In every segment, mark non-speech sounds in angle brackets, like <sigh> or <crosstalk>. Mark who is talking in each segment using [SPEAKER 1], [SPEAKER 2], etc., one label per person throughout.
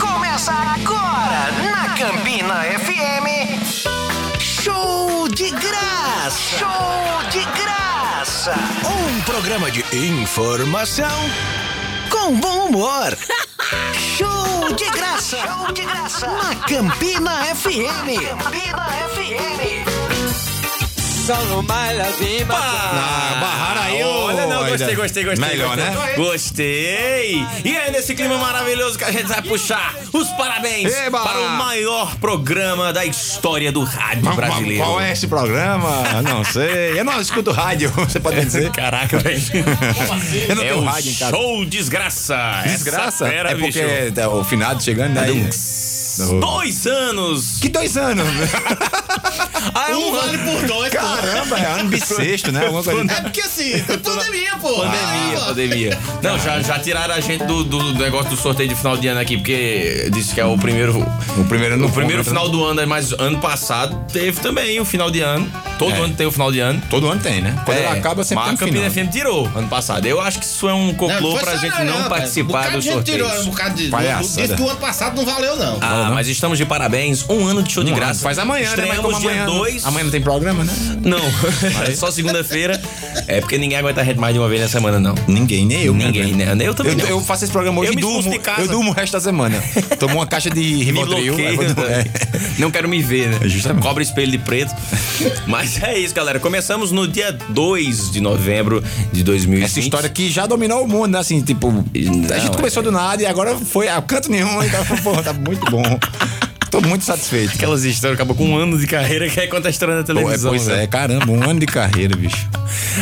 [SPEAKER 1] Começa agora na Campina FM. Show de graça! Show de graça! Um programa de informação com bom <laughs> humor. Show de graça! Show de graça! Na Campina FM. Campina FM.
[SPEAKER 2] Ah, barraram aí o.
[SPEAKER 3] Olha, não, gostei, gostei, gostei.
[SPEAKER 2] Melhor,
[SPEAKER 3] gostei.
[SPEAKER 2] né?
[SPEAKER 3] Gostei! E é nesse clima maravilhoso que a gente vai puxar os parabéns
[SPEAKER 2] Eba!
[SPEAKER 3] para o maior programa da história do rádio brasileiro.
[SPEAKER 2] Qual é esse programa? Não sei. Eu não escuto rádio, <laughs> você pode dizer.
[SPEAKER 3] Caraca, velho.
[SPEAKER 2] Eu não
[SPEAKER 3] É
[SPEAKER 2] tenho
[SPEAKER 3] o
[SPEAKER 2] rádio em casa.
[SPEAKER 3] show desgraça.
[SPEAKER 2] Desgraça.
[SPEAKER 3] Essa fera,
[SPEAKER 2] é porque
[SPEAKER 3] bicho.
[SPEAKER 2] tá o finado chegando, né? Do-
[SPEAKER 3] Dois anos.
[SPEAKER 2] Que dois anos?
[SPEAKER 3] <laughs> Ah, é um ano.
[SPEAKER 4] por dois,
[SPEAKER 2] Caramba, é ano bissexto, né? Alguma coisa.
[SPEAKER 4] É porque
[SPEAKER 3] <laughs>
[SPEAKER 4] assim, é pandemia, pô.
[SPEAKER 3] Pandemia, pandemia. Ah, Não, já, já tiraram a gente do, do negócio do sorteio de final de ano aqui, porque disse que é o primeiro.
[SPEAKER 2] O primeiro ano
[SPEAKER 3] O primeiro final do ano, mas ano passado teve também o final de ano. Todo
[SPEAKER 2] É.
[SPEAKER 3] ano tem o final de ano.
[SPEAKER 2] Todo ano tem, né? Quando ela acaba, sempre
[SPEAKER 3] mas
[SPEAKER 2] tem um
[SPEAKER 3] É. a Campina
[SPEAKER 2] final.
[SPEAKER 3] FM tirou ano passado. Eu acho que isso é um complô pra gente não participar do sorteio.
[SPEAKER 4] Tirou, um bocado de,
[SPEAKER 2] Palhaçada.
[SPEAKER 4] Diz que o ano passado não valeu, não.
[SPEAKER 3] Ah, mas estamos de parabéns. Um ano de show de
[SPEAKER 2] Um
[SPEAKER 3] graça.
[SPEAKER 2] ano. Faz amanhã, né? Mas
[SPEAKER 3] Estreamos
[SPEAKER 2] como
[SPEAKER 3] dia
[SPEAKER 2] amanhã, não-
[SPEAKER 3] 2.
[SPEAKER 2] amanhã não tem programa, né? <laughs>
[SPEAKER 3] Não, <laughs> é só segunda-feira. É porque ninguém aguenta a gente mais de uma vez na semana, não.
[SPEAKER 2] Ninguém, nem eu.
[SPEAKER 3] Ninguém, né? Eu também
[SPEAKER 2] Eu,
[SPEAKER 3] não.
[SPEAKER 2] eu faço esse programa hoje
[SPEAKER 3] Eu
[SPEAKER 2] e
[SPEAKER 3] me expulso
[SPEAKER 2] durmo.
[SPEAKER 3] de casa.
[SPEAKER 2] Eu durmo o resto da
[SPEAKER 3] <laughs>
[SPEAKER 2] semana. Tomo uma caixa de
[SPEAKER 3] Me
[SPEAKER 2] Rivotril. aí vou
[SPEAKER 3] bloqueia. né?
[SPEAKER 2] dormir. É.
[SPEAKER 3] Não quero me ver, né?
[SPEAKER 2] Justamente.
[SPEAKER 3] Cobra espelho de preto. Mas é isso, galera. Começamos no dia 2 de novembro de 2020.
[SPEAKER 2] Essa história que já dominou o mundo, né? Assim, tipo, a gente
[SPEAKER 3] Não, é.
[SPEAKER 2] começou do nada e agora foi a canto nenhum. Então, <laughs> pô, tá muito bom. Tô muito satisfeito.
[SPEAKER 3] Aquelas histórias, acabou com um ano de carreira que é conta a história na
[SPEAKER 2] Pô, é,
[SPEAKER 3] televisão.
[SPEAKER 2] pois
[SPEAKER 3] né?
[SPEAKER 2] é, caramba, um ano de carreira, bicho.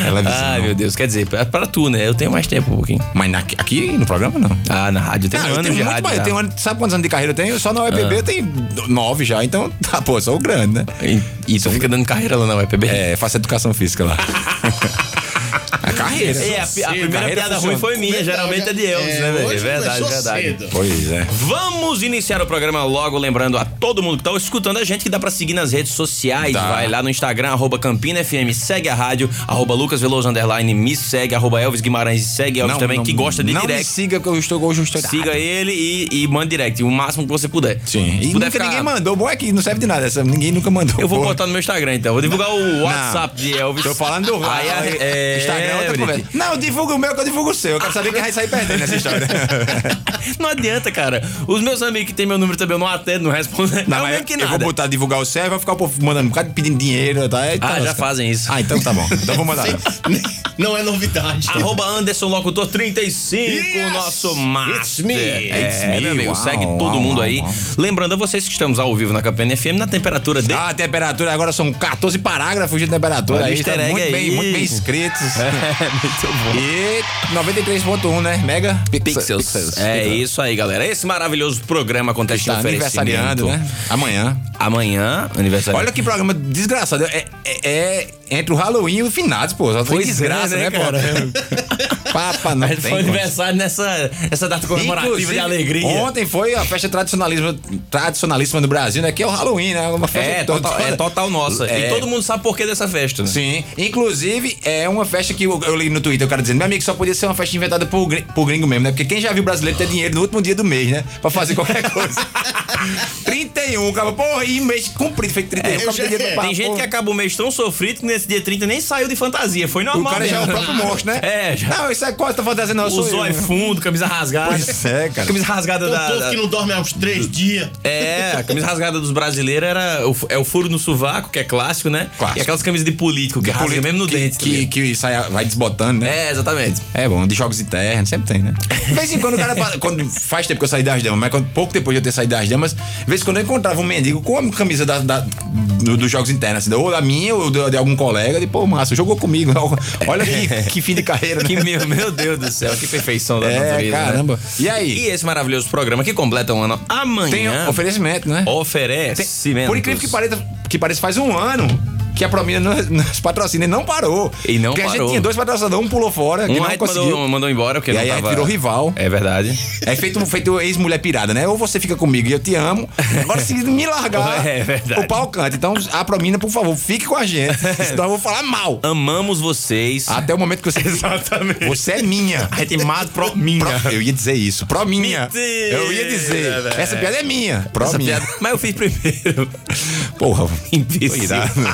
[SPEAKER 2] Ela
[SPEAKER 3] Ai, meu Deus. Quer dizer, pra, pra tu, né? Eu tenho mais tempo um pouquinho.
[SPEAKER 2] Mas na- aqui no programa não.
[SPEAKER 3] Ah, na rádio. Tem
[SPEAKER 2] Cara,
[SPEAKER 3] anos
[SPEAKER 2] eu tenho
[SPEAKER 3] de
[SPEAKER 2] muito
[SPEAKER 3] rádio.
[SPEAKER 2] mais.
[SPEAKER 3] já. Ah.
[SPEAKER 2] eu tenho um ano- sabe quantos anos de carreira eu tenho? Só na UEPB eu tenho nove já. Então, <laughs> tá, pô, sou o grande, né?
[SPEAKER 3] E- E tu fica dando carreira lá na UEPB.
[SPEAKER 2] É, faço educação física
[SPEAKER 3] <laughs>
[SPEAKER 2] lá. a carreira.
[SPEAKER 3] É, a, pi- a primeira
[SPEAKER 2] Carreira
[SPEAKER 3] piada ruim
[SPEAKER 2] funciona.
[SPEAKER 3] foi minha, geralmente é de Elvis, né, velho?
[SPEAKER 4] hoje
[SPEAKER 3] Verdade,
[SPEAKER 4] começou
[SPEAKER 3] verdade.
[SPEAKER 4] cedo.
[SPEAKER 2] Pois é.
[SPEAKER 3] Vamos iniciar o programa logo, lembrando a todo mundo que tá escutando a gente que dá pra seguir nas redes sociais.
[SPEAKER 2] Dá.
[SPEAKER 3] Vai lá no Instagram, arroba Campina FM, segue a rádio, arroba Lucas Veloso Underline, me segue, arroba Elvis Guimarães, segue Elvis também, que gosta de
[SPEAKER 2] não me
[SPEAKER 3] direct.
[SPEAKER 2] siga, que eu estou hoje eu estou
[SPEAKER 3] Siga ele e, e manda direct, o máximo que você puder.
[SPEAKER 2] Sim.
[SPEAKER 3] Se
[SPEAKER 2] E
[SPEAKER 3] puder
[SPEAKER 2] nunca
[SPEAKER 3] ficar-
[SPEAKER 2] ninguém mandou. O bom é que não serve de nada. essa- Ninguém nunca mandou.
[SPEAKER 3] Eu vou
[SPEAKER 2] Porra.
[SPEAKER 3] botar no meu Instagram, então. Vou divulgar o WhatsApp de Elvis.
[SPEAKER 2] Tô falando do
[SPEAKER 3] Aí
[SPEAKER 2] raio.
[SPEAKER 3] a- é,
[SPEAKER 2] Instagram é outra
[SPEAKER 3] Brito.
[SPEAKER 2] conversa. Não, divulga o meu que eu divulgo o seu. Eu quero saber quem vai sair perdendo nessa história.
[SPEAKER 3] <laughs> Não adianta, cara. Os meus amigos que têm meu número também eu não atendo, não respondo. Não,
[SPEAKER 2] mas
[SPEAKER 3] mesmo que
[SPEAKER 2] eu vou
[SPEAKER 3] nada.
[SPEAKER 2] botar divulgar o seu, vai ficar o povo mandando um bocado pedindo dinheiro, tá? E tá
[SPEAKER 3] Ah, já
[SPEAKER 2] lascando.
[SPEAKER 3] fazem isso.
[SPEAKER 2] Ah, então tá bom. Então vou
[SPEAKER 3] <laughs>
[SPEAKER 2] mandar.
[SPEAKER 4] <laughs> Não é novidade.
[SPEAKER 3] Arroba Anderson Locutor 35,
[SPEAKER 4] Yes!
[SPEAKER 3] nosso master.
[SPEAKER 4] It's me.
[SPEAKER 3] É,
[SPEAKER 2] It's me.
[SPEAKER 3] meu amigo,
[SPEAKER 2] Uau,
[SPEAKER 3] segue
[SPEAKER 2] uau,
[SPEAKER 3] todo mundo
[SPEAKER 2] uau,
[SPEAKER 3] aí.
[SPEAKER 2] uau.
[SPEAKER 3] Lembrando a vocês que estamos ao vivo na Campina FM na temperatura de...
[SPEAKER 2] Ah, a temperatura agora são 14 parágrafos de temperatura.
[SPEAKER 3] Olha o
[SPEAKER 2] aí,
[SPEAKER 3] easter
[SPEAKER 2] tá
[SPEAKER 3] egg
[SPEAKER 2] muito,
[SPEAKER 3] aí. É,
[SPEAKER 2] Bem, muito bem
[SPEAKER 3] <laughs>
[SPEAKER 2] escritos.
[SPEAKER 3] muito
[SPEAKER 2] E 93.1, né? Mega pixels. pixels.
[SPEAKER 3] É isso aí, galera. Esse maravilhoso programa acontece
[SPEAKER 2] Tá
[SPEAKER 3] no oferecimento.
[SPEAKER 2] aniversariando, né? Amanhã.
[SPEAKER 3] Amanhã, aniversário.
[SPEAKER 2] Olha que programa desgraçado. É, é- é entre o Halloween e o Finados, pô. Só tem
[SPEAKER 3] Pois é,
[SPEAKER 2] desgraça,
[SPEAKER 3] né,
[SPEAKER 2] né, pô? <laughs> Papa, não tem.
[SPEAKER 3] foi
[SPEAKER 2] como.
[SPEAKER 3] aniversário nessa, nessa data comemorativa
[SPEAKER 2] Inclusive,
[SPEAKER 3] de alegria.
[SPEAKER 2] Ontem foi a festa tradicionalismo, tradicionalíssima do Brasil, né? Que é o Halloween, né? Uma festa
[SPEAKER 3] É,
[SPEAKER 2] toda-
[SPEAKER 3] total, é total nossa.
[SPEAKER 2] É.
[SPEAKER 3] E todo mundo sabe por que dessa festa, né?
[SPEAKER 2] Sim. Inclusive, é uma festa que eu, eu li no Twitter, o cara dizendo, meu amigo, só podia ser uma festa inventada por, gri- por gringo mesmo, né? Porque quem já viu brasileiro ter dinheiro no último dia do mês, né? Pra fazer qualquer <laughs> coisa.
[SPEAKER 3] <laughs>
[SPEAKER 2] 31, cara. Porra, e mês cumprido, feito 31.
[SPEAKER 4] eu
[SPEAKER 2] acaba
[SPEAKER 4] já-
[SPEAKER 2] um, dinheiro pra
[SPEAKER 4] tem
[SPEAKER 2] parar,
[SPEAKER 3] É, Tem gente
[SPEAKER 2] porra.
[SPEAKER 3] que acaba o mês tão sofrido que nesse dia 30 nem saiu de fantasia. Foi
[SPEAKER 2] O
[SPEAKER 3] normal.
[SPEAKER 2] cara já é o
[SPEAKER 3] mesmo.
[SPEAKER 2] próprio monstro, né?
[SPEAKER 3] É, já.
[SPEAKER 2] Não, isso é quase tá fantasia, não. eu
[SPEAKER 3] O
[SPEAKER 2] sou eu,
[SPEAKER 3] zóio
[SPEAKER 2] né?
[SPEAKER 3] fundo, camisa rasgada.
[SPEAKER 2] Pois é, cara.
[SPEAKER 3] Camisa rasgada
[SPEAKER 4] O
[SPEAKER 3] da.
[SPEAKER 4] um povo
[SPEAKER 3] da-
[SPEAKER 4] que não dorme há uns três dias.
[SPEAKER 3] É, a camisa rasgada dos brasileiros era o, fu- é o furo no sovaco, que é clássico, né?
[SPEAKER 2] Clássico.
[SPEAKER 3] E aquelas camisas de político, que rasga mesmo no
[SPEAKER 2] que,
[SPEAKER 3] dente.
[SPEAKER 2] Que,
[SPEAKER 3] tá
[SPEAKER 2] que sai- vai desbotando, né?
[SPEAKER 3] ligado? É, exatamente.
[SPEAKER 2] É bom, de jogos internos, sempre tem, né? De vez em quando o cara. pa- Quando faz tempo que eu saí das damas, mas quando- pouco depois de eu ter saído das damas, de vez em quando eu encontrava um mendigo com a camisa da, da- do- dos jogos internos, assim, ou da minha ou do- de algum colega, de pô, massa, jogou comigo. Olha que, que fim de carreira, né?
[SPEAKER 3] <laughs> Que meu, meu Deus do céu, que perfeição da
[SPEAKER 2] É,
[SPEAKER 3] natureza. né?
[SPEAKER 2] caramba. E aí?
[SPEAKER 3] E esse maravilhoso programa que completa um ano amanhã.
[SPEAKER 2] Tem oferecimento, né?
[SPEAKER 3] oferece.
[SPEAKER 2] Por incrível que pareça, que pareça, faz um ano
[SPEAKER 5] que a Promina nos, <laughs> nos patrocina e não parou.
[SPEAKER 3] E não
[SPEAKER 5] porque a
[SPEAKER 3] parou.
[SPEAKER 5] gente tinha dois patrocinadores, um pulou fora, que
[SPEAKER 3] Um
[SPEAKER 5] não
[SPEAKER 3] aí
[SPEAKER 5] conseguiu.
[SPEAKER 3] mandou, mandou embora, porque
[SPEAKER 5] E
[SPEAKER 3] não
[SPEAKER 5] aí a gente
[SPEAKER 3] tava...
[SPEAKER 5] virou rival.
[SPEAKER 3] É verdade.
[SPEAKER 5] É feito, feito ex-mulher pirada, né? Ou você fica comigo e eu te amo. Agora, se me largar,
[SPEAKER 3] <laughs> É verdade.
[SPEAKER 5] o pau canta. Então, a Promina, por favor, fique com a
[SPEAKER 3] <laughs>
[SPEAKER 5] gente. Senão eu vou falar mal.
[SPEAKER 3] Amamos vocês.
[SPEAKER 2] Ah, <laughs>
[SPEAKER 5] Até o momento que você.
[SPEAKER 3] Exatamente.
[SPEAKER 5] Você é
[SPEAKER 3] <laughs>
[SPEAKER 5] minha.
[SPEAKER 3] A gente mata pro minha.
[SPEAKER 5] Pro- eu ia dizer isso. Pro minha.
[SPEAKER 3] Mentira,
[SPEAKER 5] eu ia dizer.
[SPEAKER 3] velho.
[SPEAKER 5] Essa piada é minha. Pro
[SPEAKER 3] Essa
[SPEAKER 5] minha.
[SPEAKER 3] piada. Mas eu fiz primeiro.
[SPEAKER 5] Porra.
[SPEAKER 3] Imbecil. <laughs>
[SPEAKER 5] Irado.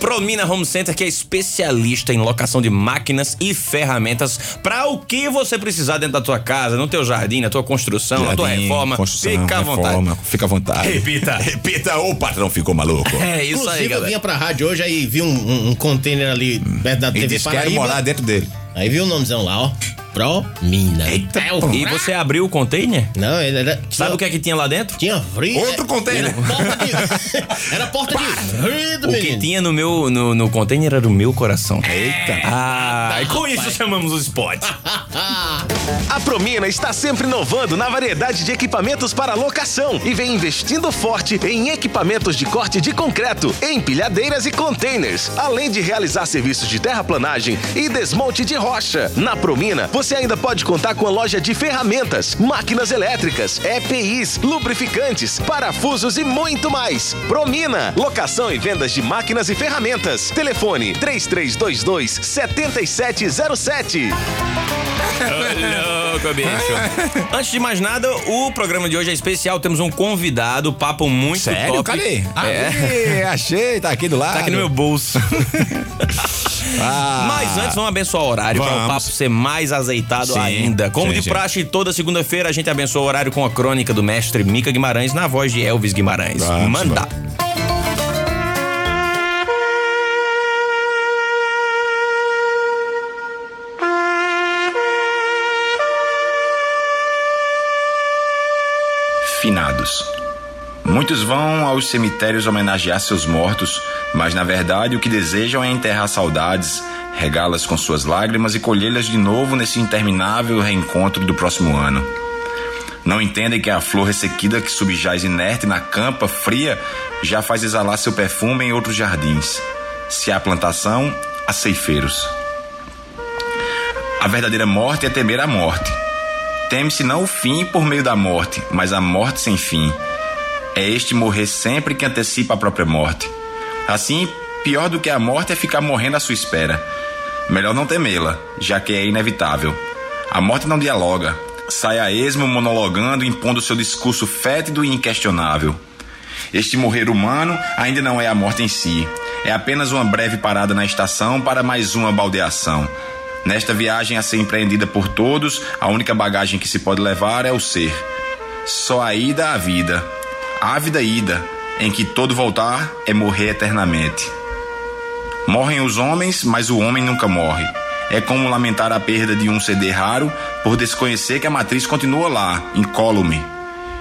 [SPEAKER 3] Promina Home Center, que é especialista em locação de máquinas e ferramentas para o que você precisar dentro da tua casa, no teu jardim, na tua construção, na tua
[SPEAKER 5] Jardim,
[SPEAKER 3] reforma.
[SPEAKER 5] construção,
[SPEAKER 3] Fica à vontade.
[SPEAKER 5] reforma, Fica à vontade.
[SPEAKER 3] Repita.
[SPEAKER 5] Repita. Ô, patrão ficou maluco.
[SPEAKER 3] É isso
[SPEAKER 4] Inclusive,
[SPEAKER 3] aí,
[SPEAKER 4] eu
[SPEAKER 3] galera.
[SPEAKER 4] vinha pra rádio hoje, aí vi um, um, um container ali perto da
[SPEAKER 5] E
[SPEAKER 4] TV
[SPEAKER 5] disse que quero
[SPEAKER 4] Paraíba.
[SPEAKER 3] né?
[SPEAKER 5] morar dentro dele.
[SPEAKER 4] Aí vi o nomezão lá, ó. Pro Mina.
[SPEAKER 5] Eita,
[SPEAKER 4] É o
[SPEAKER 3] E
[SPEAKER 4] Fra-
[SPEAKER 3] você abriu o container?
[SPEAKER 4] Não, ele era.
[SPEAKER 3] Sabe o que é que tinha lá dentro?
[SPEAKER 4] Tinha frio. né?
[SPEAKER 5] Outro container.
[SPEAKER 4] Era porta de. <laughs> era porta de vidro,
[SPEAKER 3] O que
[SPEAKER 4] menino.
[SPEAKER 3] tinha no meu no, no container era o meu coração.
[SPEAKER 5] Eita.
[SPEAKER 3] Ah, e com isso chamamos o spot.
[SPEAKER 6] A Promina está sempre inovando na variedade de equipamentos para locação e vem investindo forte em equipamentos de corte de concreto, empilhadeiras e containers, além de realizar serviços de terraplanagem e desmonte de rocha. Na Promina, você ainda pode contar com a loja de ferramentas, máquinas elétricas, EPIs, lubrificantes, parafusos e muito mais. Promina, locação e vendas de máquinas e ferramentas. Telefone 3322 7707.
[SPEAKER 3] Louco, bicho.
[SPEAKER 5] <laughs>
[SPEAKER 3] Antes de mais nada, o programa de hoje é especial. Temos um convidado, papo muito
[SPEAKER 5] Sério?
[SPEAKER 3] top.
[SPEAKER 5] Cadê?
[SPEAKER 3] É.
[SPEAKER 5] Aí, achei, tá aqui do lado.
[SPEAKER 3] Tá aqui no meu bolso.
[SPEAKER 5] Ah.
[SPEAKER 3] Mas antes, vamos abençoar o horário para o
[SPEAKER 5] Vamos.
[SPEAKER 3] papo ser mais azeitado
[SPEAKER 5] Sim,
[SPEAKER 3] ainda. Como
[SPEAKER 5] sim,
[SPEAKER 3] de
[SPEAKER 5] sim.
[SPEAKER 3] praxe, toda segunda-feira a gente abençoa o horário com a crônica do mestre Mica Guimarães na voz de Elvis Guimarães.
[SPEAKER 5] Vamos,
[SPEAKER 3] Manda.
[SPEAKER 2] finados. Muitos vão aos cemitérios homenagear seus mortos, mas na verdade o que desejam é enterrar saudades, regá-las com suas lágrimas e colhê-las de novo nesse interminável reencontro do próximo ano. Não entendem que a flor ressequida que subjaz inerte na campa fria já faz exalar seu perfume em outros jardins. Se há plantação, há ceifeiros. A verdadeira morte é temer a morte. Teme-se não o fim por meio da morte, mas a morte sem fim. É este morrer sempre que antecipa a própria morte. Assim, pior do que a morte é ficar morrendo à sua espera. Melhor não temê-la, já que é inevitável. A morte não dialoga, sai a esmo monologando, impondo seu discurso fétido e inquestionável. Este morrer humano ainda não é a morte em si. É apenas uma breve parada na estação para mais uma baldeação. Nesta viagem a ser empreendida por todos, a única bagagem que se pode levar é o ser. Só a ida à vida. Ávida ida, em que todo voltar é morrer eternamente. Morrem os homens, mas o homem nunca morre. É como lamentar a perda de um CD raro por desconhecer que a matriz continua lá, incólume.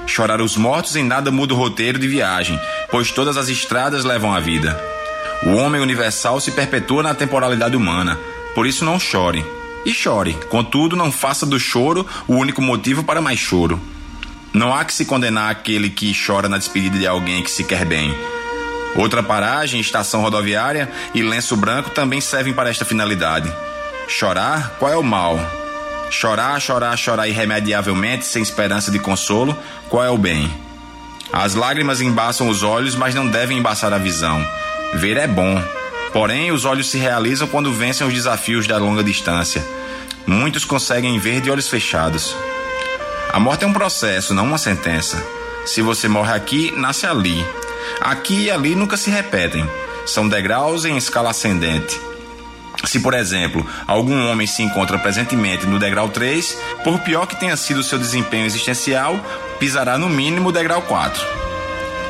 [SPEAKER 2] Chorar os mortos em nada muda o roteiro de viagem, pois todas as estradas levam à vida. O homem universal se perpetua na temporalidade humana, por isso não chore. E chore, contudo, não faça do choro o único motivo para mais choro. Não há que se condenar aquele que chora na despedida de alguém que se quer bem. Outra paragem, estação rodoviária e lenço branco também servem para esta finalidade. Chorar, qual é o mal? Chorar, chorar, chorar irremediavelmente, sem esperança de consolo, qual é o bem? As lágrimas embaçam os olhos, mas não devem embaçar a visão. Ver é bom. Porém, os olhos se realizam quando vencem os desafios da longa distância. Muitos conseguem ver de olhos fechados. A morte é um processo, não uma sentença. Se você morre aqui, nasce ali. Aqui e ali nunca se repetem. São degraus em escala ascendente. Se, por exemplo, algum homem se encontra presentemente no degrau 3, por pior que tenha sido seu desempenho existencial, pisará no mínimo o degrau 4.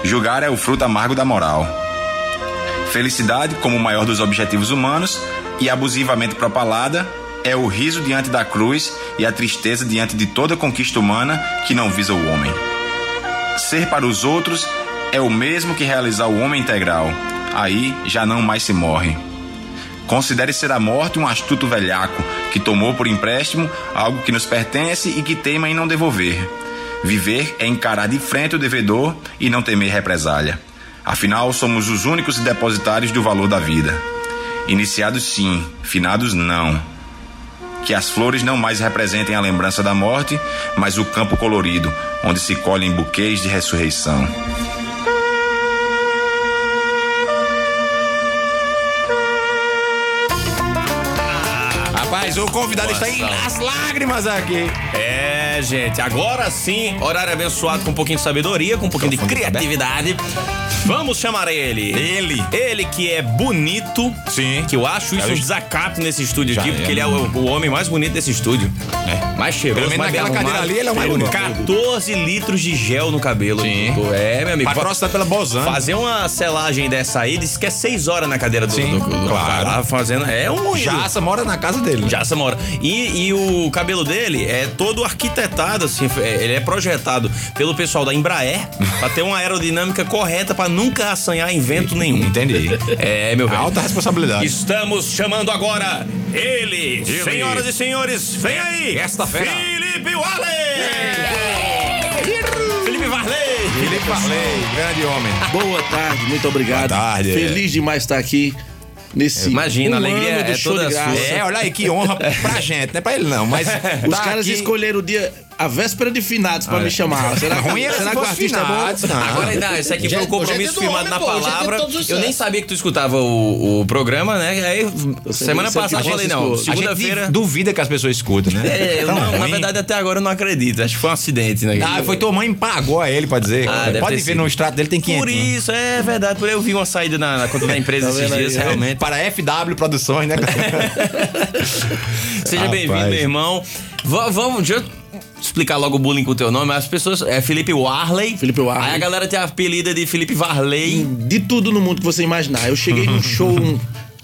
[SPEAKER 2] Julgar é o fruto amargo da moral. Felicidade, como o maior dos objetivos humanos, e abusivamente propalada, é o riso diante da cruz e a tristeza diante de toda conquista humana que não visa o homem. Ser para os outros é o mesmo que realizar o homem integral. Aí já não mais se morre. Considere ser a morte um astuto velhaco que tomou por empréstimo algo que nos pertence e que teima em não devolver. Viver é encarar de frente o devedor e não temer represália. Afinal, somos os únicos depositários do valor da vida. Iniciados sim, finados não. Que as flores não mais representem a lembrança da morte, mas o campo colorido, onde se colhem buquês de ressurreição.
[SPEAKER 7] Rapaz, o convidado está em nas lágrimas aqui.
[SPEAKER 3] É, gente, agora sim, horário abençoado com um pouquinho de sabedoria, com um pouquinho de criatividade. Vamos chamar ele.
[SPEAKER 7] tá Ele.
[SPEAKER 3] Ele que é bonito.
[SPEAKER 7] Sim.
[SPEAKER 3] Que eu acho isso
[SPEAKER 7] É, eu-
[SPEAKER 3] um desacato nesse estúdio
[SPEAKER 7] Já
[SPEAKER 3] aqui,
[SPEAKER 7] é.
[SPEAKER 3] porque ele é o, o homem mais bonito desse estúdio.
[SPEAKER 7] É.
[SPEAKER 3] Mais cheiroso,
[SPEAKER 7] Pelo menos
[SPEAKER 3] mais bem
[SPEAKER 7] naquela
[SPEAKER 3] arrumado.
[SPEAKER 7] cadeira ali, ele é o mais bonito.
[SPEAKER 3] 14 litros de gel no cabelo.
[SPEAKER 7] Sim.
[SPEAKER 3] doutor. É, meu amigo.
[SPEAKER 7] Patrocinado pela Bozan.
[SPEAKER 3] Fazer uma selagem dessa aí, diz que é 6 horas na cadeira do,
[SPEAKER 7] Sim,
[SPEAKER 3] do, do-
[SPEAKER 7] claro.
[SPEAKER 3] lá fazendo. É um moído.
[SPEAKER 7] Jaça mora na casa dele.
[SPEAKER 3] Já Samora. E, e o cabelo dele é todo arquitetado, assim, é- ele é projetado pelo pessoal da Embraer pra ter uma aerodinâmica correta pra nunca assanhar em vento nenhum.
[SPEAKER 7] Entendi.
[SPEAKER 3] É, meu velho.
[SPEAKER 7] Alta responsabilidade.
[SPEAKER 3] Estamos chamando agora ele, senhoras e senhores, vem aí!
[SPEAKER 7] É Esta fera.
[SPEAKER 3] Felipe Varley! Felipe Varley!
[SPEAKER 7] Felipe Marley, grande homem.
[SPEAKER 8] Boa tarde, muito obrigado.
[SPEAKER 7] Boa tarde. é.
[SPEAKER 8] Feliz demais estar aqui nesse. um
[SPEAKER 3] Imagina, a alegria
[SPEAKER 8] ano do
[SPEAKER 3] é
[SPEAKER 8] show
[SPEAKER 3] toda
[SPEAKER 8] de
[SPEAKER 3] sua.
[SPEAKER 8] graça.
[SPEAKER 7] É, olha aí que honra pra gente, não é pra ele não, mas.
[SPEAKER 8] Os caras escolheram o dia, a véspera de finados pra me chamar. Será,
[SPEAKER 7] É. <laughs> Ruim é
[SPEAKER 8] será
[SPEAKER 7] se
[SPEAKER 8] que o
[SPEAKER 7] fosse
[SPEAKER 8] artista
[SPEAKER 7] finados,
[SPEAKER 8] é bom?
[SPEAKER 7] não.
[SPEAKER 3] Agora, não, isso aqui
[SPEAKER 4] Ah, Já-
[SPEAKER 3] foi um
[SPEAKER 4] já
[SPEAKER 3] compromisso
[SPEAKER 4] tem do
[SPEAKER 3] firmado
[SPEAKER 4] homem,
[SPEAKER 3] na
[SPEAKER 4] pô, já tem
[SPEAKER 3] palavra.
[SPEAKER 4] todos os
[SPEAKER 3] Eu nem
[SPEAKER 4] sets.
[SPEAKER 3] sabia que tu escutava o, o programa, né? Aí, semana
[SPEAKER 8] isso é
[SPEAKER 3] passada, eu
[SPEAKER 8] que a
[SPEAKER 3] falei,
[SPEAKER 8] gente
[SPEAKER 3] não,
[SPEAKER 8] escuta.
[SPEAKER 7] A gente
[SPEAKER 3] segunda-feira...
[SPEAKER 7] duvida que as pessoas escutam, né?
[SPEAKER 3] É, eu
[SPEAKER 7] Tão
[SPEAKER 3] não, na
[SPEAKER 7] ruim.
[SPEAKER 3] verdade, até agora eu não acredito. Acho que foi um acidente, né?
[SPEAKER 7] Ah, foi tua mãe que pagou a ele pra dizer.
[SPEAKER 3] Ah, deve
[SPEAKER 7] Pode
[SPEAKER 3] ter
[SPEAKER 7] ver
[SPEAKER 3] sido.
[SPEAKER 7] no extrato dele, tem né? 500.
[SPEAKER 3] Por isso, é verdade. Por aí eu vi uma saída na, na conta da
[SPEAKER 7] <laughs>
[SPEAKER 3] empresa esses dias,
[SPEAKER 7] é?
[SPEAKER 3] realmente.
[SPEAKER 7] Tá Para FW Produções, né?
[SPEAKER 3] <laughs> Seja
[SPEAKER 7] Rapaz.
[SPEAKER 3] bem-vindo, meu irmão. Va- vamos, deixa eu explicar logo o bullying com o teu nome. As pessoas. É Felipe Warley.
[SPEAKER 8] Felipe Warley.
[SPEAKER 3] Aí a galera tem a apelida de Felipe Varley.
[SPEAKER 8] De tudo no mundo que você imaginar. Eu cheguei num show um-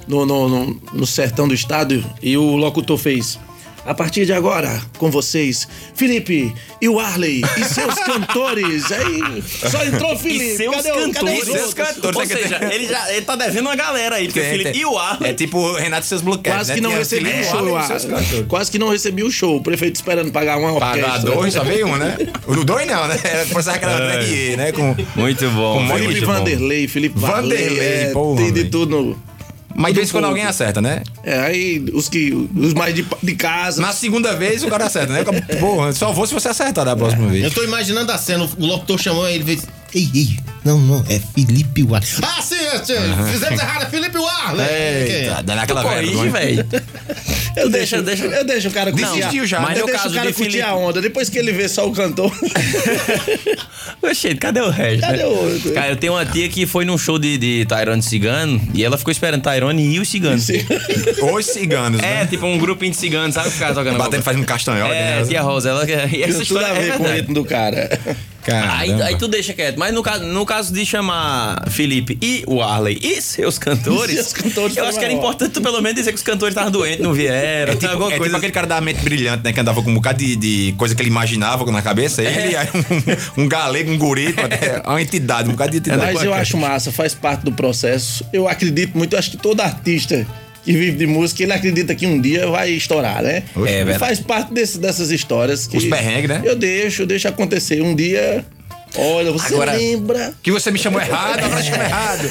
[SPEAKER 8] no, no, no- no sertão do estado e o locutor fez. A partir de agora, com vocês, Felipe e o Arley e
[SPEAKER 7] <laughs>
[SPEAKER 8] seus cantores. Aí só entrou o Felipe.
[SPEAKER 3] E seus
[SPEAKER 8] cadê, o- cadê
[SPEAKER 3] cantores.
[SPEAKER 8] os
[SPEAKER 3] Seus
[SPEAKER 8] outros?
[SPEAKER 3] cantores. Ou seja, ele, já, ele tá devendo uma galera aí, porque
[SPEAKER 7] Tem,
[SPEAKER 3] Felipe
[SPEAKER 7] tem.
[SPEAKER 3] e o Arley.
[SPEAKER 7] É tipo o Renato e seus bloqueios.
[SPEAKER 8] Quase
[SPEAKER 7] né?
[SPEAKER 8] que não
[SPEAKER 7] Tinha
[SPEAKER 8] recebi
[SPEAKER 7] Felipe
[SPEAKER 8] o
[SPEAKER 7] Warley
[SPEAKER 8] show.
[SPEAKER 7] e seus
[SPEAKER 8] ah,
[SPEAKER 7] cantores.
[SPEAKER 8] Quase que não recebi o show. O prefeito esperando pagar uma orquestra.
[SPEAKER 7] Pagar dois, só veio um, né? O dois não, né? Era pensava que era o Grande E, né? Com...
[SPEAKER 3] É. Muito bom.
[SPEAKER 7] Com um monte
[SPEAKER 3] velho,
[SPEAKER 7] de
[SPEAKER 8] Felipe
[SPEAKER 3] muito bom.
[SPEAKER 8] Vanderlei, Felipe
[SPEAKER 7] Vanderlei,
[SPEAKER 8] Vanderlei, é,
[SPEAKER 7] porra,
[SPEAKER 8] tem de
[SPEAKER 7] velho.
[SPEAKER 8] tudo.
[SPEAKER 7] Mas de vez em quando
[SPEAKER 8] pouco.
[SPEAKER 7] alguém acerta, né?
[SPEAKER 8] É, aí os que os mais de, de casa.
[SPEAKER 7] Na segunda vez o cara acerta, né? Porra, só vou se você acertar da próxima vez.
[SPEAKER 4] Eu tô imaginando a cena, o locutor chamou ele e fez. Ei, ei, não, não, é Felipe Warley. Ah, sim, sim, fizemos errado, é Felipe Warley.
[SPEAKER 7] Eita, dá naquela
[SPEAKER 3] Corrige,
[SPEAKER 7] Tá vergonha.
[SPEAKER 3] velho.
[SPEAKER 8] eu, deixo,
[SPEAKER 3] deixa-
[SPEAKER 8] eu deixo o cara curtir.
[SPEAKER 7] Desistiu já.
[SPEAKER 8] a-
[SPEAKER 7] Mas
[SPEAKER 8] eu
[SPEAKER 7] no
[SPEAKER 8] deixo
[SPEAKER 3] caso
[SPEAKER 8] o cara
[SPEAKER 3] de
[SPEAKER 8] curtir
[SPEAKER 3] Felipe-
[SPEAKER 8] a onda. Depois que ele vê só o
[SPEAKER 3] <laughs>
[SPEAKER 8] cantor.
[SPEAKER 3] Oxente, cadê o resto?
[SPEAKER 8] Cadê
[SPEAKER 3] né?
[SPEAKER 8] o outro?
[SPEAKER 3] Cara, eu tenho uma tia que foi num show de, de Tyrone Cigano e ela ficou esperando Tyrone e os ciganos.
[SPEAKER 7] Os ciganos,
[SPEAKER 3] É,
[SPEAKER 7] né?
[SPEAKER 3] tipo um grupinho de ciganos, sabe? O cara tocando.
[SPEAKER 7] Batendo, fazendo castanhola.
[SPEAKER 3] É,
[SPEAKER 7] né?
[SPEAKER 3] tia Rosa, ela e essa
[SPEAKER 8] Tem tudo
[SPEAKER 3] história
[SPEAKER 8] a
[SPEAKER 3] é
[SPEAKER 8] ver com o
[SPEAKER 3] verdade.
[SPEAKER 8] ritmo do cara.
[SPEAKER 7] Caramba.
[SPEAKER 3] Aí, aí tu deixa quieto. Mas no caso, no caso de chamar Felipe e o Arley e seus cantores,
[SPEAKER 8] <laughs> E seus cantores
[SPEAKER 3] eu acho que era
[SPEAKER 8] também, ó.
[SPEAKER 3] importante tu pelo menos dizer que os cantores estavam doentes, não vieram,
[SPEAKER 7] É tipo,
[SPEAKER 3] tem alguma
[SPEAKER 7] é tipo
[SPEAKER 3] coisa.
[SPEAKER 7] aquele cara da mente brilhante, né? Que andava com um bocado de, de coisa que ele imaginava na cabeça.
[SPEAKER 3] É.
[SPEAKER 7] Ele aí um, um galego,
[SPEAKER 3] <laughs>
[SPEAKER 7] um guri, até uma entidade, um bocado
[SPEAKER 3] É,
[SPEAKER 7] de entidade.
[SPEAKER 8] Mas eu acho massa, faz parte do processo. Eu acredito muito, eu acho que todo artista que vive de música, ele acredita que um dia vai estourar, né?
[SPEAKER 3] É verdade.
[SPEAKER 8] Faz parte desse- dessas histórias. Que
[SPEAKER 7] Os perrengues, né?
[SPEAKER 8] Eu deixo, eu deixo acontecer. Um dia, olha, você
[SPEAKER 7] Agora-
[SPEAKER 8] lembra?
[SPEAKER 7] Que você me chamou errado, agora chama errado.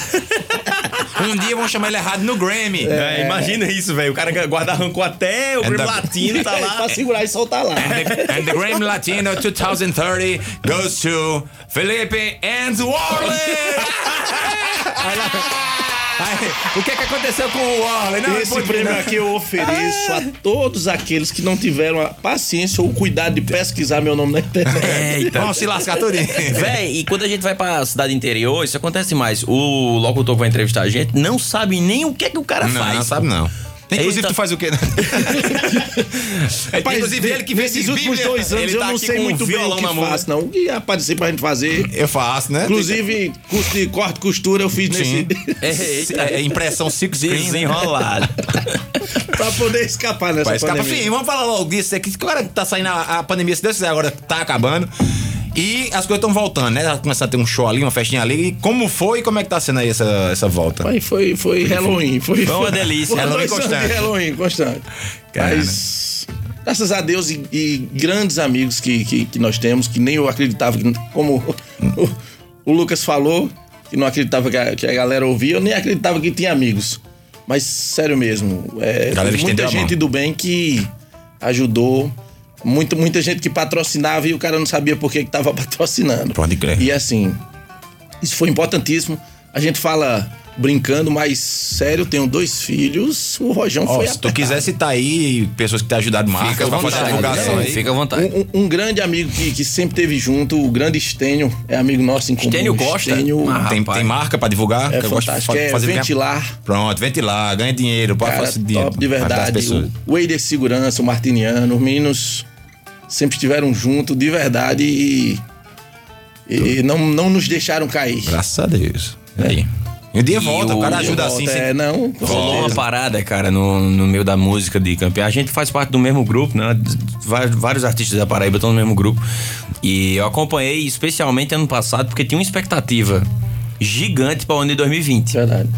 [SPEAKER 7] Um dia vão chamar ele errado no Grammy.
[SPEAKER 3] É, imagina isso, velho. O cara guarda arrancou até o
[SPEAKER 7] É,
[SPEAKER 3] prêmio
[SPEAKER 7] tá-
[SPEAKER 3] latino, tá <laughs> lá.
[SPEAKER 8] pra segurar e soltar lá.
[SPEAKER 7] And the, and the Grammy Latino 2030 goes to Felipe and <laughs> Warley! Aí, o que, que aconteceu com o Warley?
[SPEAKER 3] Ah,
[SPEAKER 7] Não,
[SPEAKER 8] Esse
[SPEAKER 7] foi-
[SPEAKER 8] prêmio aqui eu
[SPEAKER 3] <laughs>
[SPEAKER 8] ofereço a todos aqueles que não tiveram a paciência ou o cuidado de pesquisar meu nome na internet.
[SPEAKER 3] Eita.
[SPEAKER 7] Vamos se lascar <laughs> todinho.
[SPEAKER 3] Véi, e quando a gente vai pra cidade interior, isso acontece mais. O locutor que vai entrevistar a gente não sabe nem o que é que o cara
[SPEAKER 7] Não,
[SPEAKER 3] faz.
[SPEAKER 7] não sabe não. Inclusive,
[SPEAKER 3] Eita.
[SPEAKER 7] tu faz o quê? né?
[SPEAKER 8] Rapaz,
[SPEAKER 7] Inclusive, ele que
[SPEAKER 8] nesses
[SPEAKER 7] fez
[SPEAKER 8] últimos
[SPEAKER 7] Bíblia,
[SPEAKER 8] dois anos
[SPEAKER 3] ele
[SPEAKER 8] eu
[SPEAKER 3] tá
[SPEAKER 8] não
[SPEAKER 3] aqui
[SPEAKER 8] sei
[SPEAKER 3] com um
[SPEAKER 8] muito bem o
[SPEAKER 3] violão
[SPEAKER 8] que
[SPEAKER 3] na mão.
[SPEAKER 8] faço, não. O que é aparecer pra gente fazer.
[SPEAKER 7] Eu faço, né?
[SPEAKER 8] Inclusive, curso de corte e costura eu fiz
[SPEAKER 7] Sim.
[SPEAKER 8] nesse. <laughs>
[SPEAKER 3] Eita.
[SPEAKER 7] É impressão 5
[SPEAKER 3] Desenrolado.
[SPEAKER 8] pra poder escapar nessa
[SPEAKER 7] Vai escapar.
[SPEAKER 8] pandemia.
[SPEAKER 7] Enfim, vamos falar logo disso aqui. Claro que tá saindo a, a pandemia, se Deus quiser, agora tá acabando. E as coisas estão voltando, né? Tá começando a ter um show ali, uma festinha ali. E como foi e como é que tá sendo aí essa, essa volta?
[SPEAKER 8] Mas foi, foi Halloween. <laughs> Foi,
[SPEAKER 3] Foi uma delícia.
[SPEAKER 8] Foi
[SPEAKER 7] Halloween
[SPEAKER 8] dois anos de
[SPEAKER 7] é constante.
[SPEAKER 8] Halloween constante.
[SPEAKER 7] Cara. né?
[SPEAKER 8] Mas, graças a Deus e, e grandes amigos que, que, que nós temos, que nem eu acreditava, que, como o, o Lucas falou, que não acreditava que a, que a galera ouvia, eu nem acreditava que tinha amigos. Mas sério mesmo, é,
[SPEAKER 7] Galera
[SPEAKER 8] teve
[SPEAKER 7] estendeu
[SPEAKER 8] muita
[SPEAKER 7] a mão.
[SPEAKER 8] gente do bem que ajudou, muita, muita gente que patrocinava e o cara não sabia por que que tava <laughs> patrocinando.
[SPEAKER 7] Pode crer.
[SPEAKER 8] E assim, isso foi importantíssimo. A gente fala brincando, mas sério, tenho dois filhos, o Rojão
[SPEAKER 7] Ó,
[SPEAKER 8] foi
[SPEAKER 7] se tu
[SPEAKER 8] apertado.
[SPEAKER 7] quiser citar aí pessoas que te ajudaram, marcas, pra fazer divulgação aí.
[SPEAKER 3] né? Fica à vontade.
[SPEAKER 8] <laughs> Um, um- um grande amigo que, que sempre teve junto, o grande Estênio, é amigo nosso em comum.
[SPEAKER 3] Estênio Costa?
[SPEAKER 8] Estênio
[SPEAKER 3] Ah,
[SPEAKER 7] Tem,
[SPEAKER 3] rapaz.
[SPEAKER 7] tem marca pra divulgar?
[SPEAKER 8] é
[SPEAKER 7] que eu gosto de
[SPEAKER 8] fantástico,
[SPEAKER 7] fa-
[SPEAKER 8] é
[SPEAKER 7] fazer ganhar-
[SPEAKER 8] ventilar.
[SPEAKER 7] Pronto, ventilar, ganha dinheiro, pode
[SPEAKER 8] Cara,
[SPEAKER 7] fazer dinheiro.
[SPEAKER 8] top de
[SPEAKER 7] pra ajudar as
[SPEAKER 8] verdade.
[SPEAKER 7] pessoas.
[SPEAKER 8] O Wader Segurança, o Martiniano, os meninos sempre estiveram junto de verdade e, e não, não nos deixaram cair.
[SPEAKER 7] Graças a Deus. E aí. E o dia volta, o, cara ajuda assim.
[SPEAKER 8] É,
[SPEAKER 7] sem-
[SPEAKER 8] não, com
[SPEAKER 3] Rolou uma
[SPEAKER 8] certeza.
[SPEAKER 3] parada, cara, no, no meio da música de campeão. A gente faz parte do mesmo grupo, né? Va- Vários artistas da Paraíba estão no mesmo grupo. E eu acompanhei, especialmente ano passado, porque tinha uma expectativa gigante pra o ano de 2020.
[SPEAKER 8] Verdade.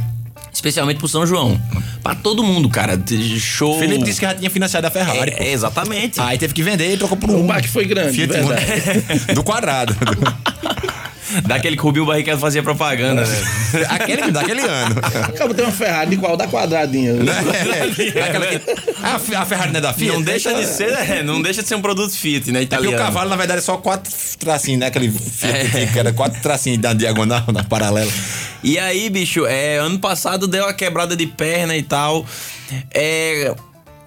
[SPEAKER 3] Especialmente pro São João. Pra todo mundo, cara. de Show.
[SPEAKER 8] um-
[SPEAKER 7] Felipe disse que tá Ah, já tinha financiado a Ferrari. pô.
[SPEAKER 3] é, Exatamente.
[SPEAKER 7] Aí teve que vender e trocou por
[SPEAKER 8] O
[SPEAKER 7] um.
[SPEAKER 8] baque foi grande, de
[SPEAKER 7] Fiat Uno.
[SPEAKER 8] verdade.
[SPEAKER 7] <laughs> Do quadrado.
[SPEAKER 3] <laughs>
[SPEAKER 7] <laughs>
[SPEAKER 3] Daquele que o Rubinho Barrichello fazia propaganda, né?
[SPEAKER 7] É. Aquele daquele ano.
[SPEAKER 8] Acabou de ter uma Ferrari igual da quadradinha.
[SPEAKER 3] Né?
[SPEAKER 7] É, aquela que- Ah, a Fe- a Ferrari não é da Fiat?
[SPEAKER 3] Não deixa de
[SPEAKER 7] ser.
[SPEAKER 3] ser, é, não deixa de ser um produto Fiat, né?
[SPEAKER 7] É porque
[SPEAKER 3] Italiano.
[SPEAKER 7] o cavalo, na verdade, é só quatro tracinhos, né? Aquele Fiat que era quatro tracinhos da diagonal, na paralela.
[SPEAKER 3] E aí, bicho, é, ano passado deu uma quebrada de perna e tal. É,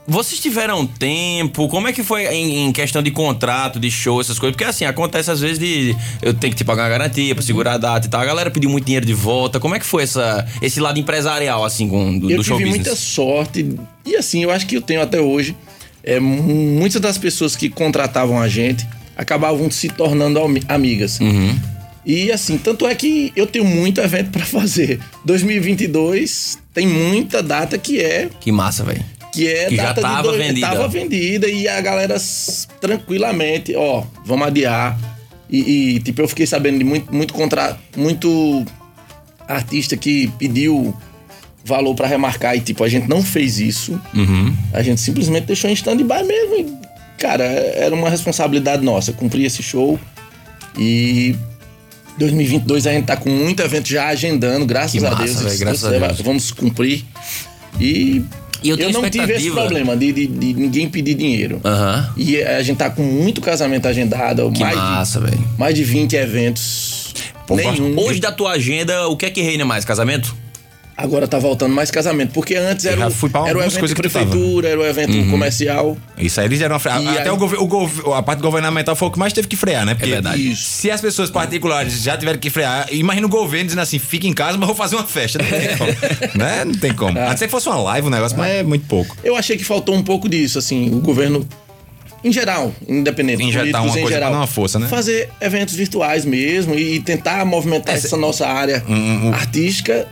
[SPEAKER 3] vocês tiveram tempo? Como é que foi em, em questão de contrato, de show, essas coisas? Porque assim, acontece às vezes de eu tenho que te pagar uma garantia pra segurar
[SPEAKER 8] Uhum.
[SPEAKER 3] a data e tal. A galera pediu muito dinheiro de volta. Como é que foi essa, esse lado empresarial, assim, com, do,
[SPEAKER 8] eu
[SPEAKER 3] do show
[SPEAKER 8] tive
[SPEAKER 3] business?
[SPEAKER 8] muita sorte e assim eu acho que eu tenho até hoje é mu- muitas das pessoas que contratavam a gente acabavam se tornando ami- amigas
[SPEAKER 3] Uhum.
[SPEAKER 8] e assim tanto é que eu tenho muito evento pra <laughs> fazer 2022 tem muita data que é
[SPEAKER 3] Que massa, velho.
[SPEAKER 8] que é
[SPEAKER 3] Que já
[SPEAKER 8] data
[SPEAKER 3] tava
[SPEAKER 8] de dois-
[SPEAKER 3] vendida.
[SPEAKER 8] tava vendida e a galera s- tranquilamente, ó, vamos adiar. E, e, tipo, eu fiquei sabendo de muito, muito contra, muito artista que pediu valor pra remarcar e tipo, a gente não fez isso.
[SPEAKER 3] Uhum.
[SPEAKER 8] A gente simplesmente deixou em stand-by mesmo. E, cara, era uma responsabilidade nossa cumprir esse show. E 2022 a gente tá com muito evento já agendando, graças
[SPEAKER 3] Que
[SPEAKER 8] a
[SPEAKER 3] massa,
[SPEAKER 8] Deus.
[SPEAKER 3] velho,
[SPEAKER 8] se
[SPEAKER 3] graças a
[SPEAKER 8] Deus quiser,
[SPEAKER 3] Deus.
[SPEAKER 8] Vamos cumprir. E
[SPEAKER 3] E eu
[SPEAKER 8] eu,
[SPEAKER 3] tenho
[SPEAKER 8] não tive esse
[SPEAKER 3] expectativa.
[SPEAKER 8] problema de, de- de ninguém pedir dinheiro.
[SPEAKER 3] Aham.
[SPEAKER 8] E a gente tá com muito casamento agendado,
[SPEAKER 3] Que
[SPEAKER 8] mais,
[SPEAKER 3] massa, velho.
[SPEAKER 8] de, mais de 20 eventos. Nenhum.
[SPEAKER 3] Hoje da tua agenda, o que é que reina mais? Casamento?
[SPEAKER 8] Agora tá voltando mais casamento, porque antes
[SPEAKER 7] Eu já
[SPEAKER 8] era, o-
[SPEAKER 7] fui pra
[SPEAKER 8] era o
[SPEAKER 7] algumas
[SPEAKER 8] evento
[SPEAKER 7] coisas
[SPEAKER 8] de
[SPEAKER 7] que tu tava. né?
[SPEAKER 8] prefeitura, era o evento
[SPEAKER 3] Uhum.
[SPEAKER 8] comercial.
[SPEAKER 7] Isso aí eles eram. Até
[SPEAKER 8] E aí-
[SPEAKER 7] o gover- o gov- a parte governamental foi o que mais teve que frear, né? Porque
[SPEAKER 3] verdade.
[SPEAKER 8] Isso.
[SPEAKER 7] se as pessoas particulares já tiveram que frear, imagina o governo dizendo assim: fica em casa, mas vou fazer uma festa. Não tem como. né? Não tem como. A não ser que fosse uma live, um negócio, mas é muito pouco.
[SPEAKER 8] Eu achei que faltou um pouco disso, assim, o governo em geral, independente.
[SPEAKER 7] Injetar
[SPEAKER 8] políticos
[SPEAKER 7] uma
[SPEAKER 8] em
[SPEAKER 7] coisa pra
[SPEAKER 8] geral,
[SPEAKER 7] dar uma força, né?
[SPEAKER 8] Fazer eventos virtuais mesmo e tentar movimentar essa nossa área
[SPEAKER 3] um,
[SPEAKER 8] artística.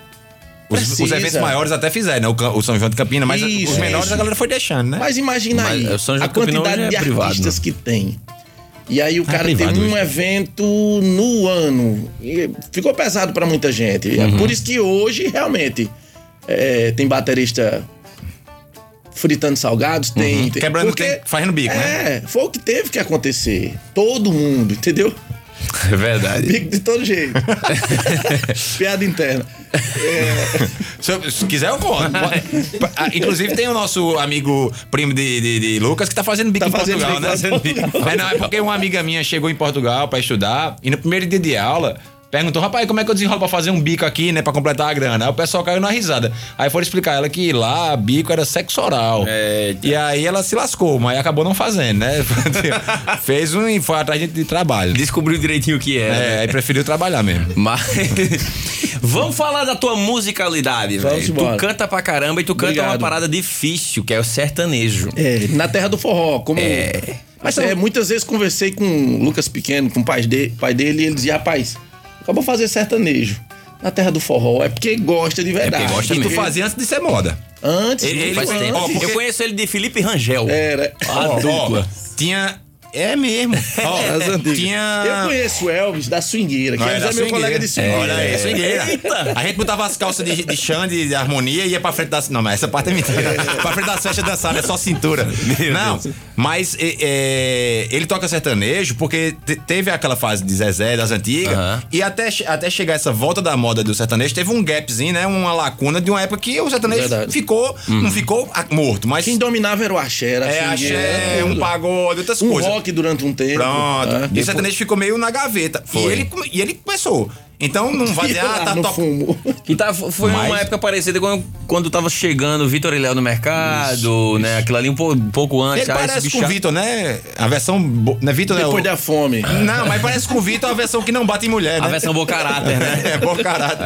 [SPEAKER 7] Os, os
[SPEAKER 8] Precisa.
[SPEAKER 7] eventos maiores até fizeram, né? O, Ca- o São João de Campina, mas
[SPEAKER 8] Isso,
[SPEAKER 7] os menores
[SPEAKER 8] isso.
[SPEAKER 7] a galera foi deixando, né?
[SPEAKER 8] Mas imagina
[SPEAKER 3] Mas
[SPEAKER 8] aí
[SPEAKER 3] o São João
[SPEAKER 8] a
[SPEAKER 3] do Campinão
[SPEAKER 8] quantidade
[SPEAKER 3] hoje é
[SPEAKER 8] de
[SPEAKER 3] privado, É
[SPEAKER 8] artistas que tem. E aí o cara tem
[SPEAKER 7] privado
[SPEAKER 8] um
[SPEAKER 7] hoje.
[SPEAKER 8] evento no ano. E ficou pesado pra muita gente. E
[SPEAKER 3] Uhum.
[SPEAKER 8] É por isso que hoje, realmente, é, tem baterista fritando salgados, tem...
[SPEAKER 3] Uhum.
[SPEAKER 8] tem-
[SPEAKER 7] Quebrando tem- fazendo bico, né?
[SPEAKER 8] É, foi o que teve que acontecer. Todo mundo, entendeu?
[SPEAKER 3] <laughs> É verdade.
[SPEAKER 8] Bico de
[SPEAKER 3] <laughs>
[SPEAKER 8] todo jeito. Piada interna.
[SPEAKER 7] Se, eu- se quiser, eu
[SPEAKER 3] <laughs>
[SPEAKER 7] conto. Ah, Inclusive, tem o nosso amigo primo de, de- de Lucas que tá fazendo bico
[SPEAKER 8] Tá
[SPEAKER 7] em
[SPEAKER 8] fazendo
[SPEAKER 7] Portugal, né?
[SPEAKER 8] bico lá em Portugal.
[SPEAKER 7] É, não, é porque uma amiga minha chegou em Portugal pra estudar e no primeiro dia de aula. Perguntou, rapaz, como é que eu desenrolo pra fazer um bico aqui, né? Pra completar a grana. Aí o pessoal caiu na risada. Aí foram explicar ela que lá, bico era sexo oral. E aí ela se lascou, mas acabou não fazendo, né? Fez um e foi atrás de- de trabalho.
[SPEAKER 3] Descobriu direitinho o que é. né?
[SPEAKER 7] É, aí preferiu trabalhar mesmo.
[SPEAKER 3] Mas. <laughs> Vamos falar da tua musicalidade,
[SPEAKER 8] Vamos
[SPEAKER 3] velho. Tu
[SPEAKER 8] embora.
[SPEAKER 3] canta pra caramba e tu canta
[SPEAKER 8] Obrigado.
[SPEAKER 3] uma parada difícil, que é o sertanejo.
[SPEAKER 8] É, na terra do forró, como. Mas é, muitas vezes conversei com o Lucas Pequeno, com o pai, de, pai dele, e ele dizia, rapaz, acabou fazer sertanejo. Na terra do forró, é porque gosta de verdade.
[SPEAKER 3] gosta
[SPEAKER 7] E tu
[SPEAKER 3] mesmo.
[SPEAKER 7] fazia antes de ser moda.
[SPEAKER 8] Antes,
[SPEAKER 3] Ele, ele-
[SPEAKER 8] muito
[SPEAKER 3] faz tempo.
[SPEAKER 8] antes, É.
[SPEAKER 3] Eu conheço ele de Felipe Rangel.
[SPEAKER 8] era.
[SPEAKER 3] A dupla.
[SPEAKER 7] Tinha
[SPEAKER 9] É
[SPEAKER 7] <laughs>
[SPEAKER 9] mesmo.
[SPEAKER 8] Ó, as antigas.
[SPEAKER 9] tinha-
[SPEAKER 8] Eu conheço o Elvis da swingueira, que
[SPEAKER 7] Não,
[SPEAKER 8] Elvis
[SPEAKER 7] era
[SPEAKER 8] é meu
[SPEAKER 7] swingueira.
[SPEAKER 8] colega de swingueira.
[SPEAKER 7] É, Olha aí,
[SPEAKER 9] é.
[SPEAKER 7] swingueira.
[SPEAKER 9] Eita!
[SPEAKER 7] A gente botava as calças de, de Xande, de harmonia, e ia pra frente das. Não, mas essa parte é mentira. pra frente das festas dançadas, é só cintura. não, mas é, é, ele toca sertanejo porque te- teve aquela fase de Zezé das antigas,
[SPEAKER 9] Aham.
[SPEAKER 7] e até, che- até chegar essa volta da moda do sertanejo, teve um gapzinho, né? Uma lacuna de uma época que o sertanejo
[SPEAKER 8] Verdade.
[SPEAKER 7] ficou. Não ficou ah, morto, mas.
[SPEAKER 8] Quem dominava era o axé, era
[SPEAKER 7] É,
[SPEAKER 8] swingueira, era
[SPEAKER 7] axé, um
[SPEAKER 8] tudo.
[SPEAKER 7] pagode, outras
[SPEAKER 8] Um
[SPEAKER 7] coisas.
[SPEAKER 8] rock durante um tempo.
[SPEAKER 7] Pronto.
[SPEAKER 3] É.
[SPEAKER 8] tá?
[SPEAKER 7] E o sertanejo ficou meio na gaveta. E ele, come- e ele começou. Então não
[SPEAKER 3] <laughs>
[SPEAKER 7] vai dizer, ah,
[SPEAKER 8] <laughs> lá
[SPEAKER 7] tá
[SPEAKER 8] no
[SPEAKER 7] top.
[SPEAKER 8] fumo.
[SPEAKER 3] Que tá, foi uma
[SPEAKER 7] Mas-
[SPEAKER 3] época parecida quando, quando tava chegando o Vitor Eliel no mercado, né? Aquilo ali um, pou- um pouco antes.
[SPEAKER 7] Ele
[SPEAKER 3] ah, esse
[SPEAKER 7] parece
[SPEAKER 3] bicho
[SPEAKER 7] com o
[SPEAKER 3] chato.
[SPEAKER 7] Vitor, né? A versão. bo- Né, Vitor, né?
[SPEAKER 8] Depois
[SPEAKER 7] O-
[SPEAKER 8] da fome.
[SPEAKER 7] <laughs> Não, mas parece com o Vitor a versão que não bate em mulher, né?
[SPEAKER 3] A versão bom caráter, né?
[SPEAKER 7] <laughs>
[SPEAKER 3] É.
[SPEAKER 7] É, bom caralho.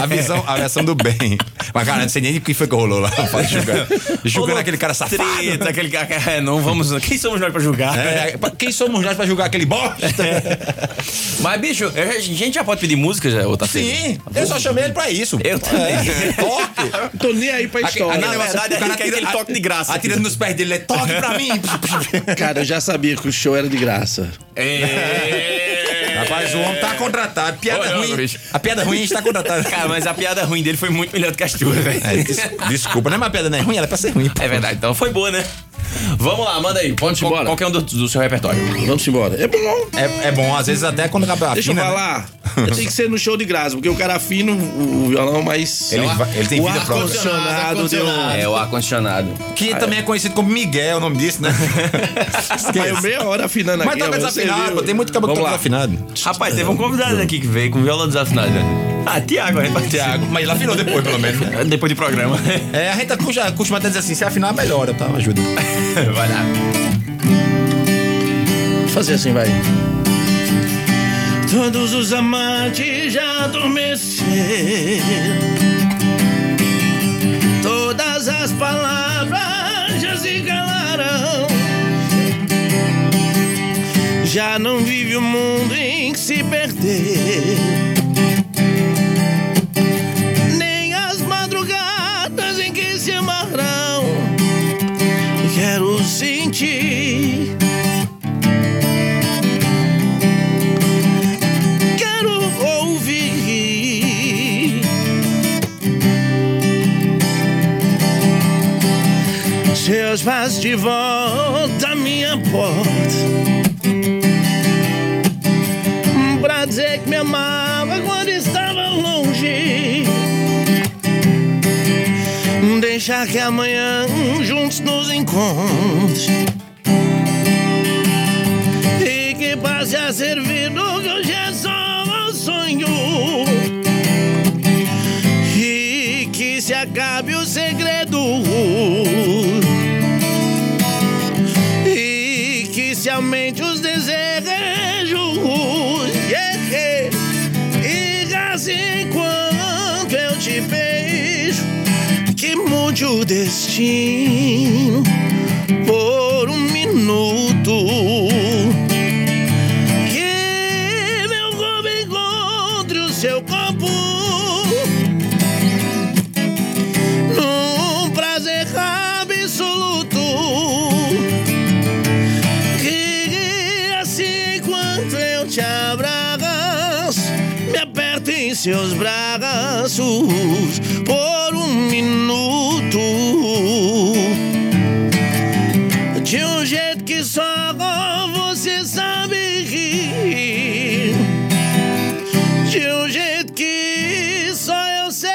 [SPEAKER 7] A, visão, a versão do bem. Mas, cara, não sei nem o que foi que rolou lá. Fala, Julgando, julgando aquele cara safado.
[SPEAKER 3] Treta, aquele cara. Não vamos. Quem somos nós pra julgar?
[SPEAKER 7] É, pra- quem somos nós pra julgar aquele bosta?
[SPEAKER 3] É. Mas, bicho, eu- a gente já pode pedir música, tá já, ô, Tarcísio?
[SPEAKER 7] Sim, eu só chamei ele pra isso.
[SPEAKER 3] Eu também.
[SPEAKER 7] É, toque.
[SPEAKER 8] Tô nem aí pra
[SPEAKER 7] Aquele-
[SPEAKER 8] história.
[SPEAKER 7] aquele
[SPEAKER 3] Na
[SPEAKER 7] negócio-
[SPEAKER 3] verdade,
[SPEAKER 7] o cara
[SPEAKER 3] ele quer que ele
[SPEAKER 7] atira-
[SPEAKER 3] toque de graça.
[SPEAKER 7] Atirando nos pés dele, ele é, toque pra mim.
[SPEAKER 8] Cara, eu já sabia que o show era de graça.
[SPEAKER 3] É.
[SPEAKER 7] Rapaz, o homem tá contratado. Piada
[SPEAKER 3] Ô, não,
[SPEAKER 7] ruim.
[SPEAKER 3] bicho.
[SPEAKER 7] A tá piada ruim está contratada.
[SPEAKER 3] Cara, mas a piada ruim dele foi muito melhor do que as tuas, velho.
[SPEAKER 7] É, des- desculpa, não é uma piada, né? Ruim, ela é pra ser ruim.
[SPEAKER 3] É verdade, então foi boa, né? Vamos lá, manda aí. Pode
[SPEAKER 8] embora.
[SPEAKER 3] Qualquer um do, do seu repertório.
[SPEAKER 8] Vamos embora. É bom.
[SPEAKER 7] É, é bom, às vezes até quando acaba a
[SPEAKER 8] Deixa eu
[SPEAKER 7] fina, né?
[SPEAKER 8] falar. Tem que ser no show de graça, porque o cara afina o o violão, mas.
[SPEAKER 7] Ele vai- ele tem
[SPEAKER 8] o
[SPEAKER 7] vida
[SPEAKER 8] ar
[SPEAKER 7] própria.
[SPEAKER 8] condicionado deu.
[SPEAKER 3] É o ar-condicionado.
[SPEAKER 7] Que também é conhecido como Miguel, o nome disso, né?
[SPEAKER 8] Caiu
[SPEAKER 7] Esquece.
[SPEAKER 8] meia hora afinando
[SPEAKER 7] Mas
[SPEAKER 8] aqui.
[SPEAKER 7] toca
[SPEAKER 8] ó, você
[SPEAKER 7] desafinado,
[SPEAKER 8] viu?
[SPEAKER 7] pô, tem muito cabo que toca
[SPEAKER 8] Vamos lá.
[SPEAKER 7] desafinado.
[SPEAKER 3] Rapaz, teve um convidado aqui que veio com viola desafinada. Ah, Tiago, né?
[SPEAKER 7] Tiago, mas ele afinou depois, pelo menos.
[SPEAKER 3] Depois do programa.
[SPEAKER 7] É, a gente costuma, costuma até dizer assim, se afinar, melhora, tá? Ajuda.
[SPEAKER 3] <laughs> Vai lá.
[SPEAKER 8] Fazer assim, vai. Todos os amantes já adormeceram. Todas as palavras já se calaram. Já não vive o mundo em que se perder. Nem as madrugadas em que se amarram. Quero sentir. quero ouvir. Seus pais de volta à minha porta. Pra dizer que me amava quando estava longe. Deixar que amanhã juntos nos encontre. E que passe a servir do que hoje é só um sonho E que se acabe o segredo E que se aumente os desejos Yeah, yeah. E assim enquanto eu te beijo Que mude o destino por um minuto que meu corpo encontre o seu corpo num Um prazer absoluto. Que assim quando eu te abraço, me aperto em seus braços por um minuto. De um jeito que só você sabe rir. De um jeito que só eu sei.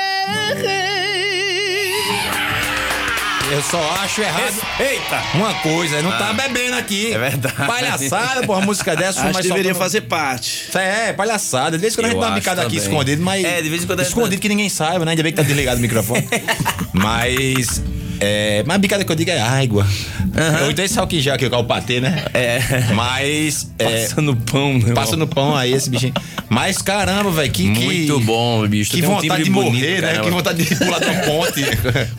[SPEAKER 7] Eu só acho errado
[SPEAKER 9] Eita!
[SPEAKER 7] uma coisa, não tá bebendo aqui. É
[SPEAKER 9] verdade.
[SPEAKER 7] Palhaçada, porra, música dessa.
[SPEAKER 8] Acho
[SPEAKER 7] mas
[SPEAKER 8] que deveria
[SPEAKER 7] solta-
[SPEAKER 8] fazer parte.
[SPEAKER 7] É, palhaçada. De vez em quando a
[SPEAKER 3] Eu
[SPEAKER 7] gente dá uma
[SPEAKER 3] acho
[SPEAKER 7] bicada aqui
[SPEAKER 3] também.
[SPEAKER 7] escondido, mas.
[SPEAKER 3] É, de vez em quando a gente-
[SPEAKER 7] Escondido que ninguém saiba, né? Ainda bem que tá desligado
[SPEAKER 3] <laughs>
[SPEAKER 7] o microfone. mas. É, mas a bicada que eu digo é água. Eu tenho esse álcool em gel que é o patê, né?
[SPEAKER 3] É.
[SPEAKER 7] <laughs> Mas. é,
[SPEAKER 3] Passa no pão, meu
[SPEAKER 7] passa
[SPEAKER 3] irmão.
[SPEAKER 7] no pão aí esse bichinho. Mas caramba, velho, que. que-
[SPEAKER 3] Muito bom, bicho.
[SPEAKER 7] Que
[SPEAKER 3] Tem um timbre
[SPEAKER 7] vontade de
[SPEAKER 3] bonito,
[SPEAKER 7] morrer, né?
[SPEAKER 3] caramba.
[SPEAKER 7] Que vontade de pular da
[SPEAKER 3] <laughs>
[SPEAKER 7] ponte.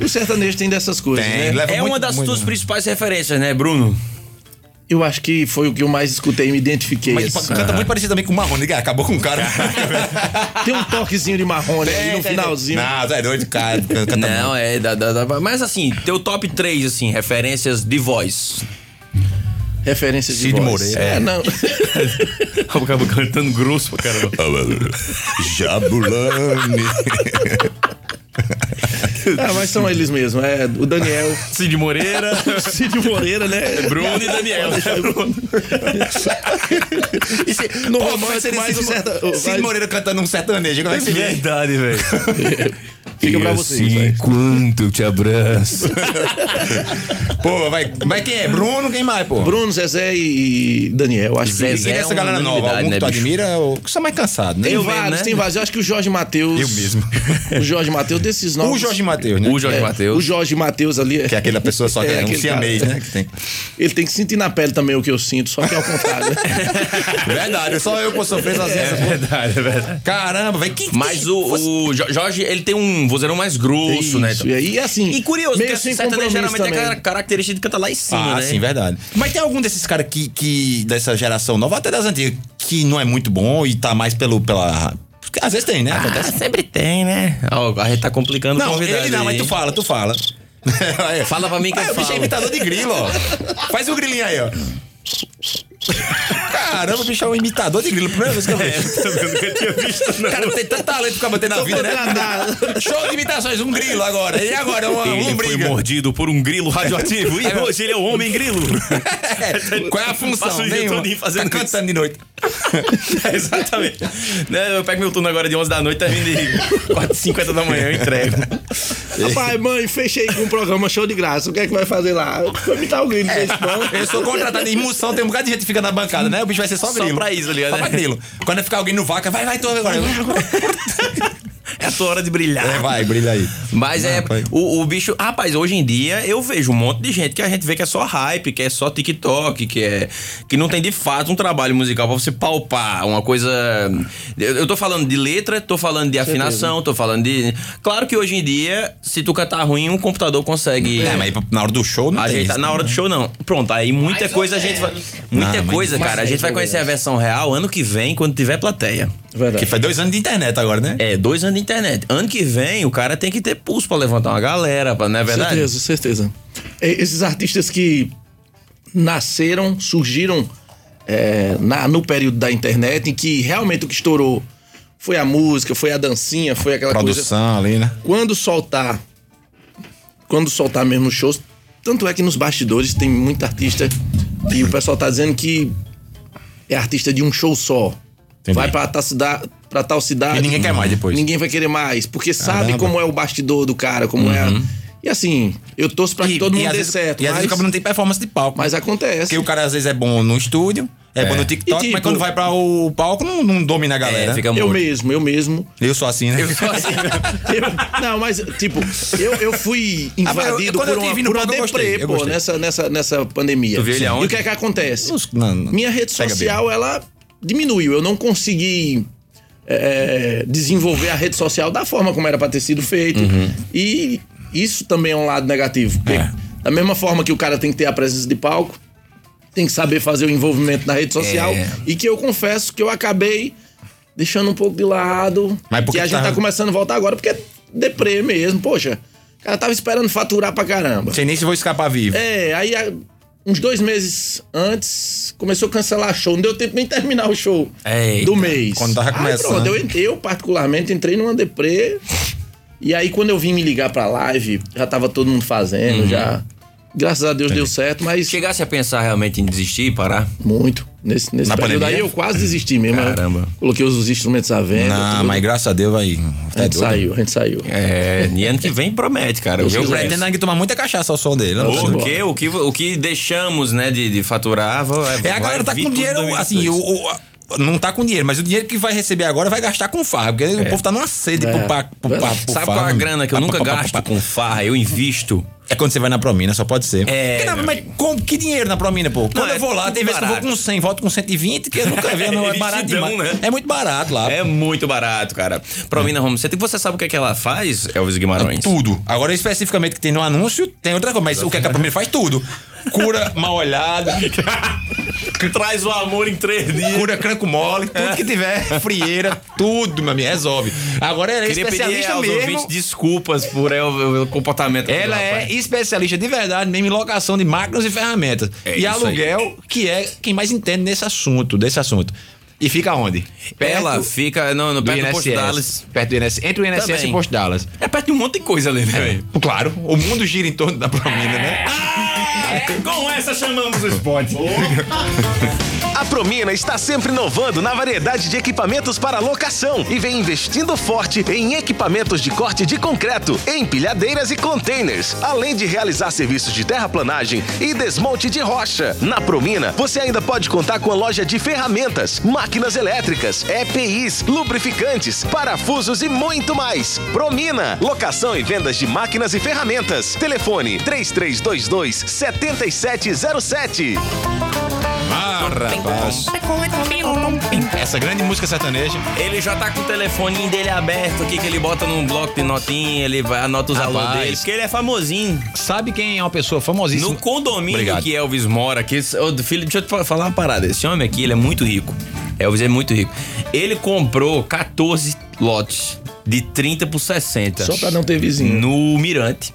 [SPEAKER 8] O sertanejo tem dessas coisas,
[SPEAKER 7] Tem,
[SPEAKER 8] né?
[SPEAKER 7] leva
[SPEAKER 3] É
[SPEAKER 7] muito-
[SPEAKER 3] uma das
[SPEAKER 7] muito-
[SPEAKER 3] tuas principais referências, né, Bruno?
[SPEAKER 8] Eu acho que foi o que eu mais escutei e me identifiquei.
[SPEAKER 7] Mas tipo,
[SPEAKER 8] assim.
[SPEAKER 7] canta muito parecido também com o Marrone, que acabou com
[SPEAKER 3] <laughs>
[SPEAKER 7] o cara.
[SPEAKER 8] Tem um toquezinho de marrone ali no finalzinho.
[SPEAKER 7] Não, tu é doido, cara. Canta
[SPEAKER 3] Não, é. Da, da- da- mas assim, teu top 3, assim, referências de voz.
[SPEAKER 8] referência de
[SPEAKER 7] Cid
[SPEAKER 8] voz.
[SPEAKER 7] Moreira.
[SPEAKER 8] É, não.
[SPEAKER 9] O cabo cantando grosso pra caramba.
[SPEAKER 7] É, Jabulani.
[SPEAKER 8] Ah, mas são eles mesmo. É
[SPEAKER 7] <laughs>
[SPEAKER 8] o Daniel,
[SPEAKER 9] Cid Moreira,
[SPEAKER 3] <laughs>
[SPEAKER 8] Cid Moreira, né?
[SPEAKER 9] Bruno e Daniel.
[SPEAKER 8] No
[SPEAKER 7] Pô,
[SPEAKER 8] romance,
[SPEAKER 7] seria
[SPEAKER 8] mais
[SPEAKER 7] Cid
[SPEAKER 8] um
[SPEAKER 7] Mo-
[SPEAKER 8] certa- o-
[SPEAKER 7] Cid
[SPEAKER 8] mais-
[SPEAKER 7] Moreira cantando um sertanejo. Como é que se vê?
[SPEAKER 9] Verdade, velho.
[SPEAKER 8] Fica pra vocês. vai.
[SPEAKER 7] quanto eu te abraço. <laughs> pô, vai, vai quem é? Bruno, quem mais, pô?
[SPEAKER 8] Bruno, Zezé e Daniel. Acho
[SPEAKER 7] E,
[SPEAKER 8] que
[SPEAKER 7] e
[SPEAKER 3] Zezé
[SPEAKER 7] essa
[SPEAKER 3] é
[SPEAKER 7] galera
[SPEAKER 3] uma
[SPEAKER 7] nova, algum
[SPEAKER 3] unanimidade,
[SPEAKER 7] que
[SPEAKER 3] né,
[SPEAKER 7] tu
[SPEAKER 3] bicho?
[SPEAKER 7] admira ou que você é mais cansado, né?
[SPEAKER 8] Tem
[SPEAKER 3] Eu
[SPEAKER 8] vários,
[SPEAKER 3] mesmo, né?
[SPEAKER 8] tem vários. Eu acho que o Jorge Matheus.
[SPEAKER 7] Eu mesmo.
[SPEAKER 8] O Jorge Matheus desses novos.
[SPEAKER 7] O Jorge Matheus, né?
[SPEAKER 3] O Jorge
[SPEAKER 8] é, O
[SPEAKER 3] Matheus.
[SPEAKER 8] Jorge Matheus ali. <laughs> é-
[SPEAKER 7] Que é aquela pessoa só que é, um
[SPEAKER 8] aquele cara.
[SPEAKER 7] siamês, né? Que tem.
[SPEAKER 8] Ele tem que sentir na pele também o que eu sinto, só que é
[SPEAKER 7] <laughs>
[SPEAKER 8] ao contrário. né?
[SPEAKER 7] É Verdade, só eu que sofri sozinho. É verdade, é verdade. Caramba, velho. Que,
[SPEAKER 3] Mas o, o Jo- Jorge, ele tem um vozeirão mais grosso, né?
[SPEAKER 8] Isso, e aí, assim,
[SPEAKER 3] E curioso,
[SPEAKER 8] meio
[SPEAKER 3] porque
[SPEAKER 8] sem
[SPEAKER 3] sertanejo
[SPEAKER 8] compromisso
[SPEAKER 3] geralmente tem
[SPEAKER 8] também. né?
[SPEAKER 3] aquela característica de cantar lá em cima,
[SPEAKER 7] Ah,
[SPEAKER 3] né?
[SPEAKER 7] sim, verdade. Mas tem algum desses caras que, que. dessa geração nova, até das antigas, que não é muito bom e tá mais pelo. pela. Porque Às vezes tem, né?
[SPEAKER 3] Ah,
[SPEAKER 7] Acontece.
[SPEAKER 3] sempre tem, né? Ó, a gente tá complicando o
[SPEAKER 7] não,
[SPEAKER 3] convidado
[SPEAKER 7] ele não, mas
[SPEAKER 3] aí,
[SPEAKER 7] tu
[SPEAKER 3] hein?
[SPEAKER 7] fala, tu fala. Aí,
[SPEAKER 3] Fala pra mim que
[SPEAKER 7] aí,
[SPEAKER 3] eu
[SPEAKER 7] o bicho é
[SPEAKER 3] falo.
[SPEAKER 7] imitador de grilo, ó.
[SPEAKER 9] <laughs>
[SPEAKER 7] Faz o grilinho aí, ó. Caramba, o bicho é um imitador de grilo. Primeira vez que eu vejo.
[SPEAKER 9] É, Nunca tinha visto,
[SPEAKER 7] O cara tem tanto talento pra bater na vida, né? <laughs> Show de imitações, um grilo agora. E agora? Uma
[SPEAKER 9] Ele foi
[SPEAKER 7] lombriga.
[SPEAKER 9] mordido por um grilo radioativo e
[SPEAKER 7] <laughs> É,
[SPEAKER 9] hoje ele é o homem grilo.
[SPEAKER 7] <laughs> É, Qual é a função?
[SPEAKER 9] Passa o dia
[SPEAKER 7] Nenhuma.
[SPEAKER 9] todinho fazendo
[SPEAKER 7] tá
[SPEAKER 9] isso.
[SPEAKER 7] cantando de noite.
[SPEAKER 9] <laughs> É, Exatamente. Né, Eu pego meu turno agora de 11 da noite, termino de 4 50 da manhã, eu entrego.
[SPEAKER 8] Papai, mãe, fechei com um programa show de graça. O que é que vai fazer lá? Vai imitar o grilo, fez
[SPEAKER 7] É. Eu sou contratado em moção, tem um bocado de gente que fica na bancada, né? O bicho vai ser só
[SPEAKER 3] Só
[SPEAKER 7] grilo.
[SPEAKER 3] pra isso, ligado?
[SPEAKER 7] Só pra grilo. Quando ficar alguém no vaca, vai, vai, tu agora.
[SPEAKER 3] É a tua hora de brilhar.
[SPEAKER 7] É, vai, brilha aí.
[SPEAKER 3] Mas é,
[SPEAKER 7] rapaz.
[SPEAKER 3] o, o bicho. Rapaz, hoje em dia eu vejo um monte de gente que a gente vê que é só hype, que é só TikTok, que é. que não tem de fato um trabalho musical pra você palpar. Uma coisa. Eu, eu tô falando de letra, tô falando de afinação, tô falando de. Claro que hoje em dia, se tu cantar ruim, um computador consegue.
[SPEAKER 7] É, mas na hora do show não tem
[SPEAKER 3] Ajeitar
[SPEAKER 7] isso.
[SPEAKER 3] tá na hora do show, não. Pronto, aí muita coisa a gente vai. Muita
[SPEAKER 7] Não, mas-
[SPEAKER 3] coisa, cara. A gente vai conhecer a versão real ano que vem, quando tiver plateia.
[SPEAKER 7] Que
[SPEAKER 8] Verdade.
[SPEAKER 7] faz dois anos de internet agora, né?
[SPEAKER 3] É, dois anos de internet. Ano que vem, o cara tem que ter pulso pra levantar uma galera, pra- não é verdade?
[SPEAKER 8] Certeza, certeza. E- É, Esses artistas que nasceram, surgiram é, na, no período da internet, em que realmente o que estourou foi a música, foi a dancinha, foi aquela coisa.
[SPEAKER 7] Produção ali, né?
[SPEAKER 8] quando soltar, quando soltar mesmo os shows, tanto é que nos bastidores tem muito artista e o pessoal tá dizendo que é artista de um show só.
[SPEAKER 7] Entendi.
[SPEAKER 8] Vai pra tal cidade, para tal cidade.
[SPEAKER 7] E ninguém quer mais depois.
[SPEAKER 8] Ninguém vai querer mais, porque
[SPEAKER 7] Caramba.
[SPEAKER 8] sabe como é o bastidor do cara, como é. a- E assim, eu torço pra que todo mundo
[SPEAKER 7] às
[SPEAKER 8] dê
[SPEAKER 7] vezes-
[SPEAKER 8] certo,
[SPEAKER 7] E às
[SPEAKER 8] mas,
[SPEAKER 7] vezes o cara não tem performance de palco.
[SPEAKER 8] mas acontece.
[SPEAKER 7] Porque o cara às vezes é bom no estúdio, é, bom no TikTok,
[SPEAKER 8] E, tipo,
[SPEAKER 7] mas quando vai pra o palco não, não domina a galera. né?
[SPEAKER 3] É, fica
[SPEAKER 8] Eu
[SPEAKER 3] morto.
[SPEAKER 8] mesmo, eu mesmo.
[SPEAKER 7] Eu sou assim, né? <laughs>
[SPEAKER 8] Eu- <laughs> não, mas, tipo, eu, eu fui
[SPEAKER 7] Ah, mas eu- eu-
[SPEAKER 8] invadido
[SPEAKER 7] quando
[SPEAKER 8] por
[SPEAKER 7] eu
[SPEAKER 8] uma,
[SPEAKER 7] te vi no
[SPEAKER 8] por uma
[SPEAKER 7] palco, eu gostei,
[SPEAKER 8] deprê,
[SPEAKER 7] eu
[SPEAKER 8] pô,
[SPEAKER 7] gostei.
[SPEAKER 8] nessa, nessa, nessa pandemia.
[SPEAKER 3] Tu viu ele
[SPEAKER 8] Sim.
[SPEAKER 3] aonde?
[SPEAKER 8] E o que é que acontece?
[SPEAKER 7] Nos- na- na-
[SPEAKER 8] Minha rede
[SPEAKER 7] Pega
[SPEAKER 8] social, ela diminuiu. Eu não consegui é, é, desenvolver a rede social da forma como era pra ter sido feito. E isso também é um lado negativo. Porque
[SPEAKER 7] Uhum. É.
[SPEAKER 8] Da mesma forma que o cara tem que ter a presença de palco, tem que saber fazer o envolvimento na rede social.
[SPEAKER 3] É.
[SPEAKER 8] E que eu confesso que eu acabei deixando um pouco de lado.
[SPEAKER 7] Mas por
[SPEAKER 8] que
[SPEAKER 7] que
[SPEAKER 8] a
[SPEAKER 7] que
[SPEAKER 8] gente
[SPEAKER 7] tava-
[SPEAKER 8] tá começando a voltar agora, porque é deprê mesmo. Poxa, o cara tava esperando faturar pra caramba.
[SPEAKER 7] Sei nem se vou escapar vivo.
[SPEAKER 8] É, aí a- uns dois meses antes começou a cancelar show. Não deu tempo nem terminar o show
[SPEAKER 3] Eita,
[SPEAKER 8] do mês.
[SPEAKER 7] quando tava
[SPEAKER 8] Aí,
[SPEAKER 7] começando.
[SPEAKER 8] pronto, eu, entrei- eu, particularmente, entrei numa deprê. E aí, quando eu vim me ligar pra live, já tava todo mundo fazendo,
[SPEAKER 7] Uhum.
[SPEAKER 8] já. Graças a Deus deu certo, mas
[SPEAKER 3] Chegasse a pensar realmente em desistir e parar?
[SPEAKER 8] muito. Nesse, nesse
[SPEAKER 7] Na
[SPEAKER 8] período
[SPEAKER 7] pandemia?
[SPEAKER 8] aí eu quase desisti mesmo.
[SPEAKER 3] Caramba.
[SPEAKER 8] Eu Coloquei os, os instrumentos à venda.
[SPEAKER 7] Ah,
[SPEAKER 8] tudo.
[SPEAKER 7] mas graças a Deus vai. tá
[SPEAKER 8] a gente saiu, a gente saiu.
[SPEAKER 3] É, e ano que vem promete, cara. O que,
[SPEAKER 7] Eu
[SPEAKER 3] eu-
[SPEAKER 7] pretendo ainda tomar muita cachaça ao som dele. né?
[SPEAKER 3] o que, o que, o que deixamos, né, de, de faturar... Vai,
[SPEAKER 7] É, a galera tá
[SPEAKER 3] vai vir
[SPEAKER 7] com
[SPEAKER 3] tudo em
[SPEAKER 7] dinheiro,
[SPEAKER 3] 2022.
[SPEAKER 7] assim, o, o- a- não tá com dinheiro, mas o dinheiro que vai receber agora vai gastar com farra, porque
[SPEAKER 3] É.
[SPEAKER 7] o povo tá numa sede pro, pa, pro, pa, pro
[SPEAKER 3] Sabe
[SPEAKER 7] farra,
[SPEAKER 3] qual é a
[SPEAKER 7] mano.
[SPEAKER 3] grana que eu
[SPEAKER 7] Pá,
[SPEAKER 3] nunca
[SPEAKER 7] pá, pá, pá,
[SPEAKER 3] gasto
[SPEAKER 7] pá.
[SPEAKER 3] com farra? Eu invisto.
[SPEAKER 7] É quando você vai na promina, só pode ser.
[SPEAKER 3] É,
[SPEAKER 7] Porque na-
[SPEAKER 3] meu
[SPEAKER 7] mas com, que dinheiro na promina, pô? Quando
[SPEAKER 3] é
[SPEAKER 7] eu vou lá, tem vezes que eu vou
[SPEAKER 3] barato.
[SPEAKER 7] com 100, volto com 120, que eu nunca vi, não, é barato
[SPEAKER 3] Vestidão,
[SPEAKER 7] demais.
[SPEAKER 3] né?
[SPEAKER 7] É muito barato lá.
[SPEAKER 3] É muito barato, cara. Promina Home Center. E você sabe o que, é que ela faz, Elvis Guimarães?
[SPEAKER 7] Tudo. Agora, especificamente, que tem no anúncio, tem outra coisa, mas o que é que a promina faz? Tudo. Cura mal olhada,
[SPEAKER 3] Traz o amor em três dias.
[SPEAKER 7] Cura cranco mole, tudo que tiver,
[SPEAKER 3] <laughs>
[SPEAKER 7] frieira, tudo, meu amigo, resolve. Agora ela é
[SPEAKER 3] Queria pedir
[SPEAKER 7] especialista
[SPEAKER 3] aos
[SPEAKER 7] mesmo.
[SPEAKER 3] ouvintes desculpas por é, o, o comportamento.
[SPEAKER 7] Ela
[SPEAKER 3] do
[SPEAKER 7] é
[SPEAKER 3] rapaz.
[SPEAKER 7] especialista de verdade mesmo em locação de máquinas e ferramentas.
[SPEAKER 2] É
[SPEAKER 7] e
[SPEAKER 2] isso
[SPEAKER 7] aluguel, que é quem mais entende nesse assunto, desse assunto. E fica onde?
[SPEAKER 3] Ela
[SPEAKER 7] Perto
[SPEAKER 3] fica no, no
[SPEAKER 7] do
[SPEAKER 3] perto do Posto
[SPEAKER 7] INSS.
[SPEAKER 3] Dallas.
[SPEAKER 7] Perto do INSS. Entre o INSS e
[SPEAKER 3] Também.
[SPEAKER 7] o Posto Dallas.
[SPEAKER 3] É perto de um monte de coisa ali,
[SPEAKER 7] É.
[SPEAKER 3] né? velho?
[SPEAKER 7] Claro, o mundo gira em torno da promina, né?
[SPEAKER 3] Com essa chamamos os
[SPEAKER 6] A Promina está sempre inovando na variedade de equipamentos para locação e vem investindo forte em equipamentos de corte de concreto, empilhadeiras e containers, além de realizar serviços de terraplanagem e desmonte de rocha. Na Promina, você ainda pode contar com a loja de ferramentas, máquinas elétricas, EPIs, lubrificantes, parafusos e muito mais. Promina, locação e vendas de máquinas e ferramentas. Telefone 3322 7707.
[SPEAKER 7] Ah, rapaz. Essa grande música sertaneja.
[SPEAKER 3] Ele já tá com o telefoninho dele aberto aqui, que ele bota num bloco de notinha, ele vai- anota os alunos
[SPEAKER 7] Rapaz.
[SPEAKER 3] dele, porque ele é famosinho.
[SPEAKER 7] Sabe quem é uma pessoa
[SPEAKER 3] No
[SPEAKER 7] famosíssima?
[SPEAKER 3] condomínio
[SPEAKER 7] Obrigado.
[SPEAKER 3] que Elvis mora, que esse- ô, filho, deixa eu te fa- falar uma parada. Esse homem aqui, ele é muito rico. Elvis é muito rico. Ele comprou 14 lotes de 30 por 60
[SPEAKER 8] Só pra não ter vizinho.
[SPEAKER 3] no Mirante.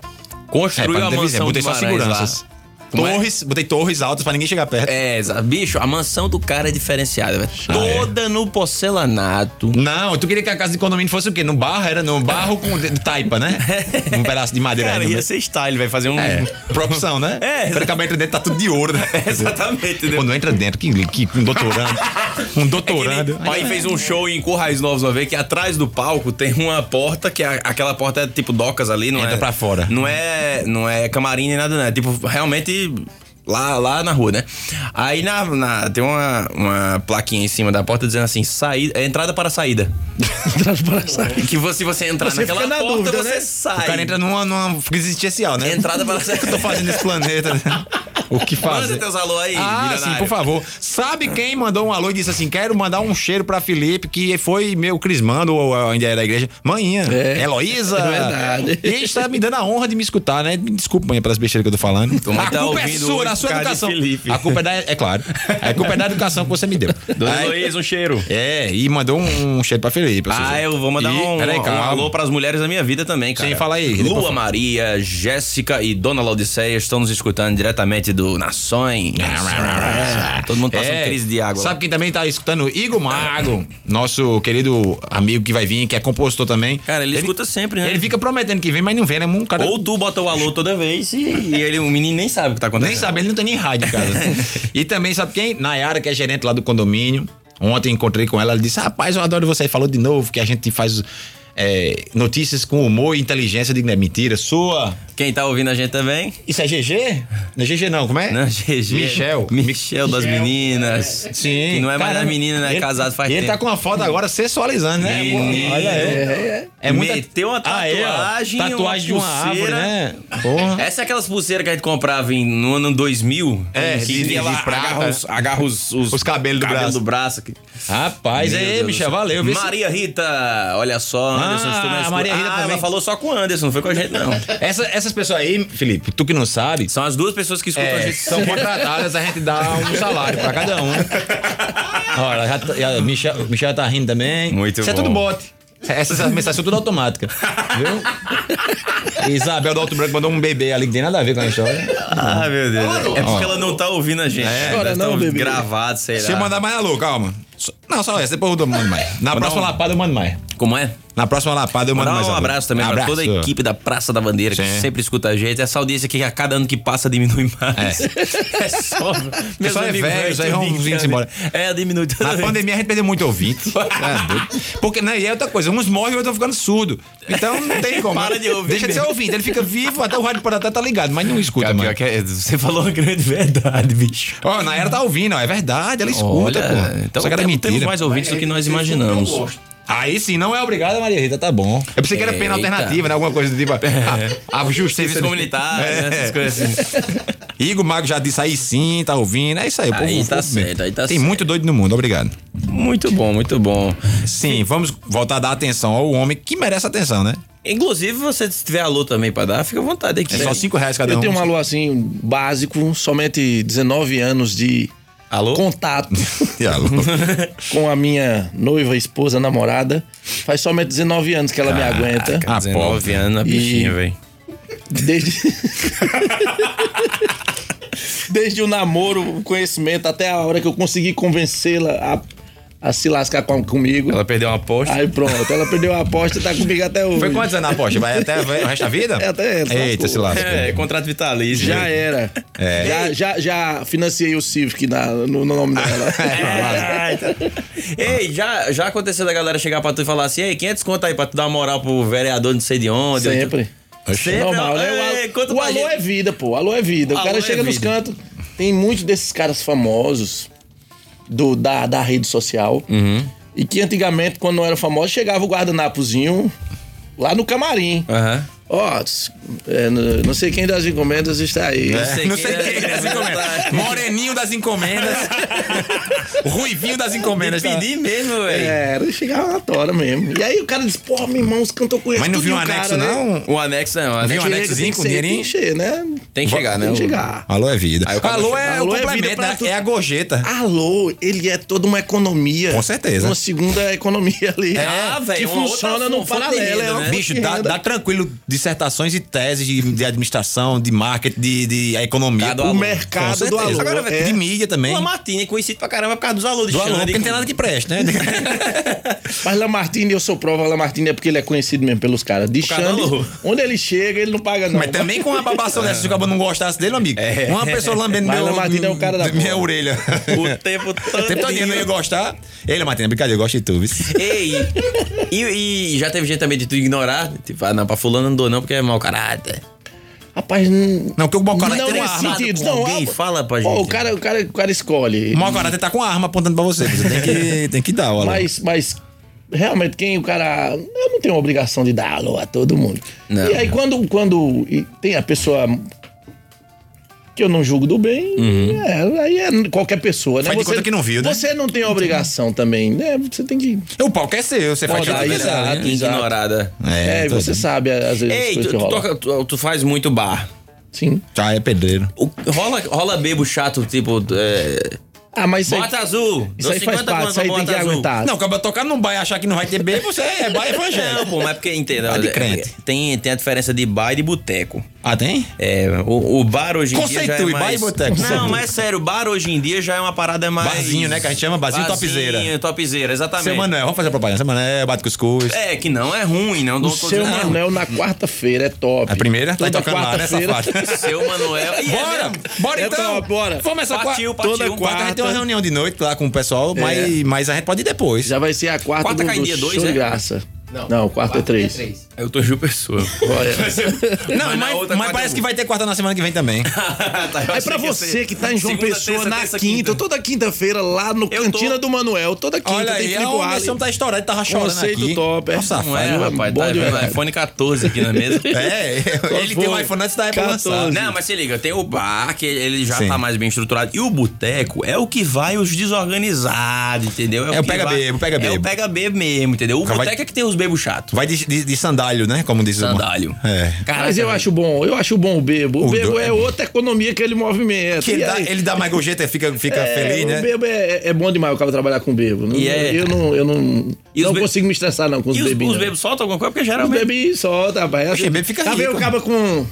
[SPEAKER 3] Construiu a mansão
[SPEAKER 7] botei
[SPEAKER 3] do
[SPEAKER 7] só
[SPEAKER 3] Guimarães lá.
[SPEAKER 7] seguranças.
[SPEAKER 3] Como é?
[SPEAKER 7] Torres, botei torres altas pra ninguém chegar perto.
[SPEAKER 3] É, exa- bicho, a mansão do cara é diferenciada, velho. Toda no porcelanato.
[SPEAKER 7] Não, tu queria que a casa de condomínio fosse o quê? No barro? Era no barro com de- taipa,
[SPEAKER 3] <laughs>
[SPEAKER 7] né? Um pedaço de madeira.
[SPEAKER 3] Cara,
[SPEAKER 7] ainda,
[SPEAKER 3] ia
[SPEAKER 7] mas-
[SPEAKER 3] ser style, vai fazer um.
[SPEAKER 7] É, propulsão, né?
[SPEAKER 3] É.
[SPEAKER 7] Quando acaba entrando dentro, tá tudo de ouro, né?
[SPEAKER 3] <laughs> Exatamente, entendeu?
[SPEAKER 7] Quando entra dentro, que, que um doutorando. Um doutorando.
[SPEAKER 3] Meu pai fez um show em Currais Novos uma vez que atrás do palco tem uma porta que a- aquela porta é tipo docas ali, não
[SPEAKER 7] Entra
[SPEAKER 3] é?
[SPEAKER 7] pra fora.
[SPEAKER 3] Não é, não é camarim nem nada, não. É tipo realmente lá, lá na rua, né? Aí na, na- tem uma, uma plaquinha em cima da porta dizendo assim: saída, é entrada para
[SPEAKER 7] <laughs>
[SPEAKER 3] saída.
[SPEAKER 8] Traz pra sair.
[SPEAKER 3] <laughs> Que você, se você entrar
[SPEAKER 8] Você
[SPEAKER 3] naquela
[SPEAKER 8] fica na
[SPEAKER 3] porta,
[SPEAKER 8] dúvida,
[SPEAKER 3] você
[SPEAKER 8] né?
[SPEAKER 3] sai.
[SPEAKER 7] O cara entra numa, numa crise existencial, né?
[SPEAKER 3] Entrada para
[SPEAKER 7] <laughs> O que eu tô
[SPEAKER 3] saída.
[SPEAKER 7] fazendo
[SPEAKER 3] <laughs>
[SPEAKER 7] nesse planeta? né? O que
[SPEAKER 3] Manda
[SPEAKER 7] fazer?
[SPEAKER 3] teus alô aí,
[SPEAKER 7] Ah, sim,
[SPEAKER 3] milionário.
[SPEAKER 7] por favor. Sabe quem mandou um alô e disse assim: quero mandar um cheiro pra Felipe, que foi meu crismando, ou ainda era da igreja. Manhinha.
[SPEAKER 8] É.
[SPEAKER 7] Heloísa.
[SPEAKER 8] É verdade.
[SPEAKER 7] E está me dando a honra de me escutar, né? Me desculpa, manhã, pelas besteiras que eu tô falando.
[SPEAKER 3] mãe
[SPEAKER 7] a
[SPEAKER 3] tá
[SPEAKER 7] culpa é
[SPEAKER 3] ouvindo
[SPEAKER 7] sua,
[SPEAKER 3] hoje
[SPEAKER 7] da
[SPEAKER 3] por
[SPEAKER 7] sua
[SPEAKER 3] causa de
[SPEAKER 7] educação.
[SPEAKER 3] Felipe.
[SPEAKER 7] A culpa é da. É claro. A culpa é da educação que você me deu.
[SPEAKER 3] Dona
[SPEAKER 7] Aí-
[SPEAKER 3] Heloísa, um cheiro.
[SPEAKER 7] É, e mandou um, um cheiro pra Felipe. ou seja-
[SPEAKER 3] Ah, eu vou mandar
[SPEAKER 7] E-
[SPEAKER 3] um,
[SPEAKER 7] peraí,
[SPEAKER 3] um
[SPEAKER 7] calma.
[SPEAKER 3] alô pras mulheres da minha vida também, cara.
[SPEAKER 7] Sim, fala aí, depois
[SPEAKER 3] Lua
[SPEAKER 7] fala.
[SPEAKER 3] Maria, Jéssica e Dona Laodiceia estão nos escutando diretamente do
[SPEAKER 7] <laughs>
[SPEAKER 3] Nações. Todo mundo passando
[SPEAKER 7] É.
[SPEAKER 3] crise um de água.
[SPEAKER 7] Sabe quem também tá escutando? Igor Mago, nosso querido amigo que vai vir, que é compositor também.
[SPEAKER 3] Cara, ele escuta sempre, né?
[SPEAKER 7] Ele fica prometendo que vem, mas não vem, né? Um cara.
[SPEAKER 3] Ou tu bota o alô toda vez e, e ele, o menino nem sabe o que tá acontecendo.
[SPEAKER 7] Nem sabe, ele não tem nem
[SPEAKER 3] <laughs>
[SPEAKER 7] rádio, cara. e também sabe quem? Nayara, que é gerente lá do condomínio. Ontem encontrei com ela, ela disse: Rapaz, eu adoro você. Falou de novo que a gente faz é, notícias com humor e inteligência. Eu digo, não é mentira, sua.
[SPEAKER 3] Quem tá ouvindo a gente também?
[SPEAKER 7] Isso é GG? Não é GG, não, como é?
[SPEAKER 3] <laughs> Não, GG.
[SPEAKER 7] Michel.
[SPEAKER 3] Michel das meninas.
[SPEAKER 7] Sim.
[SPEAKER 3] Que não é mais
[SPEAKER 7] Caramba.
[SPEAKER 3] das meninas, né?
[SPEAKER 7] Ele-
[SPEAKER 3] Casado faz
[SPEAKER 7] E ele
[SPEAKER 3] tempo.
[SPEAKER 7] tá com uma foto agora sensualizando, né?
[SPEAKER 3] Menino.
[SPEAKER 7] Olha aí. É muita...
[SPEAKER 3] Meteu uma
[SPEAKER 7] Aí, ó,
[SPEAKER 3] tatuagem,
[SPEAKER 7] tatuagem de
[SPEAKER 3] uma
[SPEAKER 7] uma árvore,
[SPEAKER 3] pulseira.
[SPEAKER 7] né? Porra.
[SPEAKER 3] Essa é aquelas pulseiras que a gente comprava em, no ano 2000.
[SPEAKER 7] É,
[SPEAKER 3] que
[SPEAKER 7] de- de
[SPEAKER 3] ela
[SPEAKER 7] prata.
[SPEAKER 3] agarra, os, agarra os,
[SPEAKER 7] Os cabelos do braço.
[SPEAKER 3] aqui.
[SPEAKER 7] Rapaz,
[SPEAKER 3] Meu
[SPEAKER 7] é,
[SPEAKER 3] Deus
[SPEAKER 7] bicha,
[SPEAKER 3] do céu.
[SPEAKER 7] valeu. viu?
[SPEAKER 3] Maria Rita, olha só, Anderson,
[SPEAKER 7] Ah,
[SPEAKER 3] estou na
[SPEAKER 7] a
[SPEAKER 3] escuta.
[SPEAKER 7] Maria Rita
[SPEAKER 3] ah,
[SPEAKER 7] também.
[SPEAKER 3] ela falou só com o Anderson, não foi com a gente, não.
[SPEAKER 7] Essa- essas pessoas aí, Felipe, tu que não
[SPEAKER 3] <laughs>
[SPEAKER 7] sabe,
[SPEAKER 3] São as duas pessoas que escutam a
[SPEAKER 7] é,
[SPEAKER 3] gente.
[SPEAKER 7] são contratadas, a gente dá um salário pra cada um. Olha, já, tá- já, Michel, Michel tá rindo também.
[SPEAKER 3] Muito
[SPEAKER 7] Isso é
[SPEAKER 3] bom.
[SPEAKER 7] tudo bote. Essas mensagens são tudo automática, viu? Isabel do Alto Branco mandou um bebê ali que tem nada a ver com a
[SPEAKER 3] <laughs>
[SPEAKER 7] história.
[SPEAKER 3] Ah, meu Deus. É porque ela não tá ouvindo a gente. É,
[SPEAKER 8] Agora não, bebê.
[SPEAKER 3] gravado, sei lá.
[SPEAKER 7] Deixa eu mandar mais alô, calma. Só- Não, só essa, depois eu mando mais. Na próxima
[SPEAKER 3] um-
[SPEAKER 7] lapada eu mando mais.
[SPEAKER 3] Como é?
[SPEAKER 7] Na próxima lapada eu mando
[SPEAKER 3] Mandar
[SPEAKER 7] mais.
[SPEAKER 3] um
[SPEAKER 7] alô.
[SPEAKER 3] abraço também pra toda a equipe da Praça da Bandeira
[SPEAKER 7] Sim.
[SPEAKER 3] que sempre escuta a gente. Essa audiência aqui que a cada ano que passa diminui mais. <laughs> É, só. meus
[SPEAKER 7] é
[SPEAKER 3] amigos né,
[SPEAKER 7] velho,
[SPEAKER 3] velhos,
[SPEAKER 7] só é
[SPEAKER 3] tudo
[SPEAKER 7] uns
[SPEAKER 3] em
[SPEAKER 7] 20
[SPEAKER 3] casa.
[SPEAKER 7] embora.
[SPEAKER 3] É, diminui toda
[SPEAKER 7] Na
[SPEAKER 3] vez.
[SPEAKER 7] pandemia a gente perdeu muito ouvinte.
[SPEAKER 3] <laughs>
[SPEAKER 7] É, doido. Porque, né, e é outra coisa, uns morrem e outros ficando surdo. Então não tem como.
[SPEAKER 3] Para de ouvir
[SPEAKER 7] Deixa de ser
[SPEAKER 3] mesmo.
[SPEAKER 7] ouvinte, ele fica vivo, até o rádio para até tá ligado, mas não escuta,
[SPEAKER 3] Cara,
[SPEAKER 7] mano.
[SPEAKER 3] pior que é- você falou uma grande verdade, bicho.
[SPEAKER 7] Ó, na era tá ouvindo, ó, é verdade, ela escuta, pô.
[SPEAKER 3] então
[SPEAKER 7] Só que era
[SPEAKER 3] temos,
[SPEAKER 7] mentira.
[SPEAKER 3] temos mais ouvintes do que nós imaginamos.
[SPEAKER 7] Aí sim, não é obrigada, Maria Rita, tá bom. Eu pensei que era pena
[SPEAKER 3] Eita. É.
[SPEAKER 7] alternativa, né? Alguma coisa do tipo. A, a justiça. É.
[SPEAKER 3] Serviços comunitários, né, essas coisas assim.
[SPEAKER 7] <laughs> Igor Mago já disse aí sim, tá ouvindo. É isso aí, o povo.
[SPEAKER 3] Aí
[SPEAKER 7] o
[SPEAKER 3] tá
[SPEAKER 7] povo mesmo.
[SPEAKER 3] certo, aí tá
[SPEAKER 7] Tem
[SPEAKER 3] certo.
[SPEAKER 7] muito doido no mundo, obrigado.
[SPEAKER 3] Muito bom, muito bom.
[SPEAKER 7] Sim, vamos voltar a dar atenção ao homem que merece atenção, né?
[SPEAKER 3] Inclusive, você se tiver alô também pra dar, fica à vontade aqui.
[SPEAKER 7] É só 5 reais cada um.
[SPEAKER 8] Eu tenho um alô assim, básico, somente 19 anos de
[SPEAKER 3] Alô?
[SPEAKER 8] contato
[SPEAKER 7] <laughs> E alô?
[SPEAKER 8] <laughs> com a minha noiva, esposa, namorada. Faz somente 19 anos que ela me aguenta.
[SPEAKER 3] Ah, 19
[SPEAKER 7] pobre.
[SPEAKER 3] anos, a bichinha,
[SPEAKER 8] E-
[SPEAKER 3] velho.
[SPEAKER 7] <laughs>
[SPEAKER 8] Desde. Desde o namoro, o conhecimento, até a hora que eu consegui convencê-la a, a se lascar com, comigo.
[SPEAKER 9] Ela perdeu uma aposta.
[SPEAKER 8] Aí pronto, ela perdeu a aposta e tá comigo até hoje.
[SPEAKER 7] Foi quantos anos na aposta? Vai até vai o resto da vida?
[SPEAKER 8] É, até essa,
[SPEAKER 7] Eita,
[SPEAKER 8] pô.
[SPEAKER 7] se lasca.
[SPEAKER 9] É, contrato vitalício.
[SPEAKER 8] Já
[SPEAKER 3] tá.
[SPEAKER 8] era.
[SPEAKER 7] É.
[SPEAKER 8] Já, já, já financiei o Civic na, no, no
[SPEAKER 7] <laughs>
[SPEAKER 8] nome dela.
[SPEAKER 7] É.
[SPEAKER 3] Ei, já, já aconteceu da galera chegar pra tu e falar assim: Ei, 500 conto aí pra tu dar uma moral pro vereador, não sei de onde.
[SPEAKER 8] Sempre.
[SPEAKER 3] Sempre.
[SPEAKER 8] Normal, né? O al-
[SPEAKER 3] Ei, é conta
[SPEAKER 8] o
[SPEAKER 3] pra
[SPEAKER 8] alô
[SPEAKER 3] gente.
[SPEAKER 8] é vida, pô. Alô é vida. O
[SPEAKER 3] Alô
[SPEAKER 8] cara
[SPEAKER 3] é
[SPEAKER 8] chega nos
[SPEAKER 3] vida.
[SPEAKER 8] cantos. Tem muitos desses caras famosos do, da, da rede social. E que antigamente, quando não era famoso, chegava o guardanapozinho lá no camarim.
[SPEAKER 3] Aham.
[SPEAKER 8] Ó, tss, é, n- não sei quem das encomendas está aí.
[SPEAKER 7] Não sei quem
[SPEAKER 3] né?
[SPEAKER 7] das encomendas. Moreninho das encomendas. Ruivinho das encomendas. tá?
[SPEAKER 3] Pedi mesmo, velho.
[SPEAKER 8] Era, É. chegava na tora mesmo. E aí o cara disse, porra, meu irmão, os cantos eu conheço
[SPEAKER 7] Mas não
[SPEAKER 8] tudo
[SPEAKER 7] viu um
[SPEAKER 8] de cara,
[SPEAKER 7] anexo,
[SPEAKER 8] né?
[SPEAKER 7] não?
[SPEAKER 3] O anexo não, o
[SPEAKER 7] Viu
[SPEAKER 3] anexo
[SPEAKER 7] um anexozinho com dinheirinho?
[SPEAKER 8] Encher, né?
[SPEAKER 3] tem que chegar, né?
[SPEAKER 8] Tem que chegar.
[SPEAKER 7] Alô é vida. Alô é
[SPEAKER 8] Alô
[SPEAKER 7] o
[SPEAKER 8] é vida
[SPEAKER 7] complemento,
[SPEAKER 8] pra
[SPEAKER 7] né?
[SPEAKER 8] tu-
[SPEAKER 7] é a gorjeta.
[SPEAKER 8] Alô, ele é toda uma economia.
[SPEAKER 7] Com certeza.
[SPEAKER 8] Uma segunda economia ali.
[SPEAKER 3] Ah, velho,
[SPEAKER 8] Que
[SPEAKER 3] uma outra
[SPEAKER 8] funciona no
[SPEAKER 3] fonte de
[SPEAKER 8] paralelo.
[SPEAKER 3] renda,
[SPEAKER 8] é uma
[SPEAKER 3] né?
[SPEAKER 8] fonte
[SPEAKER 7] Bicho,
[SPEAKER 8] de
[SPEAKER 7] dá,
[SPEAKER 8] renda.
[SPEAKER 7] dá tranquilo dissertações e teses de, de administração, de marketing, de, de economia.
[SPEAKER 3] Cada
[SPEAKER 7] Com
[SPEAKER 8] O
[SPEAKER 3] aluno.
[SPEAKER 8] mercado do
[SPEAKER 7] certeza.
[SPEAKER 8] aluno.
[SPEAKER 7] Agora, velho,
[SPEAKER 8] é.
[SPEAKER 7] de mídia também.
[SPEAKER 3] O Lamartine é conhecido pra caramba por causa dos alunos.
[SPEAKER 7] Do aluno,
[SPEAKER 3] Xande,
[SPEAKER 7] porque não tem nada que preste, <laughs> né?
[SPEAKER 8] Mas Lamartine, eu sou prova. Lamartine é porque ele é conhecido mesmo pelos caras. De
[SPEAKER 3] causa do
[SPEAKER 8] Xande,
[SPEAKER 3] alô.
[SPEAKER 8] onde ele chega, ele não paga não.
[SPEAKER 7] Mas também com uma babação dessa, se o cabo não gostasse dele, meu amigo. Uma pessoa lambendo
[SPEAKER 8] Mas
[SPEAKER 7] meu,
[SPEAKER 8] Lamartine é o cara da
[SPEAKER 7] minha
[SPEAKER 8] bola.
[SPEAKER 7] <laughs> orelha.
[SPEAKER 3] <laughs> O tempo todo.
[SPEAKER 7] O tempo né? todo eu não ia gostar. Ele, Martina, brincadeira, eu gosto de tu. viu?
[SPEAKER 3] Ei, e, e já teve gente também de tu ignorar? Tipo, ah, não, pra fulano não dou não porque é mau caráter.
[SPEAKER 8] Rapaz, não...
[SPEAKER 7] Não, assim, porque o é mau
[SPEAKER 8] Não
[SPEAKER 7] caráter tem
[SPEAKER 8] nesse
[SPEAKER 7] uma arma.
[SPEAKER 8] sentido.
[SPEAKER 3] é com
[SPEAKER 8] Não,
[SPEAKER 3] alguém,
[SPEAKER 8] ah,
[SPEAKER 3] fala pra gente.
[SPEAKER 8] Ó, o, cara, o, cara, o cara escolhe.
[SPEAKER 7] O mau caráter tá com a arma apontando pra você. Você tem
[SPEAKER 8] <laughs>
[SPEAKER 7] que, tem que dar, olha.
[SPEAKER 8] Mas, mas realmente, quem o cara. Eu não tenho obrigação de dar alô a todo mundo.
[SPEAKER 3] Não.
[SPEAKER 8] e aí, quando, quando e tem a pessoa que eu não julgo do bem,
[SPEAKER 3] Uhum.
[SPEAKER 8] é, aí é qualquer pessoa, né?
[SPEAKER 7] Faz de conta que não viu, né?
[SPEAKER 8] Você não tem obrigação também, né? Você tem que.
[SPEAKER 7] O pau quer ser, você faz
[SPEAKER 8] Pô,
[SPEAKER 7] tudo
[SPEAKER 8] daí
[SPEAKER 7] que
[SPEAKER 8] exato,
[SPEAKER 7] dá, né?
[SPEAKER 8] exato.
[SPEAKER 3] Ignorada.
[SPEAKER 8] É,
[SPEAKER 7] tô-
[SPEAKER 8] você sabe, às vezes, as
[SPEAKER 3] tá Ei,
[SPEAKER 8] coisas
[SPEAKER 3] tu,
[SPEAKER 8] que
[SPEAKER 3] tu,
[SPEAKER 8] rolam.
[SPEAKER 3] toca- tu- tu faz muito bar.
[SPEAKER 8] Sim.
[SPEAKER 7] Já é pedreiro.
[SPEAKER 3] O- rola, rola bebo chato, tipo. É,
[SPEAKER 8] Ah, mas isso aí,
[SPEAKER 3] bota azul.
[SPEAKER 8] isso
[SPEAKER 3] dou
[SPEAKER 8] aí faz
[SPEAKER 3] 50
[SPEAKER 8] parte,
[SPEAKER 3] conto
[SPEAKER 8] isso aí
[SPEAKER 3] pra
[SPEAKER 8] tem que
[SPEAKER 3] bota azul.
[SPEAKER 8] aguentar.
[SPEAKER 7] Não, o cara tocar num bar e achar que não vai ter bem, você é bar
[SPEAKER 3] Não,
[SPEAKER 7] evangélico.
[SPEAKER 3] pô, mas porque entenda.
[SPEAKER 7] Tá de
[SPEAKER 3] é,
[SPEAKER 7] crente.
[SPEAKER 3] Tem, tem a diferença de bar e de boteco.
[SPEAKER 7] Ah, tem?
[SPEAKER 3] É, o, o bar hoje em dia. Já é
[SPEAKER 7] Conceitue,
[SPEAKER 3] mais...
[SPEAKER 7] bar e boteco.
[SPEAKER 3] Não, mas é sério, o bar hoje em dia já é uma parada mais.
[SPEAKER 7] Barzinho, né, que a gente chama? Barzinho topzeira.
[SPEAKER 3] Barzinho, topzeira, exatamente.
[SPEAKER 7] Seu Manuel, vamos fazer propaganda. Seu Manuel, bate cuscuz.
[SPEAKER 3] É, que não é ruim, não.
[SPEAKER 8] O
[SPEAKER 3] não tô
[SPEAKER 8] seu
[SPEAKER 3] dizendo- <laughs>
[SPEAKER 8] Manuel na quarta-feira é top.
[SPEAKER 7] A primeira tá
[SPEAKER 8] Toda
[SPEAKER 7] tocando lá, né,
[SPEAKER 8] quarta-feira.
[SPEAKER 7] safado?
[SPEAKER 3] Seu Manuel. E é
[SPEAKER 7] <laughs> Bora!
[SPEAKER 3] mesmo.
[SPEAKER 7] Bora
[SPEAKER 8] É
[SPEAKER 7] então!
[SPEAKER 8] top, bora.
[SPEAKER 7] Vamos essa
[SPEAKER 3] Partiu, um
[SPEAKER 7] quarta.
[SPEAKER 3] partiu.
[SPEAKER 7] Toda quarta a gente tem uma reunião de noite lá com o pessoal, mas, mas a gente pode ir depois.
[SPEAKER 8] É. Já vai ser a quarta,
[SPEAKER 3] Quarta
[SPEAKER 8] do,
[SPEAKER 3] cai
[SPEAKER 8] do
[SPEAKER 3] dia dois,
[SPEAKER 8] show de
[SPEAKER 3] é?
[SPEAKER 8] graça. Não, quarta, é três.
[SPEAKER 3] Eu tô Ju Pessoa. <laughs>
[SPEAKER 7] Não,
[SPEAKER 3] Mas
[SPEAKER 7] mas,
[SPEAKER 3] na outra
[SPEAKER 7] mas
[SPEAKER 3] quarta é um. Tá,
[SPEAKER 7] parece
[SPEAKER 3] eu
[SPEAKER 7] que É vai ter quarta na semana que vem
[SPEAKER 8] <laughs>
[SPEAKER 7] também.
[SPEAKER 3] <laughs>
[SPEAKER 8] Aí pra
[SPEAKER 7] assim,
[SPEAKER 8] você que tá em João Pessoa na quinta, toda quinta-feira lá no
[SPEAKER 3] Eu tô.
[SPEAKER 8] Cantina do Manuel, toda quinta
[SPEAKER 7] Olha
[SPEAKER 8] tem
[SPEAKER 7] aí,
[SPEAKER 8] Felipe
[SPEAKER 7] a
[SPEAKER 8] Wally.
[SPEAKER 7] Anderson tá estourado, ele tava chorando
[SPEAKER 8] Conceito
[SPEAKER 7] aqui. um
[SPEAKER 8] top, é.
[SPEAKER 7] Nossa,
[SPEAKER 3] Não é,
[SPEAKER 8] Fala,
[SPEAKER 3] rapaz.
[SPEAKER 8] bom
[SPEAKER 3] Tá
[SPEAKER 8] de
[SPEAKER 3] vendo?
[SPEAKER 8] verdade.
[SPEAKER 3] iPhone 14 aqui na mesa.
[SPEAKER 7] É, ele tem um
[SPEAKER 8] foi?
[SPEAKER 7] iPhone antes da época
[SPEAKER 8] 14.
[SPEAKER 7] lançar.
[SPEAKER 3] Não, mas se liga, tem o bar, que ele já
[SPEAKER 7] Sim.
[SPEAKER 3] tá mais bem estruturado. E o boteco é o que vai os desorganizados, entendeu?
[SPEAKER 7] É o
[SPEAKER 3] que
[SPEAKER 7] pega
[SPEAKER 3] vai-
[SPEAKER 7] bebo,
[SPEAKER 3] É
[SPEAKER 7] pega
[SPEAKER 3] o
[SPEAKER 7] bebo.
[SPEAKER 3] pega-bebo mesmo, entendeu? O
[SPEAKER 7] Vai-
[SPEAKER 3] boteco é que tem os bebos chatos.
[SPEAKER 7] Vai de, de, de sandálio, né? Como diz o-
[SPEAKER 3] Sandálio.
[SPEAKER 7] É.
[SPEAKER 3] Caraca,
[SPEAKER 8] Mas eu acho bom, eu acho bom o Bebo. O
[SPEAKER 7] O
[SPEAKER 8] Bebo
[SPEAKER 7] do-
[SPEAKER 8] é outra economia que ele movimenta.
[SPEAKER 7] Que ele
[SPEAKER 8] E
[SPEAKER 7] dá,
[SPEAKER 8] aí-
[SPEAKER 7] ele dá mais gorjeta, fica, fica
[SPEAKER 8] É,
[SPEAKER 7] feliz, né?
[SPEAKER 8] O Bebo é, é bom demais o cara trabalhar com o Bebo. Não-
[SPEAKER 3] E é-
[SPEAKER 8] Eu não, eu não,
[SPEAKER 3] E os
[SPEAKER 8] não
[SPEAKER 3] be-
[SPEAKER 8] consigo me estressar não com os
[SPEAKER 3] E os,
[SPEAKER 8] bebinhos.
[SPEAKER 3] os bebos soltam alguma coisa? Porque
[SPEAKER 8] Os
[SPEAKER 3] geralmente...
[SPEAKER 8] bebês soltam, rapaz.
[SPEAKER 7] Oxe, bebe fica
[SPEAKER 8] Tá
[SPEAKER 7] rico.
[SPEAKER 8] vendo o cara com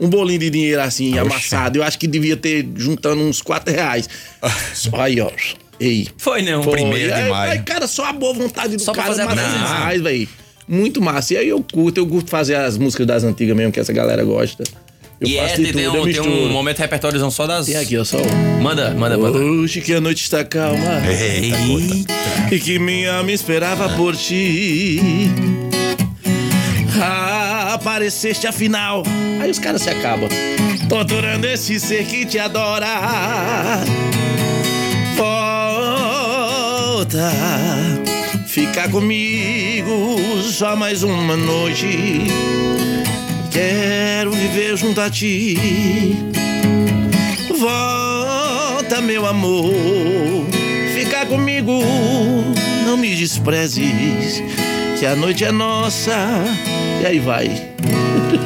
[SPEAKER 8] um bolinho de dinheiro assim, amassado. Eu acho que devia ter juntando uns 4
[SPEAKER 7] <laughs>
[SPEAKER 8] reais. Aí, ó. Ei.
[SPEAKER 3] Foi né? não.
[SPEAKER 8] Pô,
[SPEAKER 7] Primeiro
[SPEAKER 8] e aí,
[SPEAKER 7] de maio.
[SPEAKER 8] aí, cara, só a boa vontade do
[SPEAKER 3] Só pra
[SPEAKER 8] cara,
[SPEAKER 3] fazer a
[SPEAKER 8] mas
[SPEAKER 3] coisa.
[SPEAKER 8] demais, velho. Muito massa. E aí eu curto, eu curto fazer as músicas das antigas mesmo, que essa galera gosta. Eu
[SPEAKER 3] E é,
[SPEAKER 8] faço de
[SPEAKER 3] tem,
[SPEAKER 8] tudo,
[SPEAKER 3] tem
[SPEAKER 8] eu
[SPEAKER 3] um, tem
[SPEAKER 8] misturo.
[SPEAKER 3] um momento repertóriozão só das...
[SPEAKER 8] Tem aqui, ó, só. um.
[SPEAKER 3] Manda, manda, manda.
[SPEAKER 8] Hoje que a noite está calma
[SPEAKER 7] Eita, puta.
[SPEAKER 8] e que minha alma esperava por ti. Ah, Apareceste afinal. Aí os caras se acabam. Torturando esse ser que te adora. Volta, fica comigo só mais uma noite. Quero viver junto a ti. Volta, meu amor, fica comigo, não me desprezes, que a noite é nossa. E aí vai.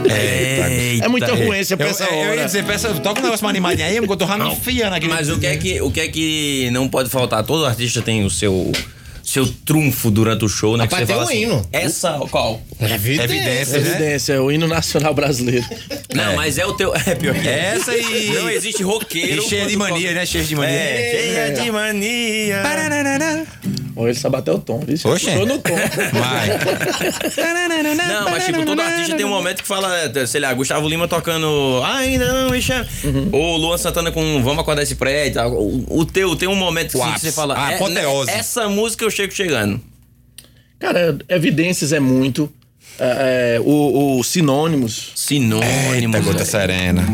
[SPEAKER 3] Eita.
[SPEAKER 8] É muita ruência pra
[SPEAKER 7] Eu,
[SPEAKER 8] essa
[SPEAKER 7] eu, eu ia
[SPEAKER 8] hora.
[SPEAKER 7] dizer, peça, toca um negócio mais animadinho aí, porque eu tô ramifiando aqui.
[SPEAKER 3] Mas o que é que, o que, é que não pode faltar? Todo artista tem o seu... seu trunfo durante o show, né?
[SPEAKER 4] Rapaz,
[SPEAKER 3] que você
[SPEAKER 4] tem
[SPEAKER 3] fala
[SPEAKER 4] um hino.
[SPEAKER 3] Essa, qual?
[SPEAKER 4] Evidência.
[SPEAKER 7] É, né?
[SPEAKER 8] Evidência, o hino nacional brasileiro.
[SPEAKER 3] Não, mas é o teu. <laughs> É pior que é.
[SPEAKER 7] Essa e-
[SPEAKER 3] Não existe roqueiro.
[SPEAKER 7] E cheia de
[SPEAKER 3] quanto
[SPEAKER 7] mania,
[SPEAKER 3] toca-
[SPEAKER 7] né? Cheia de mania.
[SPEAKER 3] É, cheia de mania.
[SPEAKER 8] Ó, ele sabe até o tom, viu?
[SPEAKER 7] Oxe.
[SPEAKER 8] Tô no tom.
[SPEAKER 7] Vai.
[SPEAKER 3] Não, mas tipo, todo artista tem um momento que fala, sei lá, Gustavo Lima tocando Ainda não me chama. Ou Luan Santana com Vamos Acordar Esse Prédio. tal. O, o teu, tem um momento que,
[SPEAKER 7] O
[SPEAKER 3] assim, que
[SPEAKER 7] ápice.
[SPEAKER 3] você fala.
[SPEAKER 7] A apoteose.
[SPEAKER 3] né, Essa música eu chego chegando.
[SPEAKER 8] Cara, evidências é muito. É, é, o, o sinônimos.
[SPEAKER 3] Sinônimo.
[SPEAKER 7] Eita, gota serena.